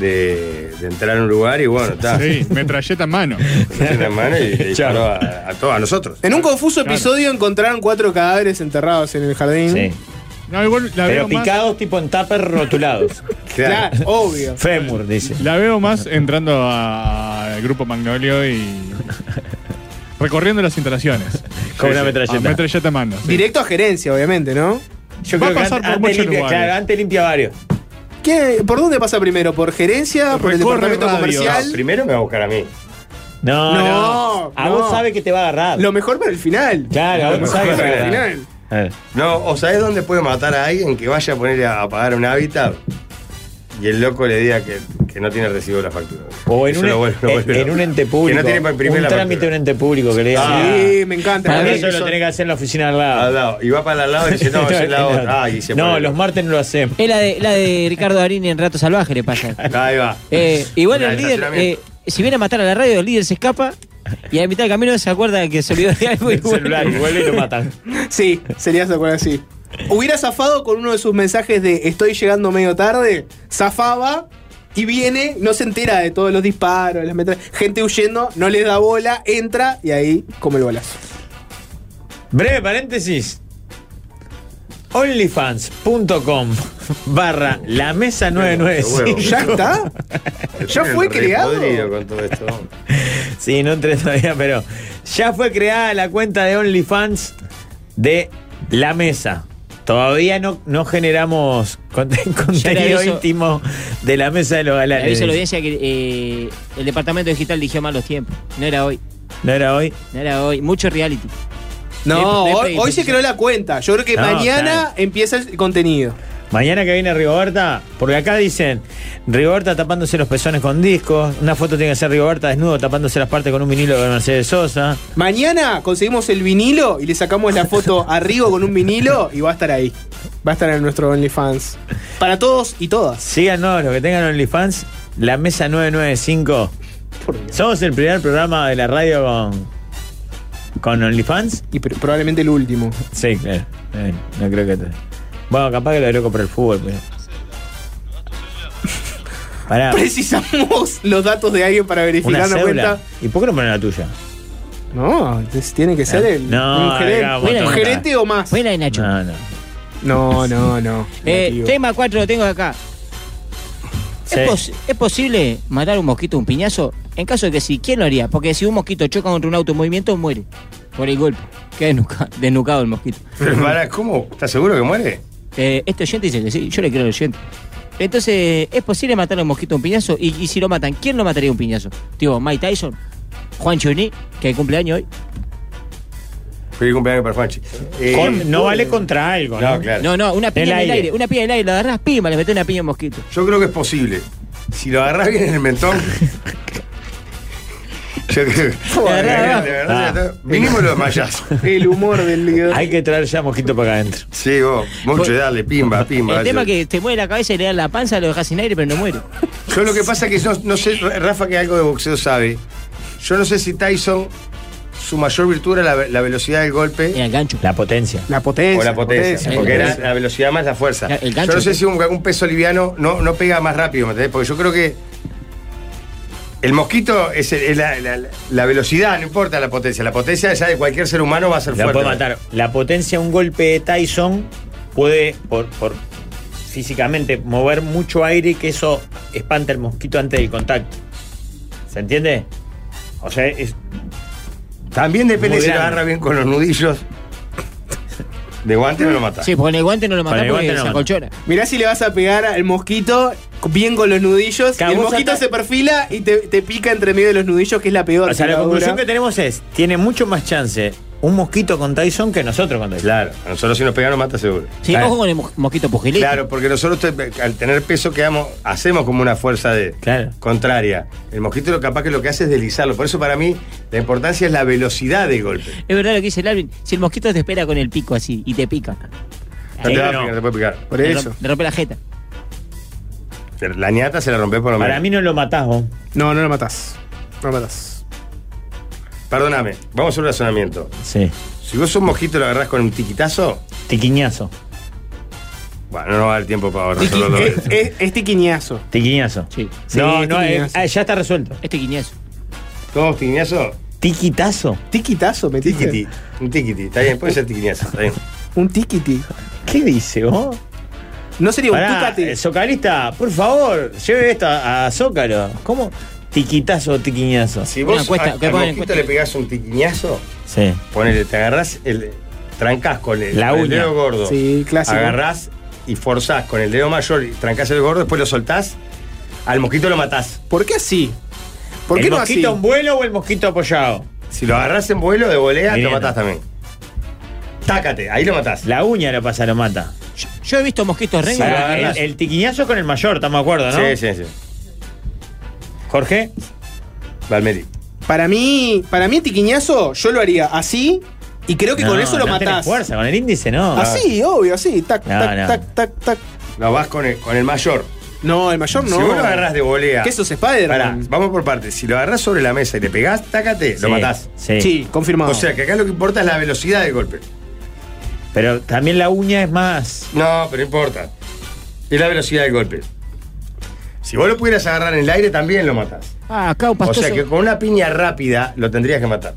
S4: de, de entrar a un lugar y bueno, está.
S8: Sí, metralleta en mano.
S4: Metió la mano y
S5: [LAUGHS]
S4: le disparó a, a todos a nosotros.
S6: En un confuso
S8: Claro.
S6: episodio encontraron cuatro cadáveres enterrados en el jardín.
S5: Sí.
S8: No, igual la
S5: Pero
S8: veo más.
S5: picados tipo en
S4: [LAUGHS]
S5: tupper rotulados.
S6: Claro, obvio.
S5: Fémur, dice.
S8: La veo más entrando a- al grupo Magnolio y. recorriendo las instalaciones.
S5: Con
S8: Sí,
S5: una
S8: sí.
S5: metralleta.
S8: A metralleta en mano. sí.
S6: Directo a gerencia, obviamente, ¿no?
S5: Yo
S8: Va a
S5: creo que
S8: pasar
S5: an-
S8: por
S5: antes
S8: muchos
S5: limpia,
S8: lugares.
S4: eh.
S5: claro, antes limpia varios.
S6: ¿Qué- ¿Por dónde pasa primero? ¿Por gerencia? ¿Por el
S8: Recorre
S6: departamento
S8: radios.
S4: Ah,
S6: comercial?
S4: primero me va a buscar a mí.
S5: No, no.
S6: No,
S5: A
S6: no.
S5: vos sabe que te va a agarrar.
S6: Lo mejor para el final.
S5: Claro, a vos
S6: Lo mejor
S5: sabe que te
S6: para
S5: va a
S6: el
S5: agarrar.
S6: final.
S5: A ver.
S4: No, o sabés dónde puede matar a alguien que vaya a poner a, a pagar un hábitat y el loco le diga que, que no tiene recibo de la factura.
S5: O en
S4: Eso
S5: un,
S4: lo vuelve- lo
S5: en-
S4: vuelve
S5: en
S4: loco.
S5: un ente público.
S4: Que no tiene para imprimir
S5: un
S4: la Ah,
S5: trámite de un
S4: factura.
S5: ente público que le diga.
S6: Sí, me encanta.
S5: Para
S6: Para
S5: mí
S6: mí
S5: eso lo
S6: son-
S5: tenés que hacer en la oficina al lado.
S4: Al lado. Y va para el lado y dice,
S5: [LAUGHS]
S4: no, es la otra. Ah, y se
S5: no
S4: pone-
S5: los martes no lo
S4: [LAUGHS]
S5: hacemos.
S9: Es la de, la de Ricardo Darín en Rato Salvaje, le pasa.
S4: Ahí
S5: [LAUGHS]
S4: va.
S9: Eh, igual
S4: En
S9: el líder,
S4: estacionamiento.
S9: eh, si viene a matar a la radio, el líder se escapa y a la mitad del camino se acuerda que se olvidó de algo y
S5: El celular, y
S9: vuelve.
S5: vuelve y lo matan.
S6: Sí, sería esa cosa así. Hubiera zafado con uno de sus mensajes de estoy llegando medio tarde, zafaba y viene, no se entera de todos los disparos, las metra- gente huyendo, no le da bola, entra y ahí come el balazo.
S5: Breve paréntesis. Onlyfans.com barra la mesa
S4: Huevo.
S5: 995.
S6: ¿Ya está?
S5: eh,
S6: ¿Ya fue
S4: Re
S6: creado?
S4: podrido con todo esto.
S5: Sí, no entré [LAUGHS] todavía, pero ya fue creada la cuenta de OnlyFans de La Mesa. Todavía no, no generamos [LAUGHS] conte- contenido
S9: aviso-
S5: íntimo de la mesa de los
S9: Le
S5: galanes.
S9: aviso a la audiencia que eh, el departamento digital eligió mal los tiempos. No era hoy,
S5: No era hoy.
S9: no era hoy. Mucho reality.
S6: No,
S9: No hay- no hay
S6: hoy, hoy se
S9: predisposición.
S6: creó la cuenta. Yo creo que
S5: No,
S6: mañana
S5: claro.
S6: empieza el contenido.
S5: Mañana que viene Rigoberta, porque acá dicen Rigoberta tapándose los pezones con discos. Una foto tiene que ser Rigoberta desnudo tapándose las partes con un vinilo de Mercedes Sosa.
S6: Mañana conseguimos el vinilo y le sacamos
S5: [LAUGHS]
S6: la foto arriba con un vinilo y va a estar ahí. Va a estar en nuestro OnlyFans. Para todos y todas.
S5: Síganos, los que tengan OnlyFans, La Mesa 995. Somos el primer programa de la radio con, con OnlyFans.
S6: Y pr- probablemente el último.
S5: Sí, claro. Eh, no creo que. te- Bueno, capaz que lo de loco por el fútbol, pero. [LAUGHS] Pará,
S6: [LAUGHS] Precisamos los datos de alguien para
S5: una
S6: verificar la
S5: cédula.
S6: cuenta.
S5: ¿Y por qué no ponen la tuya?
S6: No, es- tiene que ser el
S5: No,
S6: un gerente,
S5: digamos,
S6: un
S9: no.
S6: gerente o más.
S9: Fue la de Nacho.
S5: No, no.
S6: No, no, no.
S9: Eh,
S6: negativo.
S9: tema 4 lo tengo acá.
S5: Sí.
S9: ¿Es, pos- es posible matar un mosquito, un piñazo? En caso de que sí, ¿quién lo haría? Porque si un mosquito choca contra un auto en movimiento, muere. Por el golpe. Queda desnuca- desnucado el mosquito.
S4: Pero para, ¿cómo? ¿Estás seguro que muere?
S9: Eh, este oyente dice que sí, yo le creo al oyente. Entonces, ¿es posible matar a un mosquito a un piñazo? Y, y si lo matan, ¿quién lo mataría a un piñazo? Tío, Mike Tyson, Juan Chuni, que cumple años hoy.
S4: Feliz cumpleaños para Juanchi. Eh,
S5: Con- no vale contra algo, ¿no?
S4: No, claro.
S9: No, no, una piña
S5: Del
S9: en el
S5: aire.
S9: aire. Una piña en el aire, la agarrás, pima, le metés una piña a un mosquito.
S4: Yo creo que es posible. Si lo agarrás bien en el mentón. Yo creo que. De verdad,
S9: Joder, no.
S4: de verdad, de verdad.
S5: Ah.
S4: Vinimos los mayas.
S6: El humor del líder.
S5: Hay que traer ya mosquito para acá adentro.
S4: Sí, vos, mucho, dale, pimba, pimba.
S9: el tema es que te mueve la cabeza y le das la panza, lo dejas sin aire, pero no muere.
S4: Yo lo que pasa es que no, no sé, Rafa que algo de boxeo sabe. Yo no sé si Tyson, su mayor virtud era la, la velocidad del golpe.
S9: Era el gancho.
S5: La potencia.
S6: La potencia.
S4: O la potencia,
S9: potencia.
S4: porque
S9: Sí,
S4: era
S9: potencia.
S4: la velocidad más la fuerza.
S9: Ya, el gancho.
S4: yo no sé si un, un peso liviano no, no pega más rápido, ¿me entendés? Porque yo creo que el mosquito es, el- es la, la- la velocidad, no importa la potencia. La potencia ya de cualquier ser humano va a ser
S5: La
S4: fuerte.
S5: puede matar. La potencia, un golpe de Tyson puede, por, por físicamente, mover mucho aire y que eso espanta el mosquito antes del contacto. ¿Se entiende? O sea, es,
S4: También depende
S5: Muy
S4: si lo
S5: grande.
S4: agarra bien con los nudillos. De guante no lo mata.
S9: Sí, porque en el guante no lo
S5: Con el
S9: matás
S5: guante
S9: porque
S5: no lo
S9: se
S5: matás.
S9: acolchona.
S6: Mirá si le vas a pegar al mosquito bien con los nudillos. y
S5: Claro,
S6: el
S5: vos
S6: mosquito
S5: atás-
S6: se perfila y te, te pica entre medio de los nudillos, que es la peor.
S5: O sea, la
S6: picadura.
S5: conclusión que tenemos es, tiene mucho más chance un mosquito con Tyson que nosotros con Tyson.
S4: Claro, a nosotros si nos pegan nos mata seguro.
S9: Sí,
S5: Claro.
S9: ojo con el mos- mosquito pugilista.
S4: Claro, porque nosotros te- al tener peso quedamos, hacemos como una fuerza de
S5: Claro.
S4: contraria. El mosquito lo capaz que lo que hace es deslizarlo. Por eso para mí la importancia es la velocidad de golpe.
S9: Es verdad lo que dice el Alvin. Si el mosquito te espera con el pico así y te pica,
S4: No te va a
S5: no.
S4: picar, no te puede picar.
S6: Por
S9: te,
S6: eso.
S9: rompe, te rompe la jeta.
S4: Pero La ñata se la rompes por lo menos.
S5: Para mí no lo matás vos.
S6: No, no lo matás. No lo matás.
S4: Perdóname, vamos a hacer un razonamiento.
S5: Sí.
S4: Si vos sos mosquito y lo agarrás con un tiquitazo,
S5: Tiquiñazo.
S4: bueno, no nos va a dar tiempo para
S6: Tiki-
S4: resolverlo.
S6: es, es- es tiquiñazo.
S5: Tiquiñazo.
S9: Sí.
S6: Sí,
S5: no, no, eh,
S6: tiquiñazo.
S5: ah, ya está resuelto.
S9: Este guiñazo.
S4: ¿Todos tiquiñazo?
S5: ¿Tiquitazo?
S6: Tiquitazo, me [LAUGHS]
S4: Tiquiti. Un tiquiti. Está bien, puede ser tiquiñazo. Está bien.
S6: Un tiquiti.
S5: ¿Qué dice vos?
S6: No sería un
S5: Pará,
S6: tucate.
S5: eh, Zocalista, por favor, lleve esto a, a Zócalo. ¿Cómo? Tiquitazo o tiquiñazo.
S4: Si vos
S9: Una encuesta,
S4: al,
S9: ¿qué
S4: al
S9: ponen?
S4: mosquito le pegás un tiquiñazo,
S5: Sí.
S4: ponele, te agarrás el. Trancás con el,
S5: La
S4: con el
S5: uña.
S4: dedo gordo.
S6: Sí, clásico.
S4: Agarrás y forzás con el dedo mayor y trancás el gordo, después lo soltás. Al mosquito lo matás.
S6: ¿Por qué así? ¿Por
S5: ¿El
S6: qué no así?
S5: mosquito en vuelo o el mosquito apoyado?
S4: Si lo agarrás en vuelo de volea,
S5: Bien.
S4: lo matás también. Tácate, ahí lo matás.
S5: La uña lo pasa, lo mata.
S9: Yo, yo he visto mosquitos
S5: Pará,
S9: rengas.
S5: el, el tiquiñazo es con el mayor, estamos de acuerdo, ¿no?
S4: Sí, sí, sí.
S5: Jorge,
S4: Valmeri.
S6: Para mí, para mí, tiquiñazo, yo lo haría así y creo que
S5: No,
S6: con eso lo
S5: no tenés
S6: matás. Ah,
S5: fuerza, con el índice, no.
S6: Así, obvio, así. Tac,
S5: No,
S6: tac,
S5: no.
S6: tac, tac, tac.
S4: No, vas con el, con el mayor.
S6: No, el mayor no.
S4: Si vos lo agarrás de volea.
S6: ¿Qué sos
S4: Pará,
S6: Spider-Man?
S4: vamos por partes. Si lo agarrás sobre la mesa y le pegás, tácate,
S5: Sí,
S4: lo matás.
S5: Sí.
S6: Sí, confirmado.
S4: O sea que acá lo que importa es la velocidad del golpe.
S5: Pero también la uña es más.
S4: No, pero no importa. Es la velocidad del golpe. Si vos lo pudieras agarrar en el aire, también lo matás.
S9: Ah, acá un
S4: O
S9: pastoso,
S4: sea que con una piña rápida lo tendrías que matar.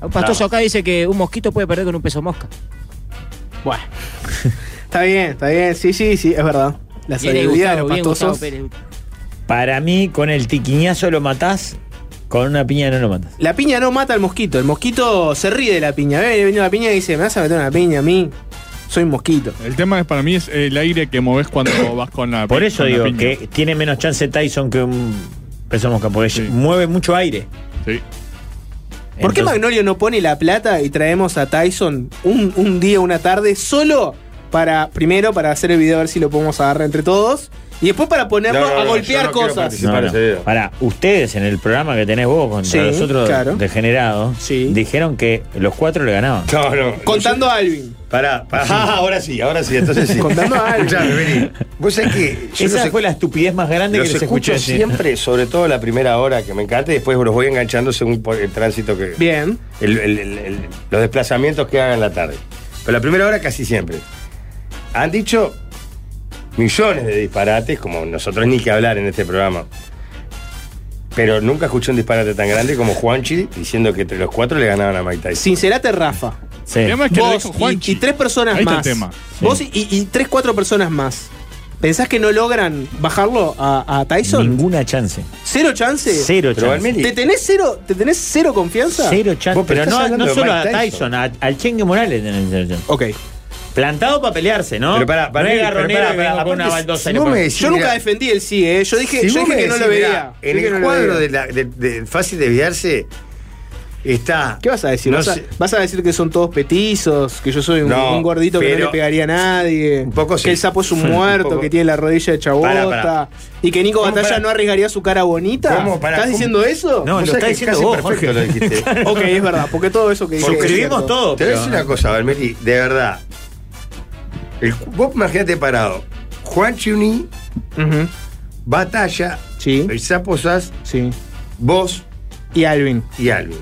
S9: un pastoso acá dice que un mosquito puede perder con un peso mosca.
S6: Bueno. está bien, está bien. Sí, sí, sí, es verdad. La
S9: Bien,
S6: sabiduría de los
S9: bien, Gustavo
S6: pastosos.
S9: Pérez.
S5: Para mí, con el tiquiñazo lo matás, con una piña no lo matás.
S6: La piña no mata al mosquito. El mosquito se ríe de la piña. Ve, viene la piña y dice, me vas a meter una piña a mí. Soy un mosquito.
S8: El tema es para mí es el aire que moves cuando [COUGHS] vas con la
S5: Por
S8: pi-
S5: eso
S8: con la
S5: digo
S8: piña.
S5: que tiene menos chance Tyson que un peso mosca, porque
S8: Sí.
S5: mueve mucho aire.
S8: Sí.
S6: ¿Por qué
S5: Entonces-
S6: Magnolio no pone la plata y traemos a Tyson un, un día, una tarde, solo para, primero, para hacer el video a ver si lo podemos agarrar entre todos? Y después para ponerlo
S4: No, no,
S6: a
S4: no,
S6: golpear
S4: yo no quiero
S6: cosas.
S4: participar.
S5: No,
S4: parece
S5: no.
S4: video.
S5: Pará, ustedes en el programa que tenés vos contra
S6: Sí,
S5: los otros
S6: claro.
S5: degenerados,
S6: Sí.
S5: dijeron que los cuatro le ganaban.
S4: No, no.
S6: [LAUGHS] Contando a Alvin.
S4: Pará, pará. Ah, ahora sí, ahora sí, entonces sí. [LAUGHS]
S6: Contando algo.
S4: Escuchame, vení. Vos sabés que yo
S5: Esa
S4: los
S5: fue
S4: escu-
S5: la estupidez más grande
S4: los
S5: que les
S4: escucho
S5: escuché. decir.
S4: siempre, sobre todo la primera hora que me encanta y después los voy enganchando según por el tránsito que.
S6: Bien.
S4: el- el- el- el- los desplazamientos que hagan en la tarde. Pero la primera hora casi siempre. Han dicho millones de disparates, como nosotros ni que hablar en este programa. Pero nunca escuché un disparate tan grande como Juanchi diciendo que entre los cuatro le ganaban a Mike Tyson.
S6: Sincerate, Rafa.
S5: Sí.
S8: El tema es que lo
S6: Vos
S8: dijo
S6: y,
S8: Juanchi.
S6: y tres personas
S8: Ahí está
S6: más.
S8: el tema.
S6: Vos y, y tres, cuatro personas más. ¿Pensás que no logran bajarlo a, a Tyson?
S5: Ninguna chance.
S6: ¿Cero chance?
S5: Cero
S4: Pero
S5: chance.
S4: Valmeri,
S6: ¿Te tenés cero, ¿Te tenés cero confianza?
S5: Cero chance.
S4: Vos, pero
S5: Pero
S4: estás
S5: no,
S4: hablando
S5: no
S4: de
S5: solo a
S4: Mike
S5: Tyson, a- al Chengue Morales tenés cero chance.
S6: Ok.
S5: Plantado para pelearse, ¿no?
S4: Pero pará, Valmeri,
S5: no es
S4: pero
S5: garronero
S4: pará,
S5: que venga
S4: pará,
S5: con una
S4: aparte,
S5: baldosa
S4: si
S5: y le
S4: vos
S5: pone-
S4: me decís- Sí,
S6: yo nunca
S4: mirá.
S6: defendí el sí, ¿eh? Yo dije,
S4: Si
S6: yo
S4: vos
S6: dije
S4: me
S6: que no
S4: decís,
S6: lo
S4: mirá,
S6: veía.
S4: En
S6: Dije que no
S4: el
S6: lo
S4: cuadro
S6: veía.
S4: de, la- de- de fácil desviarse está.
S6: ¿Qué vas a decir?
S4: No
S6: ¿Vas, a,
S4: sé.
S6: vas a decir que son todos petizos? ¿Que yo soy un,
S4: No,
S6: un gordito que no
S4: pero-
S6: le pegaría a nadie?
S4: Un poco sí.
S6: ¿Que el
S4: [LAUGHS]
S6: sapo es
S4: Un
S6: un muerto?
S4: poco.
S6: ¿Que tiene la rodilla de chabota?
S4: Pará, pará.
S6: ¿Y que Nico
S4: ¿Cómo,
S6: Batalla
S4: pará?
S6: no arriesgaría su cara bonita?
S4: ¿Cómo, pará?
S6: ¿Estás
S4: ¿Cómo?
S6: diciendo eso?
S5: No,
S4: Vos
S5: lo
S4: sabés
S5: está
S4: que
S5: diciendo
S4: casi
S5: vos,
S4: perfecto
S5: Jorge.
S4: lo
S5: [LAUGHS]
S4: dijiste.
S6: Ok, es verdad, porque todo eso que dice.
S5: Suscribimos todo.
S4: Te voy a
S5: pero-
S4: decir una cosa, Valmeri, de verdad. El, vos imagínate parado. Juan Chuni,
S6: Ujú,
S4: Batalla,
S6: Sí,
S4: el Sapo Sass,
S6: sí.
S4: vos
S6: Y Alvin.
S4: y Alvin.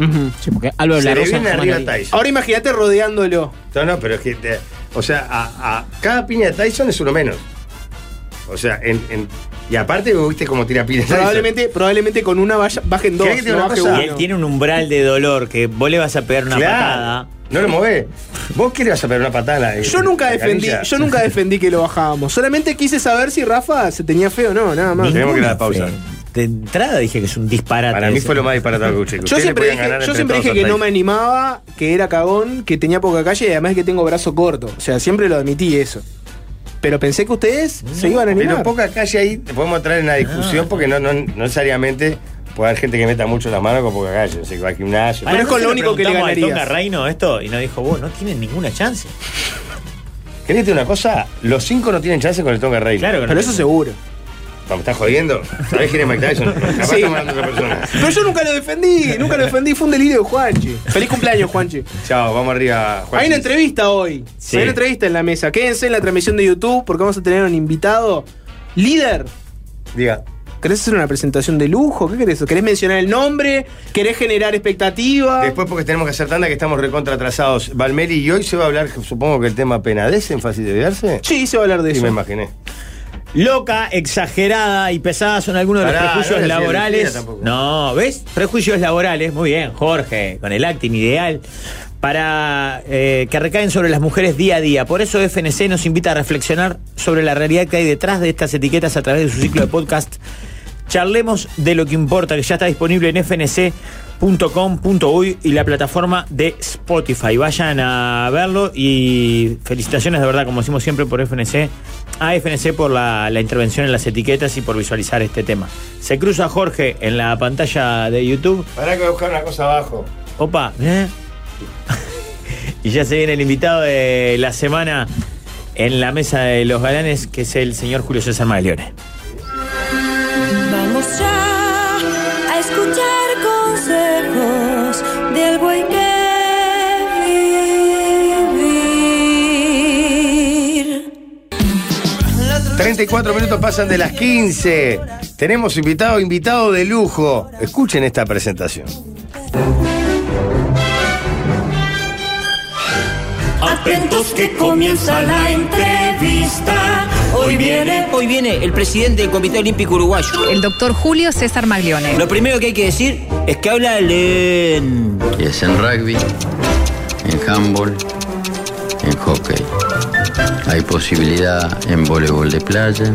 S6: Ujú.
S9: Sí, porque Álvaro
S4: Se
S9: La
S4: le
S9: Rosa
S4: viene
S9: jamás
S4: arriba
S9: lo-
S4: Tyson.
S6: Ahora imagínate rodeándolo.
S4: No, no, pero es que. te- o sea, a, a cada piña de Tyson es uno menos. O sea, en, en- y aparte, viste cómo tira piña Tyson.
S6: Probablemente, probablemente con una valla bajen dos.
S4: ¿Querés que te
S6: no
S4: diga una
S6: baje
S4: cosa?
S6: uno.
S5: Y él tiene un umbral de dolor que vos le vas a pegar una
S4: Claro.
S5: patada.
S4: No lo movés. ¿Vos qué le vas a pegar una patada? en la- en
S6: Yo nunca
S4: la
S6: defendí,
S4: canilla?
S6: yo nunca defendí que lo bajábamos. Solamente quise saber si Rafa se tenía feo o no, nada más.
S4: Tenemos que ir a la
S5: Ninguna
S4: pausa.
S5: fe. de entrada dije que es un disparate.
S4: Para mí fue lo más disparatado que escuché. que
S6: Yo
S4: ustedes le
S6: siempre
S4: podían
S6: dije,
S4: ganar
S6: yo
S4: entre
S6: siempre
S4: todos
S6: dije
S4: a
S6: que no me
S4: Thais.
S6: animaba, que era cagón, que tenía poca calle y además que tengo brazo corto. O sea, siempre lo admití eso. Pero pensé que ustedes se iban a
S4: Pero
S6: animar.
S4: poca calle ahí te podemos entrar en la discusión porque no, no, no necesariamente puede haber gente que meta mucho la mano con poca calle. No sé, que va al gimnasio.
S5: Ahora,
S6: Pero es con
S5: ¿no
S6: lo
S5: se
S6: único que le
S5: preguntamos al
S6: ganarías?
S5: Tonga Reino esto y nos dijo, vos no tienen ninguna chance.
S4: ¿Querés decirte una cosa? Los cinco no tienen chance con el Tonga Rey.
S5: Claro que
S6: Pero
S5: no.
S6: eso seguro.
S4: ¿Me estás jodiendo? ¿Sabés quién es Mike
S6: [LAUGHS]
S4: Tyson? Capaz
S6: Sí.
S4: estamos hablando de otra persona.
S6: Pero yo nunca lo
S4: [LAUGHS]
S6: defendí, nunca lo defendí, fue un delirio de Juanchi. Feliz cumpleaños, Juanchi.
S4: Chao, vamos arriba, Juan.
S6: Hay una entrevista hoy.
S5: Sí.
S6: Hay una entrevista en la mesa. Quédense en la transmisión de YouTube porque vamos a tener un invitado líder.
S4: Diga.
S6: ¿Querés hacer una presentación de lujo? ¿Qué querés? ¿Querés mencionar el nombre? ¿Querés generar expectativa?
S4: Después, porque tenemos que hacer tanda que estamos recontra atrasados. Valmeri, y hoy se va a hablar, supongo que el tema penadez en fácil de verse.
S6: Sí, se va a hablar de
S4: Sí,
S6: eso.
S4: me imaginé.
S5: Loca, exagerada y pesada son algunos de los
S4: Pará,
S5: prejuicios
S4: no le hacía mentira
S5: laborales.
S4: tampoco.
S5: No, ¿ves? Prejuicios laborales, muy bien, Jorge, con el acting ideal, para eh, que recaen sobre las mujeres día a día. Por eso FNC nos invita a reflexionar sobre la realidad que hay detrás de estas etiquetas a través de su ciclo de podcast. Charlemos de lo que importa, que ya está disponible en fnc.com.uy y la plataforma de Spotify. Vayan a verlo y felicitaciones de verdad, como decimos siempre, por FNC, a FNC por la, la intervención en las etiquetas y por visualizar este tema. Se cruza Jorge en la pantalla de YouTube.
S4: Pará que voy a buscar una cosa abajo.
S5: Opa, ¿eh? [LAUGHS] y ya se viene el invitado de la semana en la mesa de los galanes, que es el señor Julio César Maglione.
S11: Vamos ya a escuchar consejos del buen que vivir.
S4: 34 minutos pasan de las 15. Tenemos invitado, invitado de lujo. Escuchen esta presentación.
S11: Atentos que comienza la entrevista.
S9: Hoy viene, hoy viene el presidente del Comité Olímpico Uruguayo.
S12: El doctor Julio César Maglione.
S9: Lo primero que hay que decir es que habla lento.
S10: Es en rugby, en handball, en hockey. Hay posibilidad en voleibol de playa.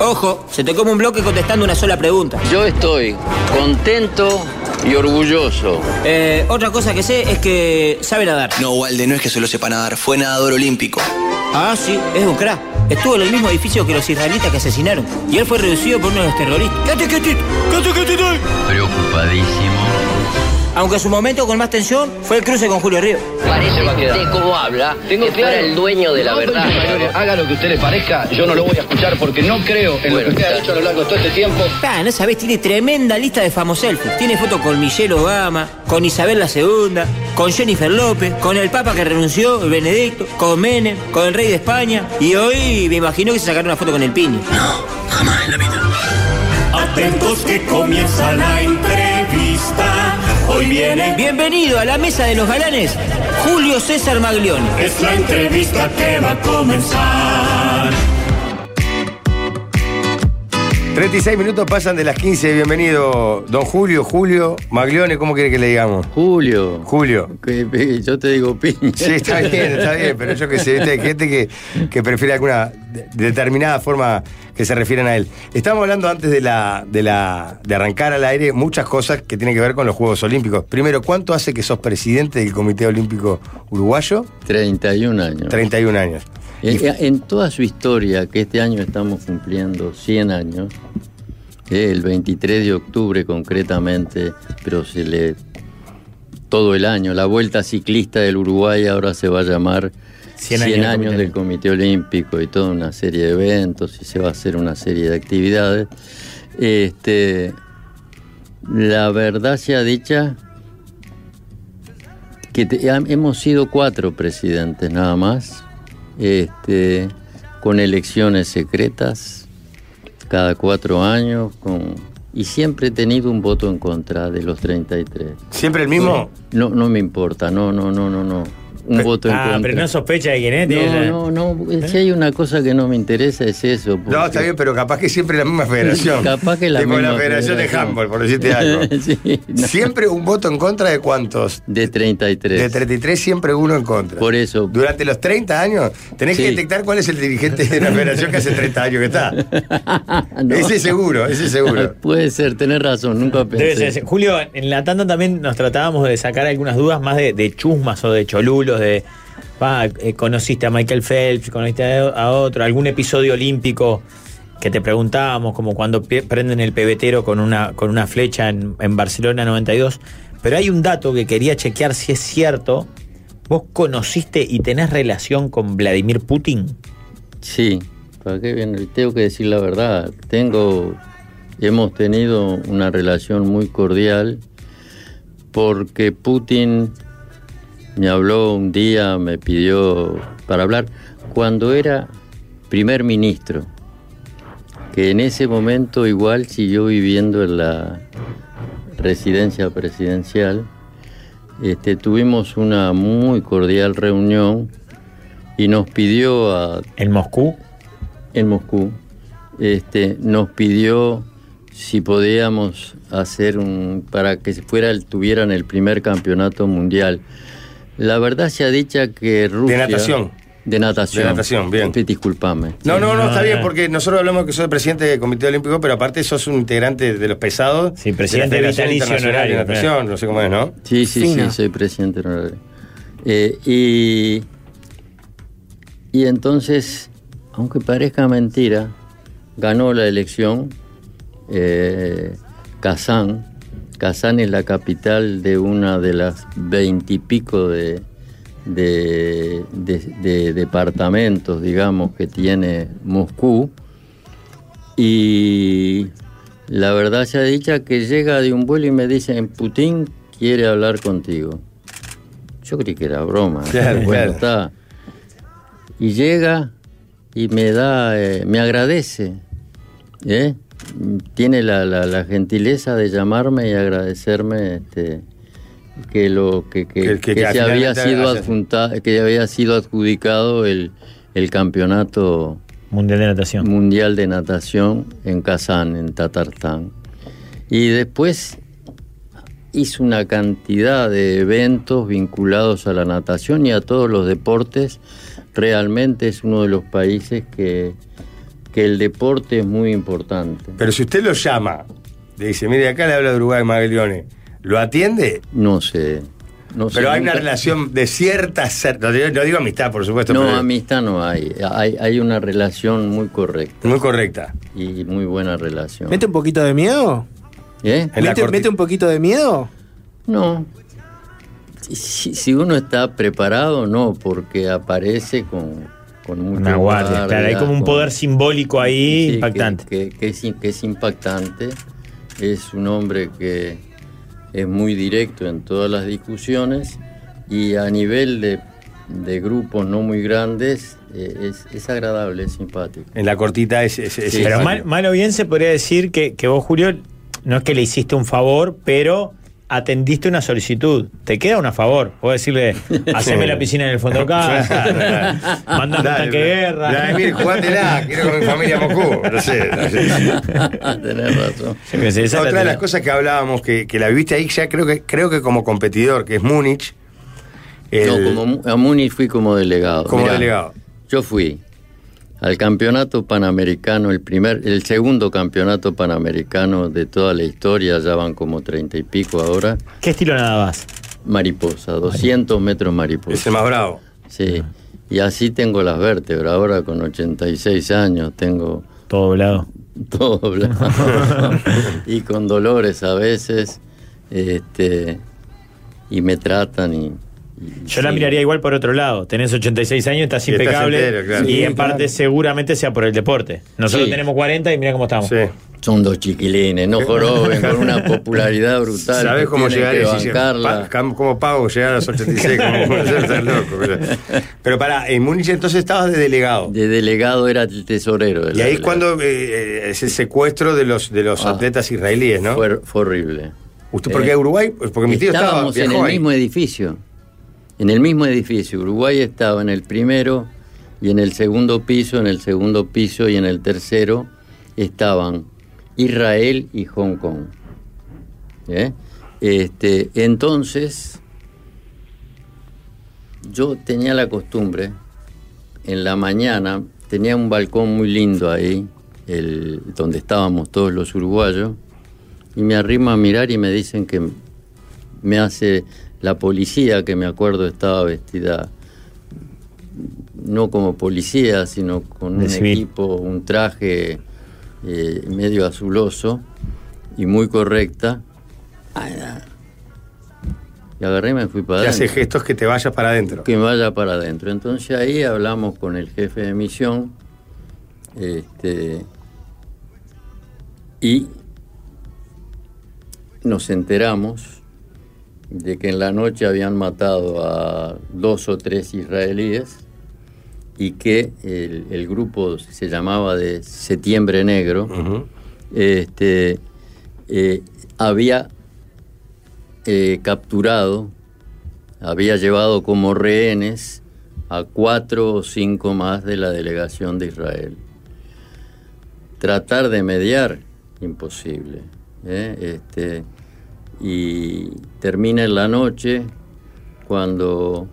S9: Ojo, se te come un bloque contestando una sola pregunta.
S10: Yo estoy contento y orgulloso.
S9: Eh, otra cosa que sé es que sabe nadar.
S10: No, Walde, no es que solo sepa nadar, fue nadador olímpico.
S9: Ah, sí, es un crack. Estuvo en el mismo edificio que los israelitas que asesinaron. Y él fue reducido por uno de los terroristas. ¡Quédate, quietito! ¡Quédate, quietito!
S10: Preocupadísimo.
S9: Aunque su momento con más tensión fue el cruce con Julio Río.
S10: Parece de cómo habla, Tengo que fuera el dueño de la verdad. haga lo que usted le parezca, yo no lo voy a escuchar porque no creo en lo que usted ha hecho a lo largo de todo este tiempo.
S9: Ah, no sabés, tiene tremenda lista de famosos selfies. Tiene fotos con Michelle Obama, con Isabel la II, con Jennifer López, con el Papa que renunció, el Benedicto, con Menem, con el Rey de España. Y hoy me imagino que se sacaron una foto con el Piña.
S1: Atentos que comienza la entrevista. Hoy viene,
S9: Bienvenido a la mesa de los galanes, Julio César Maglione.
S1: es la entrevista que va a comenzar.
S4: 36 minutos pasan de las 15. Bienvenido, don Julio, Julio, Maglione, ¿cómo quiere que le digamos?
S10: Julio,
S4: Julio.
S10: que- que yo te digo piña.
S4: Sí, está bien, está bien, pero yo que sé, viste, hay gente que, que prefiere alguna de- determinada forma que se refieran a él. Estamos hablando antes de la, de la de arrancar al aire muchas cosas que tienen que ver con los Juegos Olímpicos. Primero, ¿cuánto hace que sos presidente del Comité Olímpico Uruguayo?
S10: 31 años.
S4: 31 años.
S10: Eh, eh, En toda su historia, que este año estamos cumpliendo 100 años, eh, el 23 de octubre concretamente, pero se le todo el año, la Vuelta Ciclista del Uruguay ahora se va a llamar
S5: 100
S10: 100
S5: años
S10: años,
S5: del Comité
S10: del Comité Olímpico y toda una serie de eventos y se va a hacer una serie de actividades. Este, la verdad sea dicha, que te- ha- hemos sido cuatro presidentes nada más, este, con elecciones secretas cada cuatro años, con, y siempre he tenido un voto en contra de los 33.
S4: ¿Siempre el mismo?
S10: No, no me importa, no, no, no, no, no. un voto en
S5: Ah,
S10: contra.
S5: pero no sospecha de quién es. tiene la-
S10: No, no, no. Si hay una cosa que no me interesa es eso.
S4: No, está bien, pero capaz que siempre la misma
S10: [LAUGHS]
S4: federación.
S10: Capaz que la
S4: Tipo
S10: misma
S4: la federación de
S10: federación.
S4: handball,
S10: [LAUGHS]
S4: por decirte algo.
S10: Sí, no.
S4: Siempre un voto en contra de cuántos?
S10: De 33.
S4: De 33, siempre uno en contra.
S10: Por eso.
S4: Durante los 30 años tenés
S10: Sí.
S4: que detectar cuál es el dirigente
S10: [LAUGHS]
S4: de la federación que hace 30 años que
S10: [LAUGHS]
S4: está.
S10: No.
S4: Ese seguro, ese seguro.
S10: [LAUGHS] Puede ser, tenés razón, nunca pensé.
S5: Debe ser. Julio, en la tanda también nos tratábamos de sacar algunas dudas más de, de chusmas o de cholulos, de pa, eh, conociste a Michael Phelps, conociste a, a otro, algún episodio olímpico que te preguntábamos, como cuando pi- prenden el pebetero con una, con una flecha en, en Barcelona 92. Pero hay un dato que quería chequear si es cierto. ¿Vos conociste y tenés relación con Vladimir Putin?
S10: Sí, para qué bien, tengo que decir la verdad. Tengo, hemos tenido una relación muy cordial porque Putin me habló un día, me pidió para hablar cuando era primer ministro, que en ese momento igual siguió viviendo en la residencia presidencial. Este, tuvimos una muy cordial reunión y nos pidió a
S5: ¿En Moscú?
S10: en Moscú, este, nos pidió si podíamos hacer un para que fuera el- tuvieran el primer campeonato mundial. La verdad se ha dicho que Rusia de
S4: natación.
S10: natación, Ah.
S4: De natación, bien.
S10: Disculpame.
S4: No, no, no, está
S5: no,
S4: bien,
S5: no.
S4: porque nosotros hablamos que sos el presidente del Comité Olímpico, pero aparte sos un integrante de los pesados.
S5: Sí, presidente
S4: de la Federación
S5: vitalicio
S4: Internacional de
S5: honorario,
S4: Natación, no sé cómo es, ¿no?
S10: Sí, sí,
S6: Fina.
S10: sí, soy presidente honorario. Eh, y, y entonces, aunque parezca mentira, ganó la elección eh, Kazán. Kazán es la capital de una de las veintipico de, de- de- de departamentos, digamos, que tiene Moscú. Y la verdad se ha dicho que llega de un vuelo y me dicen, Putin quiere hablar contigo. Yo creí que era broma.
S4: Claro,
S10: Ah, Bueno,
S4: claro.
S10: está. Y llega y me da, eh, me agradece. ¿eh? Tiene la, la- la gentileza de llamarme y agradecerme este, que lo que, que-
S4: Que-
S10: que
S4: que- que
S10: se había
S4: finalmente
S10: sido
S4: haces.
S10: adjunta- que había sido adjudicado el, el campeonato
S5: Mundial de Natación.
S10: Mundial de Natación en Kazán, en Tatarstán. Y después hizo una cantidad de eventos vinculados a la natación y a todos los deportes. Realmente es uno de los países que, que el deporte es muy importante.
S4: Pero si usted lo llama, le dice, mire, acá le habla de Uruguay Maglione, ¿lo atiende?
S10: No sé. No sé,
S4: Pero hay una
S10: nunca-
S4: relación de cierta. cer- No digo, no digo amistad, por supuesto.
S10: No,
S4: pero
S10: amistad no hay. hay. Hay una relación muy correcta
S4: Muy correcta.
S10: y muy buena relación.
S6: ¿Mete un poquito de miedo?
S10: ¿Eh?
S4: En la
S6: ¿Mete,
S4: corti-
S6: mete un poquito de miedo?
S10: No. Si, si uno está preparado, no, porque aparece con, con mucha
S5: Una guardia, claro. Hay
S10: guardia,
S5: como un
S10: con-
S5: poder simbólico ahí
S10: Sí,
S5: impactante.
S10: Que, que- que es, que es impactante. Es un hombre que es muy directo en todas las discusiones y a nivel de, de grupos no muy grandes eh, es, es agradable, es simpático.
S4: En la cortita es. es- es-
S10: Sí,
S5: Pero
S10: sí.
S5: mal, mal o bien se podría decir que, que vos, Julio, no es que le hiciste un favor, pero atendiste una solicitud. Te queda una favor.
S4: [LAUGHS]
S5: Puedo decirle, haceme la piscina en el fondo de casa, mandame un
S4: Dale,
S5: tanque de guerra. [LAUGHS]
S4: Vladimir, jugátela, quiero con mi familia a Moscú. No sé. no sé.
S10: Ah, Tenés razón.
S5: Sí, que se- esa la
S4: Otra de las
S5: tenía.
S4: cosas que hablábamos, que, que la viviste ahí ya, creo que, creo que como competidor, que es Múnich. el-
S10: No, como mu- a Múnich fui como delegado.
S4: como
S10: Mirá,
S4: delegado.
S10: Yo
S5: [LAUGHS]
S10: fui [LAUGHS] al campeonato panamericano, el primer, el segundo campeonato panamericano de toda la historia, ya van como treinta y pico ahora,
S5: ¿Qué estilo nadabas?
S10: mariposa, 200 metros
S4: Es
S10: mariposa.
S4: el más bravo.
S10: Sí, y así tengo las vértebras, ahora con 86 años tengo
S5: Todo doblado.
S10: todo blanco y con dolores a veces, este, y me tratan y... y
S5: Yo la
S10: sí.
S5: miraría igual por otro lado. Tenés 86 años, estás
S4: Y estás
S5: impecable.
S4: entero, claro.
S5: Y
S4: Sí,
S5: en parte seguramente sea por el deporte. Nosotros
S10: Sí.
S5: tenemos 40 y mira cómo estamos.
S4: Sí.
S10: Son dos chiquilines,
S4: [LAUGHS]
S10: no joroben, con una popularidad brutal.
S4: ¿Sabés cómo llegar
S10: llegar
S4: a
S10: que
S4: decir,
S10: bancarla.
S4: pa- cam- ¿Cómo pago llegar a los
S10: [LAUGHS]
S4: 86? ¿Cómo cómo estás loco? Pero, pero pará, en Múnich entonces estabas de delegado.
S10: De delegado era el tesorero. de
S4: Y
S10: la
S4: ahí es
S10: delega-
S4: cuando eh, eh, es el secuestro de los, de los
S10: Ah.
S4: atletas israelíes, ¿no?
S10: Fue, fue horrible.
S4: ¿Usted por qué Uruguay? Pues Porque mi tío estaba
S10: Estábamos en el
S4: viajó ahí.
S10: mismo edificio. en el mismo edificio. Uruguay estaba en el primero y en el segundo piso, en el segundo piso y en el tercero estaban Israel y Hong Kong. ¿Eh? Este, entonces, yo tenía la costumbre, en la mañana, tenía un balcón muy lindo ahí, el, donde estábamos todos los uruguayos, y me arrimo a mirar y me dicen que me hace la policía, que me acuerdo estaba vestida no como policía, sino con
S5: De
S10: un
S5: civil.
S10: equipo, un traje eh, medio azuloso y muy correcta. Y agarré y me fui para
S4: Te hace
S10: adentro.
S4: gestos que te vayas para adentro.
S10: Que vaya para adentro. Entonces ahí hablamos con el jefe de misión este, y nos enteramos de que en la noche habían matado a dos o tres israelíes y que el, el grupo se llamaba de Septiembre Negro, este, eh, había eh, capturado, había llevado como rehenes a cuatro o cinco más de la delegación de Israel. Tratar de mediar, imposible. ¿eh? Este, y termina en la noche cuando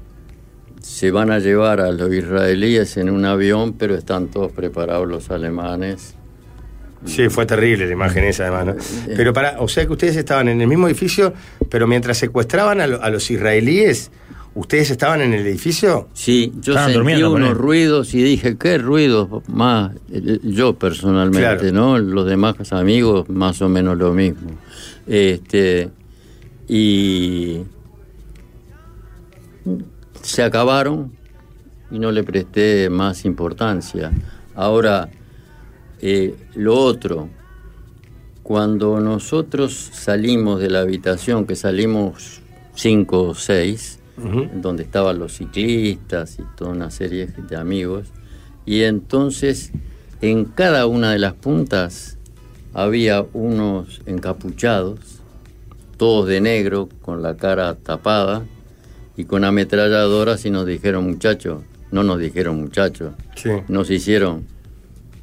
S10: se van a llevar a los israelíes en un avión, pero están todos preparados los alemanes.
S4: Sí, fue terrible la imagen esa, además. ¿no? Pero para, o sea que ustedes estaban en el mismo edificio, pero mientras secuestraban a, lo- a los israelíes, ¿ustedes estaban en el edificio?
S10: Sí, yo
S4: Estaban
S10: sentí
S4: durmiendo,
S10: unos
S4: ponele.
S10: ruidos y dije, ¿qué ruidos más? Eh, Yo personalmente,
S4: Claro.
S10: ¿no? Los demás amigos, más o menos lo mismo. Este, y se acabaron y no le presté más importancia. Ahora, eh, lo otro, cuando nosotros salimos de la habitación, que salimos cinco o seis, donde estaban los ciclistas y toda una serie de amigos, y entonces en cada una de las puntas había unos encapuchados, todos de negro, con la cara tapada y con ametralladoras y nos dijeron muchachos, no nos dijeron muchachos, nos hicieron,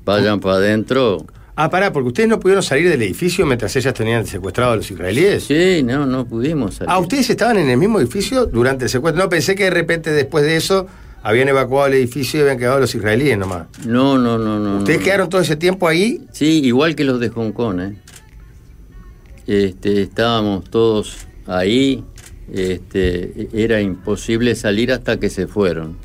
S10: vayan para adentro.
S4: Ah, pará, porque ustedes no pudieron salir del edificio mientras ellas tenían secuestrado a los israelíes.
S10: Sí, no, no pudimos salir.
S4: Ah, ustedes estaban en el mismo edificio durante el secuestro. No pensé que de repente después de eso habían evacuado el edificio y habían quedado los israelíes nomás.
S10: No, no, no, no.
S4: ¿Ustedes
S10: no.
S4: quedaron todo ese tiempo ahí?
S10: Sí, igual que los de Hong Kong, ¿eh? Este, estábamos todos ahí, este, era imposible salir hasta que se fueron.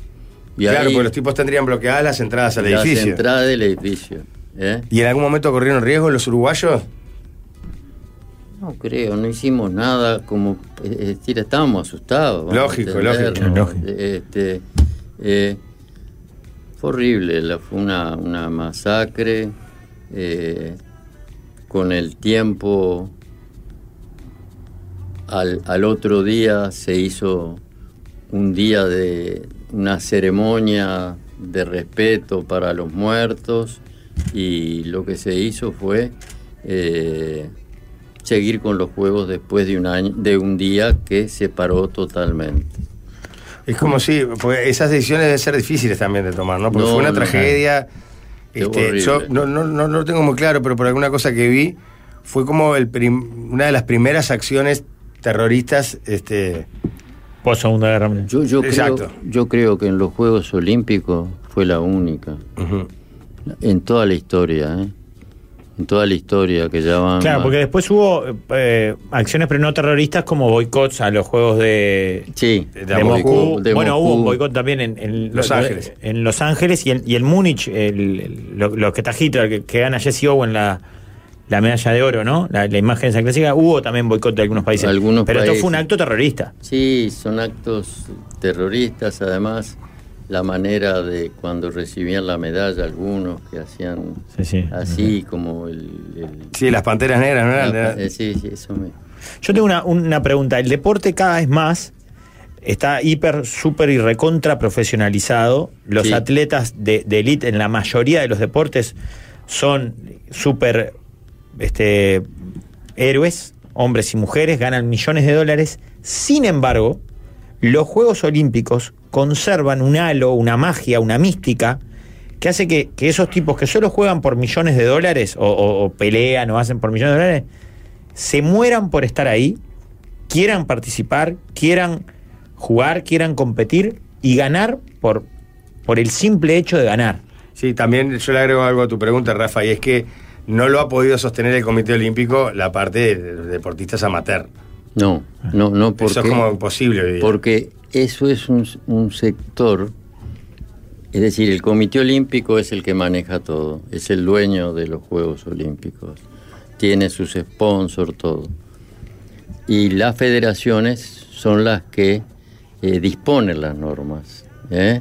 S10: Y ahí
S4: claro, porque los tipos tendrían bloqueadas las entradas al
S10: las
S4: edificio.
S10: entradas del edificio. ¿eh?
S4: ¿Y en algún momento corrieron riesgo los uruguayos?
S10: No creo, no hicimos nada como es decir, estábamos asustados. vamos a
S4: Lógico,
S10: entendernos.
S4: lógico.
S10: Este, eh, fue horrible, la- fue una, una masacre. eh, con el tiempo, al, al otro día se hizo un día de una ceremonia de respeto para los muertos y lo que se hizo fue eh, seguir con los juegos después de un año, de un día que se paró totalmente.
S4: Es como si, porque esas decisiones deben ser difíciles también de tomar, ¿no? Porque
S10: No,
S4: fue una
S10: no,
S4: tragedia.
S10: Qué
S4: este,
S10: horrible.
S4: yo no, no, no, no lo tengo muy claro, pero por alguna cosa que vi, fue como el prim- una de las primeras acciones terroristas. Este,
S5: Post Segunda Guerra Mundial.
S10: Yo, yo,
S4: Exacto.
S10: creo, yo creo que en los Juegos Olímpicos fue la única. En toda la historia, ¿eh? En toda la historia que ya van.
S5: Claro, porque después hubo eh, acciones pero no terroristas como boicots a los juegos de,
S10: Sí,
S5: de,
S10: de
S5: Moscú.
S10: Moscú, de
S5: Bueno, hubo un
S10: Moscú.
S5: boicot también en, en
S4: Los
S5: lo-
S4: Ángeles.
S5: En Los Ángeles y el, y el Múnich, el- el- lo, lo que está Hitler, que, que gana Jesse Owen la, la medalla de oro, ¿no? La, la imagen esa clásica. Hubo también boicot de algunos países.
S10: Algunos
S5: pero esto
S10: países.
S5: fue un acto terrorista.
S10: Sí, son actos terroristas, además la manera de cuando recibían la medalla algunos que hacían
S5: Sí, sí.
S10: así como el, el-
S4: sí, las panteras negras, ¿no? eran?
S10: la- eh, sí, sí, eso me-
S5: Yo tengo una, una pregunta. El deporte cada vez más está hiper, súper y recontra profesionalizado. Los
S10: Sí.
S5: atletas de, de elite en la mayoría de los deportes son súper este, héroes, hombres y mujeres, ganan millones de dólares. Sin embargo, los Juegos Olímpicos conservan un halo, una magia, una mística, que hace que, que esos tipos que solo juegan por millones de dólares, o, o- o pelean, o hacen por millones de dólares, se mueran por estar ahí, quieran participar, quieran jugar, quieran competir y ganar por, por el simple hecho de ganar.
S4: Sí, también yo le agrego algo a tu pregunta, Rafa, y es que no lo ha podido sostener el Comité Olímpico la parte de los deportistas amateur.
S10: No, no, no, porque.
S4: Eso es como imposible. hoy día.
S10: Porque eso es un, un sector, es decir, el Comité Olímpico es el que maneja todo, es el dueño de los Juegos Olímpicos, tiene sus sponsors, todo. Y las federaciones son las que eh, disponen las normas. ¿eh?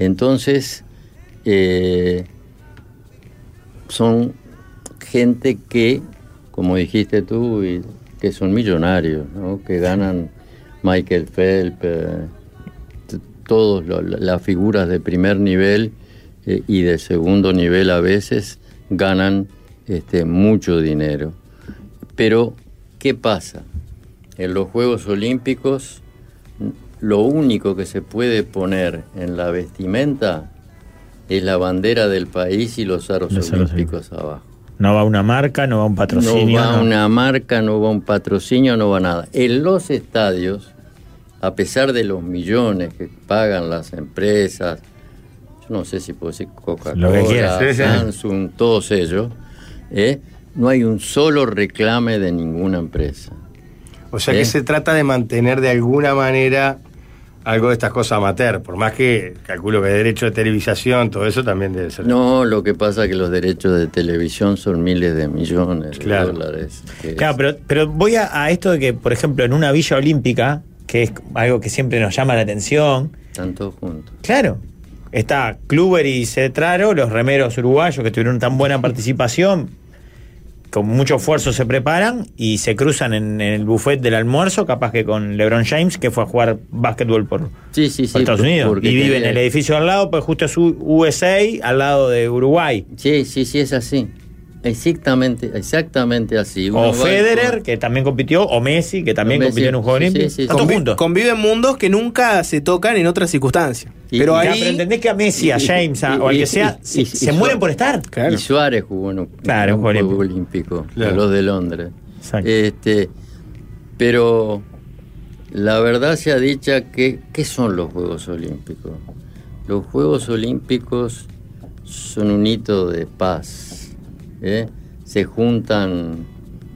S10: Entonces, eh, son gente que, como dijiste tú, y que son millonarios, ¿no? que ganan Michael Phelps, eh, todas las figuras de primer nivel eh, y de segundo nivel a veces ganan este, mucho dinero. Pero, ¿qué pasa? En los Juegos Olímpicos, n- lo único que se puede poner en la vestimenta es la bandera del país y los aros
S5: Los aros
S10: olímpicos abajo.
S5: No va una marca, no va un patrocinio.
S10: No va
S5: no-
S10: una marca, no va un patrocinio, no va nada. En los estadios, a pesar de los millones que pagan las empresas, yo no sé si puedo decir
S5: Lo que quieras,
S10: Coca-Cola,
S5: Ah. sí, sí.
S10: Samsung, todos ellos, ¿eh? no hay un solo reclame de ninguna empresa. ¿Eh?
S4: O sea que se trata de mantener de alguna manera algo de estas cosas amateur, por más que calculo que derecho de televisación, todo eso también debe ser.
S10: No, lo que pasa es que los derechos de televisión son miles de millones de
S5: Claro.
S10: dólares. que
S5: Claro, pero, pero voy a, a esto de que, por ejemplo, en una villa olímpica, que es algo que siempre nos llama la atención.
S10: Están todos juntos.
S5: Claro. Está Kluber y Cetraro, los remeros uruguayos que tuvieron tan buena participación, con mucho esfuerzo se preparan y se cruzan en, en el buffet del almuerzo, capaz que con LeBron James, que fue a jugar básquetbol por,
S10: Sí, sí,
S5: por
S10: sí.
S5: Estados
S10: por-
S5: Unidos.
S10: porque
S5: Y vive en
S10: tenía-
S5: el edificio al lado, pues justo es U- USA, al lado de Uruguay.
S10: Sí, sí, sí, es así. Exactamente, exactamente así. Uno va
S5: O
S10: y-
S5: Federer, que también compitió, o Messi, que también
S10: Messi,
S5: compitió en un juego
S10: sí, sí,
S5: olímpico.
S10: sí, sí.
S5: Están todos
S10: Convi-
S5: juntos.
S6: Conviven mundos que nunca se tocan en otras circunstancias.
S10: Y-
S6: pero
S10: y-
S5: Ya,
S6: ahí.
S5: pero entendés que a Messi, a
S10: y-
S5: James, a-
S10: y-
S5: o al
S10: y-
S5: que sea,
S10: y-
S5: se,
S10: y-
S5: se
S10: y-
S5: mueren por estar.
S6: Claro.
S10: Y Suárez jugó en un, en
S5: Claro, un
S10: un
S5: juego
S10: juego olímpico,
S4: Claro.
S10: los de Londres.
S5: Exacto.
S10: Este, pero la verdad se ha dicho que ¿qué son los Juegos Olímpicos? Los Juegos Olímpicos son un hito de paz. ¿eh? Se juntan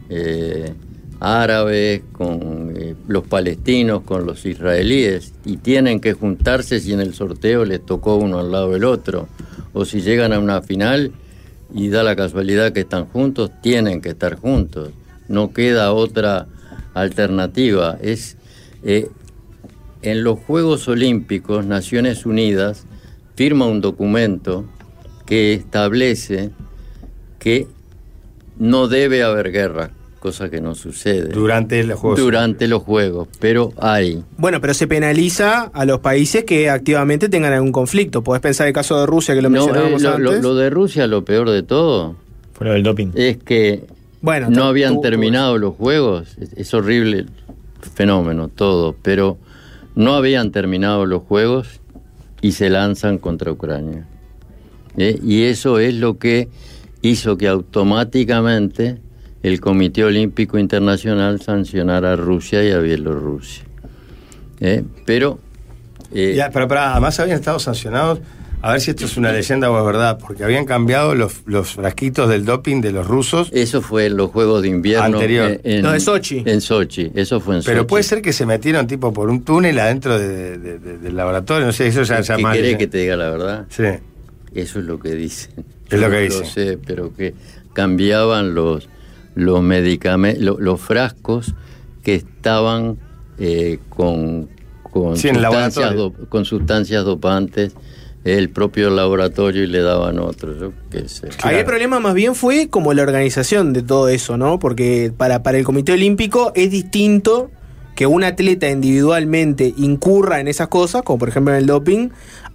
S10: eh, árabes con eh, los palestinos, con los israelíes, y tienen que juntarse si en el sorteo les tocó uno al lado del otro, o si llegan a una final y da la casualidad que están juntos, tienen que estar juntos. No queda otra alternativa. Es eh, en los Juegos Olímpicos, Naciones Unidas firma un documento que establece que no debe haber guerra, cosa que no sucede
S4: Durante los juegos.
S10: durante los Juegos, pero hay.
S6: Bueno, pero se penaliza a los países que activamente tengan algún conflicto. Podés pensar el caso de Rusia, que lo
S10: No, eh,
S6: mencionábamos
S10: lo,
S6: antes.
S10: lo- lo de Rusia, lo peor de todo,
S5: Por lo del doping.
S10: es que
S6: bueno,
S10: no
S6: tú-
S10: habían
S6: tú-
S10: terminado los juegos. Es, es horrible el fenómeno todo, pero no habían terminado los juegos y se lanzan contra Ucrania. ¿Eh? Y eso es lo que hizo que automáticamente el Comité Olímpico Internacional sancionara a Rusia y a Bielorrusia. ¿Eh? Pero eh,
S4: Ya, pero, pero, además habían estado sancionados, a ver si esto es una leyenda o es verdad, porque habían cambiado los, los frasquitos del doping de los rusos,
S10: eso fue en los Juegos de Invierno
S4: Anterior.
S10: eh, en,
S6: No, de Sochi.
S10: En Sochi, eso fue en
S4: pero
S10: Sochi.
S4: puede ser que se metieron tipo por un túnel adentro de- de- de- del laboratorio, no sé, eso ya, ya
S10: ¿Qué
S4: más-
S10: querés que te diga la verdad?
S4: Sí.
S10: Eso es lo que dicen.
S4: Es lo que
S10: Yo
S4: dicen.
S10: Lo sé, pero que cambiaban los, los medicamentos, los frascos que estaban eh, con, con,
S4: Sí, en el
S10: sustancias
S4: laboratorio.
S10: do- con sustancias dopantes, el propio laboratorio y le daban otro. Yo qué sé.
S6: Ahí el problema más bien fue como la organización de todo eso, ¿no? Porque para, para el Comité Olímpico es distinto que un atleta individualmente incurra en esas cosas, como por ejemplo en el doping,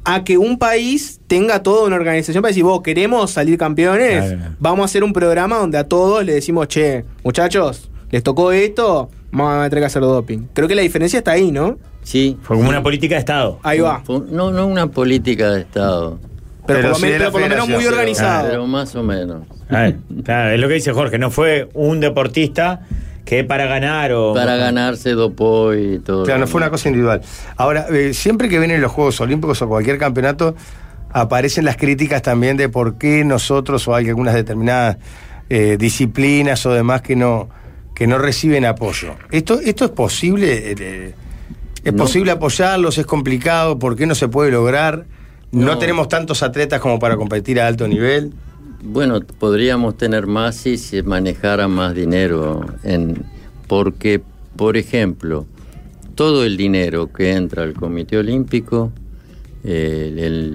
S6: a que un país tenga toda una organización para decir, vos queremos salir campeones,
S5: Claro.
S6: vamos a hacer un programa donde a todos le decimos, che, muchachos, les tocó esto, vamos a tener que hacer doping. Creo que la diferencia está ahí, ¿no?
S10: Sí.
S5: Fue como una política de Estado.
S6: Ahí va.
S10: Fue- No, no una política de Estado.
S6: Pero, por, lo
S4: sí
S6: men-
S4: de la
S6: pero por lo menos
S4: federación,
S6: muy
S4: sí,
S6: organizado.
S10: Pero más o menos. [LAUGHS]
S5: A ver, claro, es lo que dice Jorge, no fue un deportista que para ganar o.
S10: Para ganarse dopo y todo.
S4: Claro, no fue una cosa individual. Ahora, eh, siempre que vienen los Juegos Olímpicos o cualquier campeonato, aparecen las críticas también de por qué nosotros o hay algunas determinadas eh, disciplinas o demás que no, que no reciben apoyo. ¿Esto, esto es posible? Eh, eh, ¿Es
S10: No.
S4: posible apoyarlos? ¿Es complicado? ¿Por qué no se puede lograr? No.
S10: No.
S4: tenemos tantos atletas como para competir a alto nivel.
S10: Bueno, podríamos tener más si se manejara más dinero. En, porque, por ejemplo, todo el dinero que entra al Comité Olímpico, eh, el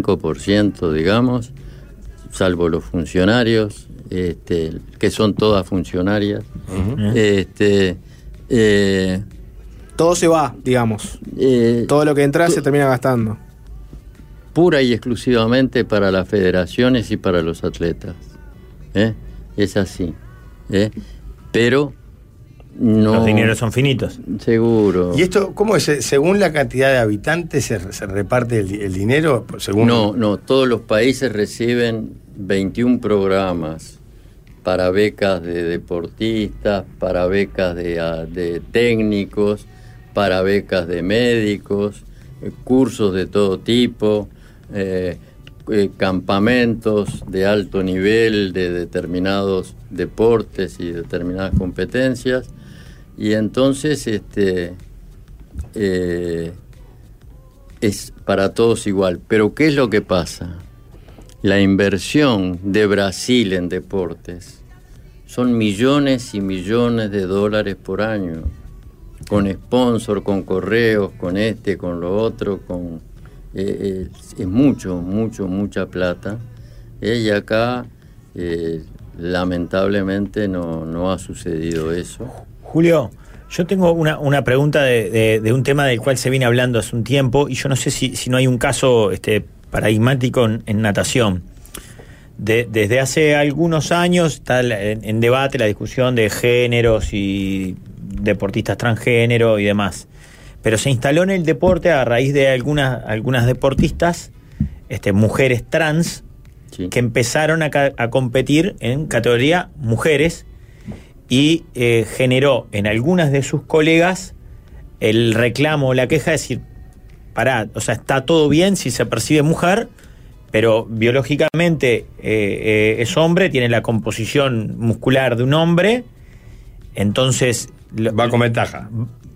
S10: 95%, digamos, salvo los funcionarios, este, que son todas funcionarias, este, eh,
S6: Todo se va, digamos.
S10: eh,
S6: Todo lo que entra se termina gastando.
S10: pura y exclusivamente para las federaciones y para los atletas. ¿eh? Es así. ¿eh? Pero no.
S5: Los dineros son finitos.
S10: Seguro.
S4: ¿Y esto cómo es? Eh, ¿Según la cantidad de habitantes se, se reparte el, el dinero? Según
S10: No, no, todos los países reciben 21 programas para becas de deportistas, para becas de, ah, de técnicos, para becas de médicos, eh, cursos de todo tipo, eh, eh, campamentos de alto nivel de determinados deportes y determinadas competencias. Y entonces, este, eh, es para todos igual. Pero ¿qué es lo que pasa? La inversión de Brasil en deportes son millones y millones de dólares por año, con sponsor, con correos, con este, con lo otro, con eh, eh, es mucho, mucho, mucha plata. Eh, y acá eh, lamentablemente no, no ha sucedido eso.
S5: Julio, yo tengo una, una pregunta de, de- de un tema del cual se viene hablando hace un tiempo y yo no sé si, si no hay un caso este, paradigmático en, en natación. De- desde hace algunos años está la- en, en debate la discusión de géneros y deportistas transgénero y demás. Pero se instaló en el deporte a raíz de algunas, algunas deportistas, este, mujeres trans,
S10: Sí.
S5: que empezaron a, ca- a competir en categoría mujeres y eh, generó en algunas de sus colegas el reclamo o la queja de decir, pará, o sea, está todo bien si se percibe mujer, pero biológicamente eh, eh, es hombre, tiene la composición muscular de un hombre, entonces lo-
S4: va con ventaja.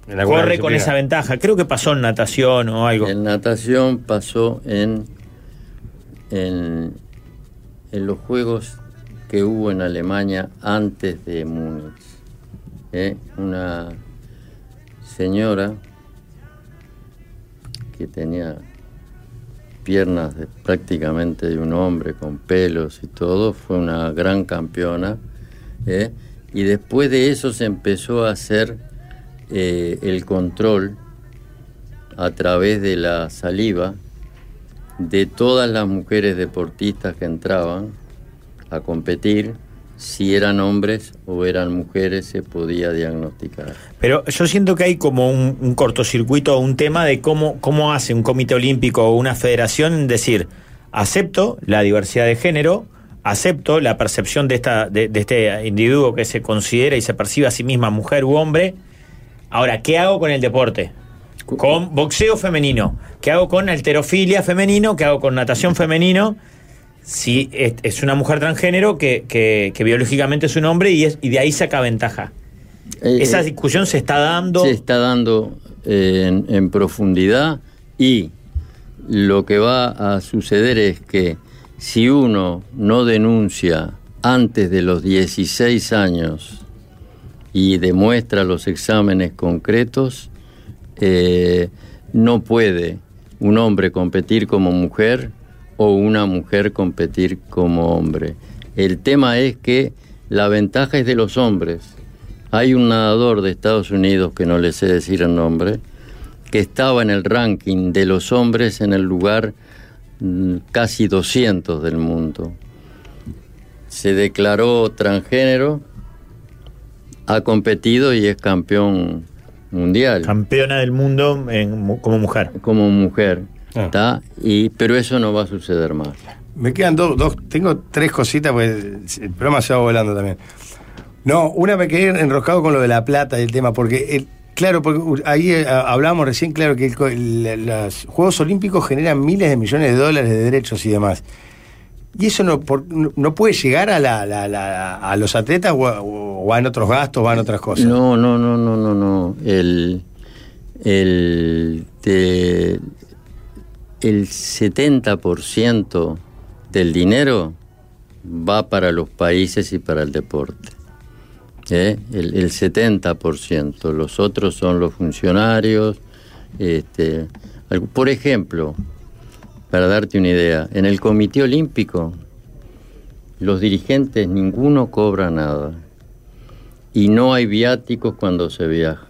S4: En alguna
S5: corre con
S4: disciplina.
S5: esa ventaja. Creo que pasó en natación o algo.
S10: En natación pasó en, en, en los Juegos que hubo en Alemania antes de Múnich. ¿eh? Una señora que tenía piernas de- prácticamente de un hombre con pelos y todo, fue una gran campeona. ¿eh? Y después de eso se empezó a hacer eh, el control a través de la saliva de todas las mujeres deportistas que entraban a competir, si eran hombres o eran mujeres se podía diagnosticar.
S5: Pero yo siento que hay como un, un cortocircuito, un tema de cómo, cómo hace un comité olímpico o una federación en decir, acepto la diversidad de género, acepto la percepción de, esta, de, de este individuo que se considera y se percibe a sí misma mujer u hombre. Ahora, ¿qué hago con el deporte? Con boxeo femenino, ¿qué hago con alterofilia femenino? ¿Qué hago con natación femenino? Si es, es una mujer transgénero que, que- que biológicamente es un hombre y, es, y de ahí saca ventaja.
S10: Eh,
S5: Esa
S10: eh,
S5: discusión se está dando.
S10: se está dando eh, en, en profundidad y lo que va a suceder es que si uno no denuncia antes de los 16 años y demuestra los exámenes concretos, eh, no puede un hombre competir como mujer o una mujer competir como hombre. El tema es que la ventaja es de los hombres. Hay un nadador de Estados Unidos, que no le sé decir el nombre, que estaba en el ranking de los hombres en el lugar mm, casi 200 del mundo. Se declaró transgénero ha competido y es campeón mundial.
S5: Campeona del mundo en mu- como mujer.
S10: Como mujer. ¿tá? Y, pero eso no va a suceder más.
S4: Me quedan dos, dos, tengo tres cositas porque el el programa se va volando también. No, una me quedé enroscado con lo de la plata y el tema, porque el- claro, porque u- ahí eh, a- hablábamos recién, claro, que el co- la- los Juegos Olímpicos generan miles de millones de dólares de derechos y demás. Y eso no, por- no- no puede llegar a, la, la- la- a los atletas o, a- o van otros gastos, van otras cosas.
S10: No, no, no, no, no, no. El, el, te- el 70% del dinero va para los países y para el deporte. ¿Eh? El, el 70%. Los otros son los funcionarios. Este, al- por ejemplo, para darte una idea, en el Comité Olímpico los dirigentes ninguno cobra nada y no hay viáticos cuando se viaja.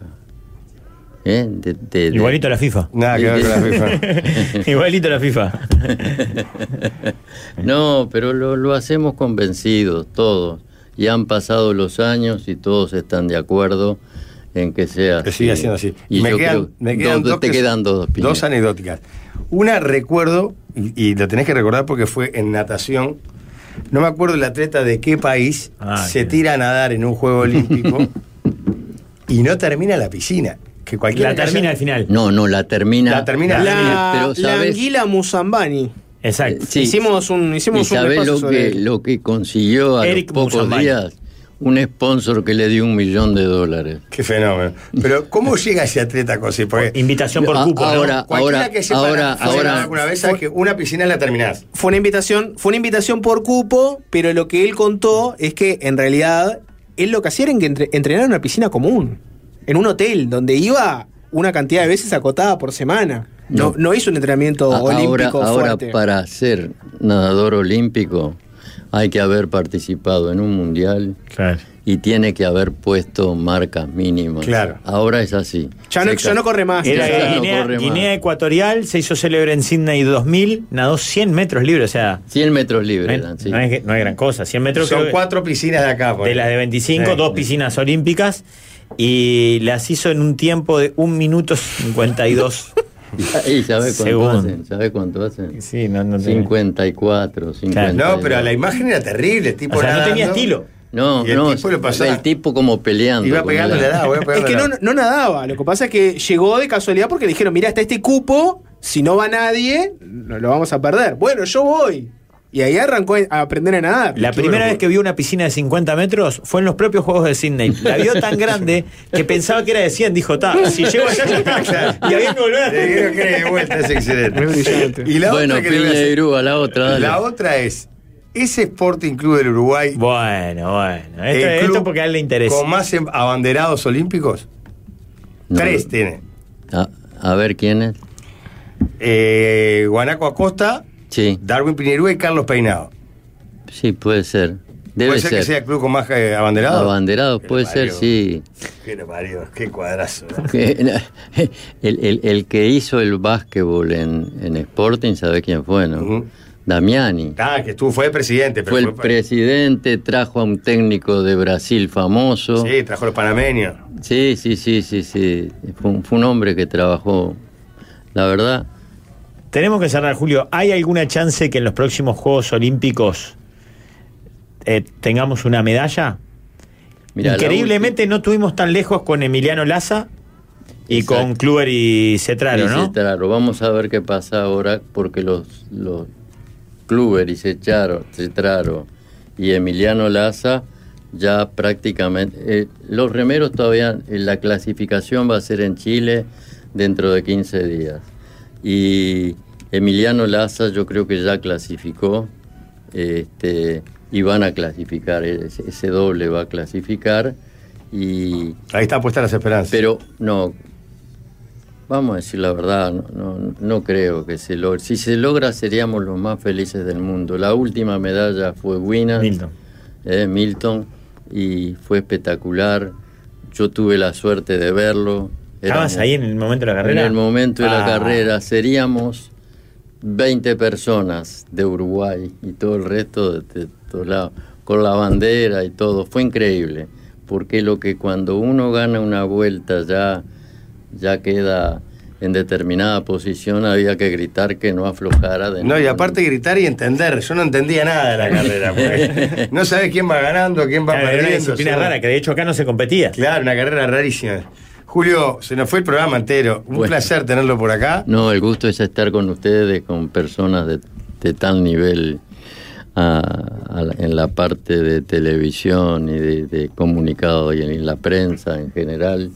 S10: ¿Eh? De- de- de-
S5: Igualito a
S10: [LAUGHS]
S5: la FIFA.
S4: Nada que ver con la
S5: Igualito a la FIFA.
S10: no, pero lo, lo hacemos convencidos todos. Ya han pasado los años y todos están de acuerdo en que sea
S4: Que siga siendo así.
S10: Y
S4: me,
S10: yo
S4: quedan,
S10: creo-
S4: me quedan
S10: dos-
S4: dos,
S10: te
S4: que-
S10: quedan dos opiniones.
S4: dos anecdóticas. Una recuerdo, y, y lo tenés que recordar porque fue en natación. No me acuerdo el atleta de qué país
S5: Ah,
S4: se
S5: qué-
S4: tira a nadar en un juego
S5: [LAUGHS]
S4: olímpico y no termina la piscina. Que cualquiera
S5: La
S4: que haya-
S5: termina al final.
S10: No, no, la termina.
S4: La termina.
S6: La,
S10: Pero,
S6: la
S10: ¿sabes?
S6: anguila Musambani.
S5: Exacto.
S10: Sí.
S6: Hicimos un
S10: ¿Y
S6: hicimos un
S10: sabés
S6: repaso
S10: lo
S6: sobre
S10: que,
S6: él.
S10: lo que consiguió a
S5: Eric
S10: los pocos
S5: Musambani.
S10: días? Un sponsor que le dio un millón de dólares.
S4: Qué fenómeno. Pero ¿cómo llega ese atleta a Cosi? Porque
S5: Invitación por
S10: A-
S5: cupo. ¿no?
S10: ahora-
S4: cualquiera que sepa
S10: ahora-
S4: nadar
S10: ahora-
S4: alguna vez sabe que una piscina la terminás.
S6: Fue una invitación, fue una invitación por cupo, pero lo que él contó es que en realidad él lo que hacía era que entre- entrenar en una piscina común, en un hotel donde iba una cantidad de veces acotada por semana. No,
S10: No.
S6: no hizo un entrenamiento
S10: A-
S6: olímpico
S10: ahora, ahora
S6: fuerte.
S10: para ser nadador olímpico hay que haber participado en un mundial
S5: Claro.
S10: y tiene que haber puesto marcas mínimas.
S4: Claro.
S10: Ahora es así.
S6: Ya no,
S10: Se
S6: ya no corre más.
S5: Era
S10: Ya no
S5: Guinea,
S10: corre más.
S5: Guinea Ecuatorial, se hizo célebre en Sydney 2000, nadó 100 metros libres, o sea,
S10: 100 metros
S5: no
S10: libres.
S5: es,
S10: Dan, sí.
S5: no es- no es gran cosa. 100 metros creo
S4: Son
S5: que-
S4: cuatro piscinas de acá.
S5: de
S4: ponele.
S5: las de 25,
S4: Sí.
S5: dos piscinas olímpicas, y las hizo en un tiempo de 1
S10: [LAUGHS]
S5: minuto 52.
S10: [LAUGHS] Y ¿sabes cuánto
S5: Según.
S10: hacen? ¿Sabe cuánto hacen?
S5: sí, no, no tenía-
S10: 54, 50.
S4: No, pero la imagen era terrible. el Tipo
S5: O sea, no
S4: nadando.
S5: tenía estilo.
S10: No,
S4: Y el
S10: no,
S4: tipo lo pasaba.
S10: el tipo como peleando.
S4: Iba
S10: con
S4: pegándole
S10: la-
S4: la edad,
S6: Es que no, no nadaba, lo que pasa es que llegó de casualidad porque le dijeron, mira, está este cupo, si no va nadie, no lo vamos a perder. Bueno, yo voy. Y ahí arrancó a aprender a nadar.
S5: La primera vez que vio una piscina de 50 metros fue en los propios Juegos de Sydney. La vio
S4: [LAUGHS]
S5: tan grande que pensaba que era de 100. Dijo, ta, si llego allá ya está. Y había que volver a
S4: Te digo que de vuelta es excelente.
S6: Muy brillante.
S4: Y la
S10: bueno,
S4: otra que le voy a
S10: Piña y
S4: hacer-
S10: Grúa, la otra. dale.
S4: la otra es ese Sporting Club del Uruguay,
S5: [LAUGHS] Bueno, bueno.
S4: el
S5: Esto, esto
S4: club
S5: porque a él le interesa.
S4: con más em- abanderados olímpicos,
S10: No.
S4: tres tiene.
S10: A, a ver quién es.
S4: Eh, Guanaco Acosta,
S10: Sí,
S4: Darwin Piñerúa y Carlos Peinado.
S10: sí, puede ser. Debe
S4: ¿Puede ser, que sea el club con más eh, abanderados?
S10: Abanderado puede ser,
S4: Mario.
S10: sí.
S4: Qué marido, qué cuadrazo. ¿eh?
S10: Que- [LAUGHS] El, el- el que hizo el básquetbol en, en Sporting, ¿sabe quién fue, no?
S4: Ujú.
S10: Damiani.
S4: Ah, que estuvo, fue presidente. Pero
S10: Fue el presidente, trajo a un técnico de Brasil famoso.
S4: Sí, trajo los panameños.
S10: Sí, sí, sí, sí, sí. Fue un, fue un hombre que trabajó, la verdad.
S5: Tenemos que cerrar, Julio. ¿Hay alguna chance que en los próximos Juegos Olímpicos eh, tengamos una medalla?
S10: Mirá, la
S5: Increíblemente no estuvimos tan lejos con Emiliano Laza y
S10: Exacto.
S5: con Kluber y
S10: ulti-
S5: Cetraro,
S10: y
S5: ¿no?
S10: Cetraro. Vamos a ver qué pasa ahora, porque los, los Kluber y Cecharo, Cetraro y Emiliano Laza ya prácticamente... eh, los remeros todavía, eh, la clasificación va a ser en Chile dentro de 15 días. Y Emiliano Laza yo creo que ya clasificó este, y van a clasificar, ese, ese doble va a clasificar. Y
S4: Ahí está puesta las esperanzas.
S10: pero no, vamos a decir la verdad, no, no, no creo que se logre. Si se logra seríamos los más felices del mundo. La última medalla fue Winners,
S5: Milton.
S10: eh, Milton, y fue espectacular. Yo tuve la suerte de verlo.
S5: ¿Estabas
S10: Éramos-
S5: ahí en el momento de la carrera?
S10: en el momento de la
S5: Ah.
S10: carrera seríamos 20 personas de Uruguay y todo el resto de, de todos lados, con la bandera y todo. Fue increíble.
S9: porque lo que cuando uno gana una vuelta ya, ya queda en determinada posición, había que gritar que no aflojara de
S4: No, y aparte gritar y entender. Yo no entendía nada de la carrera.
S9: [LAUGHS]
S4: porque no sabes quién va ganando, quién va
S5: Claro, era
S4: perdiendo.
S5: una disciplina
S4: o sea.
S5: rara, que de hecho acá no se competía.
S4: Claro, una carrera rarísima. Julio, se nos fue el programa entero. Un placer tenerlo por acá.
S9: No, el gusto es estar con ustedes, con personas de, de tal nivel a- a la- en la parte de televisión y de, de comunicado y en la prensa en general.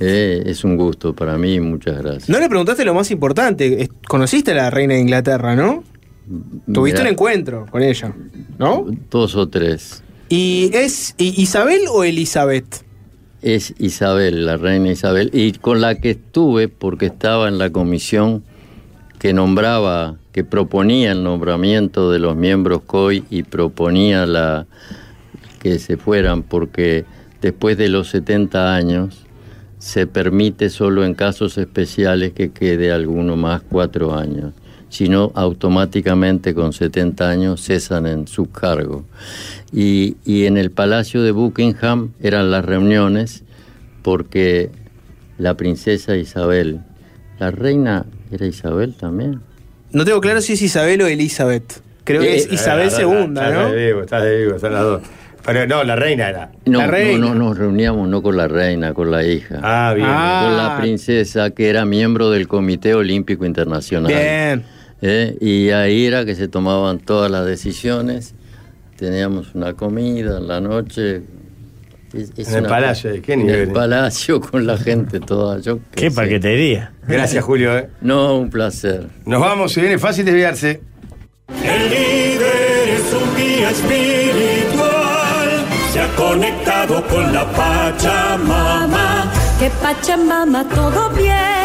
S9: Eh, es un gusto para mí, muchas gracias.
S6: No le preguntaste lo más importante. es- Conociste a la reina de Inglaterra, ¿no? Tuviste
S9: Mirá.
S6: un encuentro con ella, ¿no?
S9: Dos o tres.
S6: ¿Y es I- Isabel o Elizabeth?
S9: Es Isabel, la reina Isabel, y con la que estuve porque estaba en la comisión que nombraba, que proponía el nombramiento de los miembros COI y proponía la que se fueran porque después de los 70 años se permite solo en casos especiales que quede alguno más cuatro años. Si no, automáticamente con 70 años cesan en su cargo. Y, y en el Palacio de Buckingham eran las reuniones porque la princesa Isabel, la reina era Isabel también.
S6: No tengo claro si es Isabel o Elizabeth. Creo que es
S4: Eh,
S6: Isabel
S4: la- la-
S6: II,
S4: Estás
S6: ¿no?
S4: de vivo, estás de vivo, están las dos. Pero no, la reina era.
S9: No,
S6: La reina.
S9: no, no, nos reuníamos no con la reina, con la hija.
S4: Ah, bien.
S6: Ah.
S9: Con la princesa que era miembro del Comité Olímpico Internacional.
S6: Bien.
S9: ¿eh? Y ahí era que se tomaban todas las decisiones. Teníamos una comida en la noche. Es- es
S4: En el
S9: una-
S4: palacio, ¿qué
S9: En
S4: nivel?
S9: el palacio con la gente toda. Yo
S5: Qué
S9: sé.
S5: paquetería.
S4: Gracias, Julio. eh.
S9: No, un placer.
S4: Nos vamos, si viene fácil desviarse.
S10: El líder es un guía espiritual, se ha conectado con la Pachamama. Que Pachamama todo bien.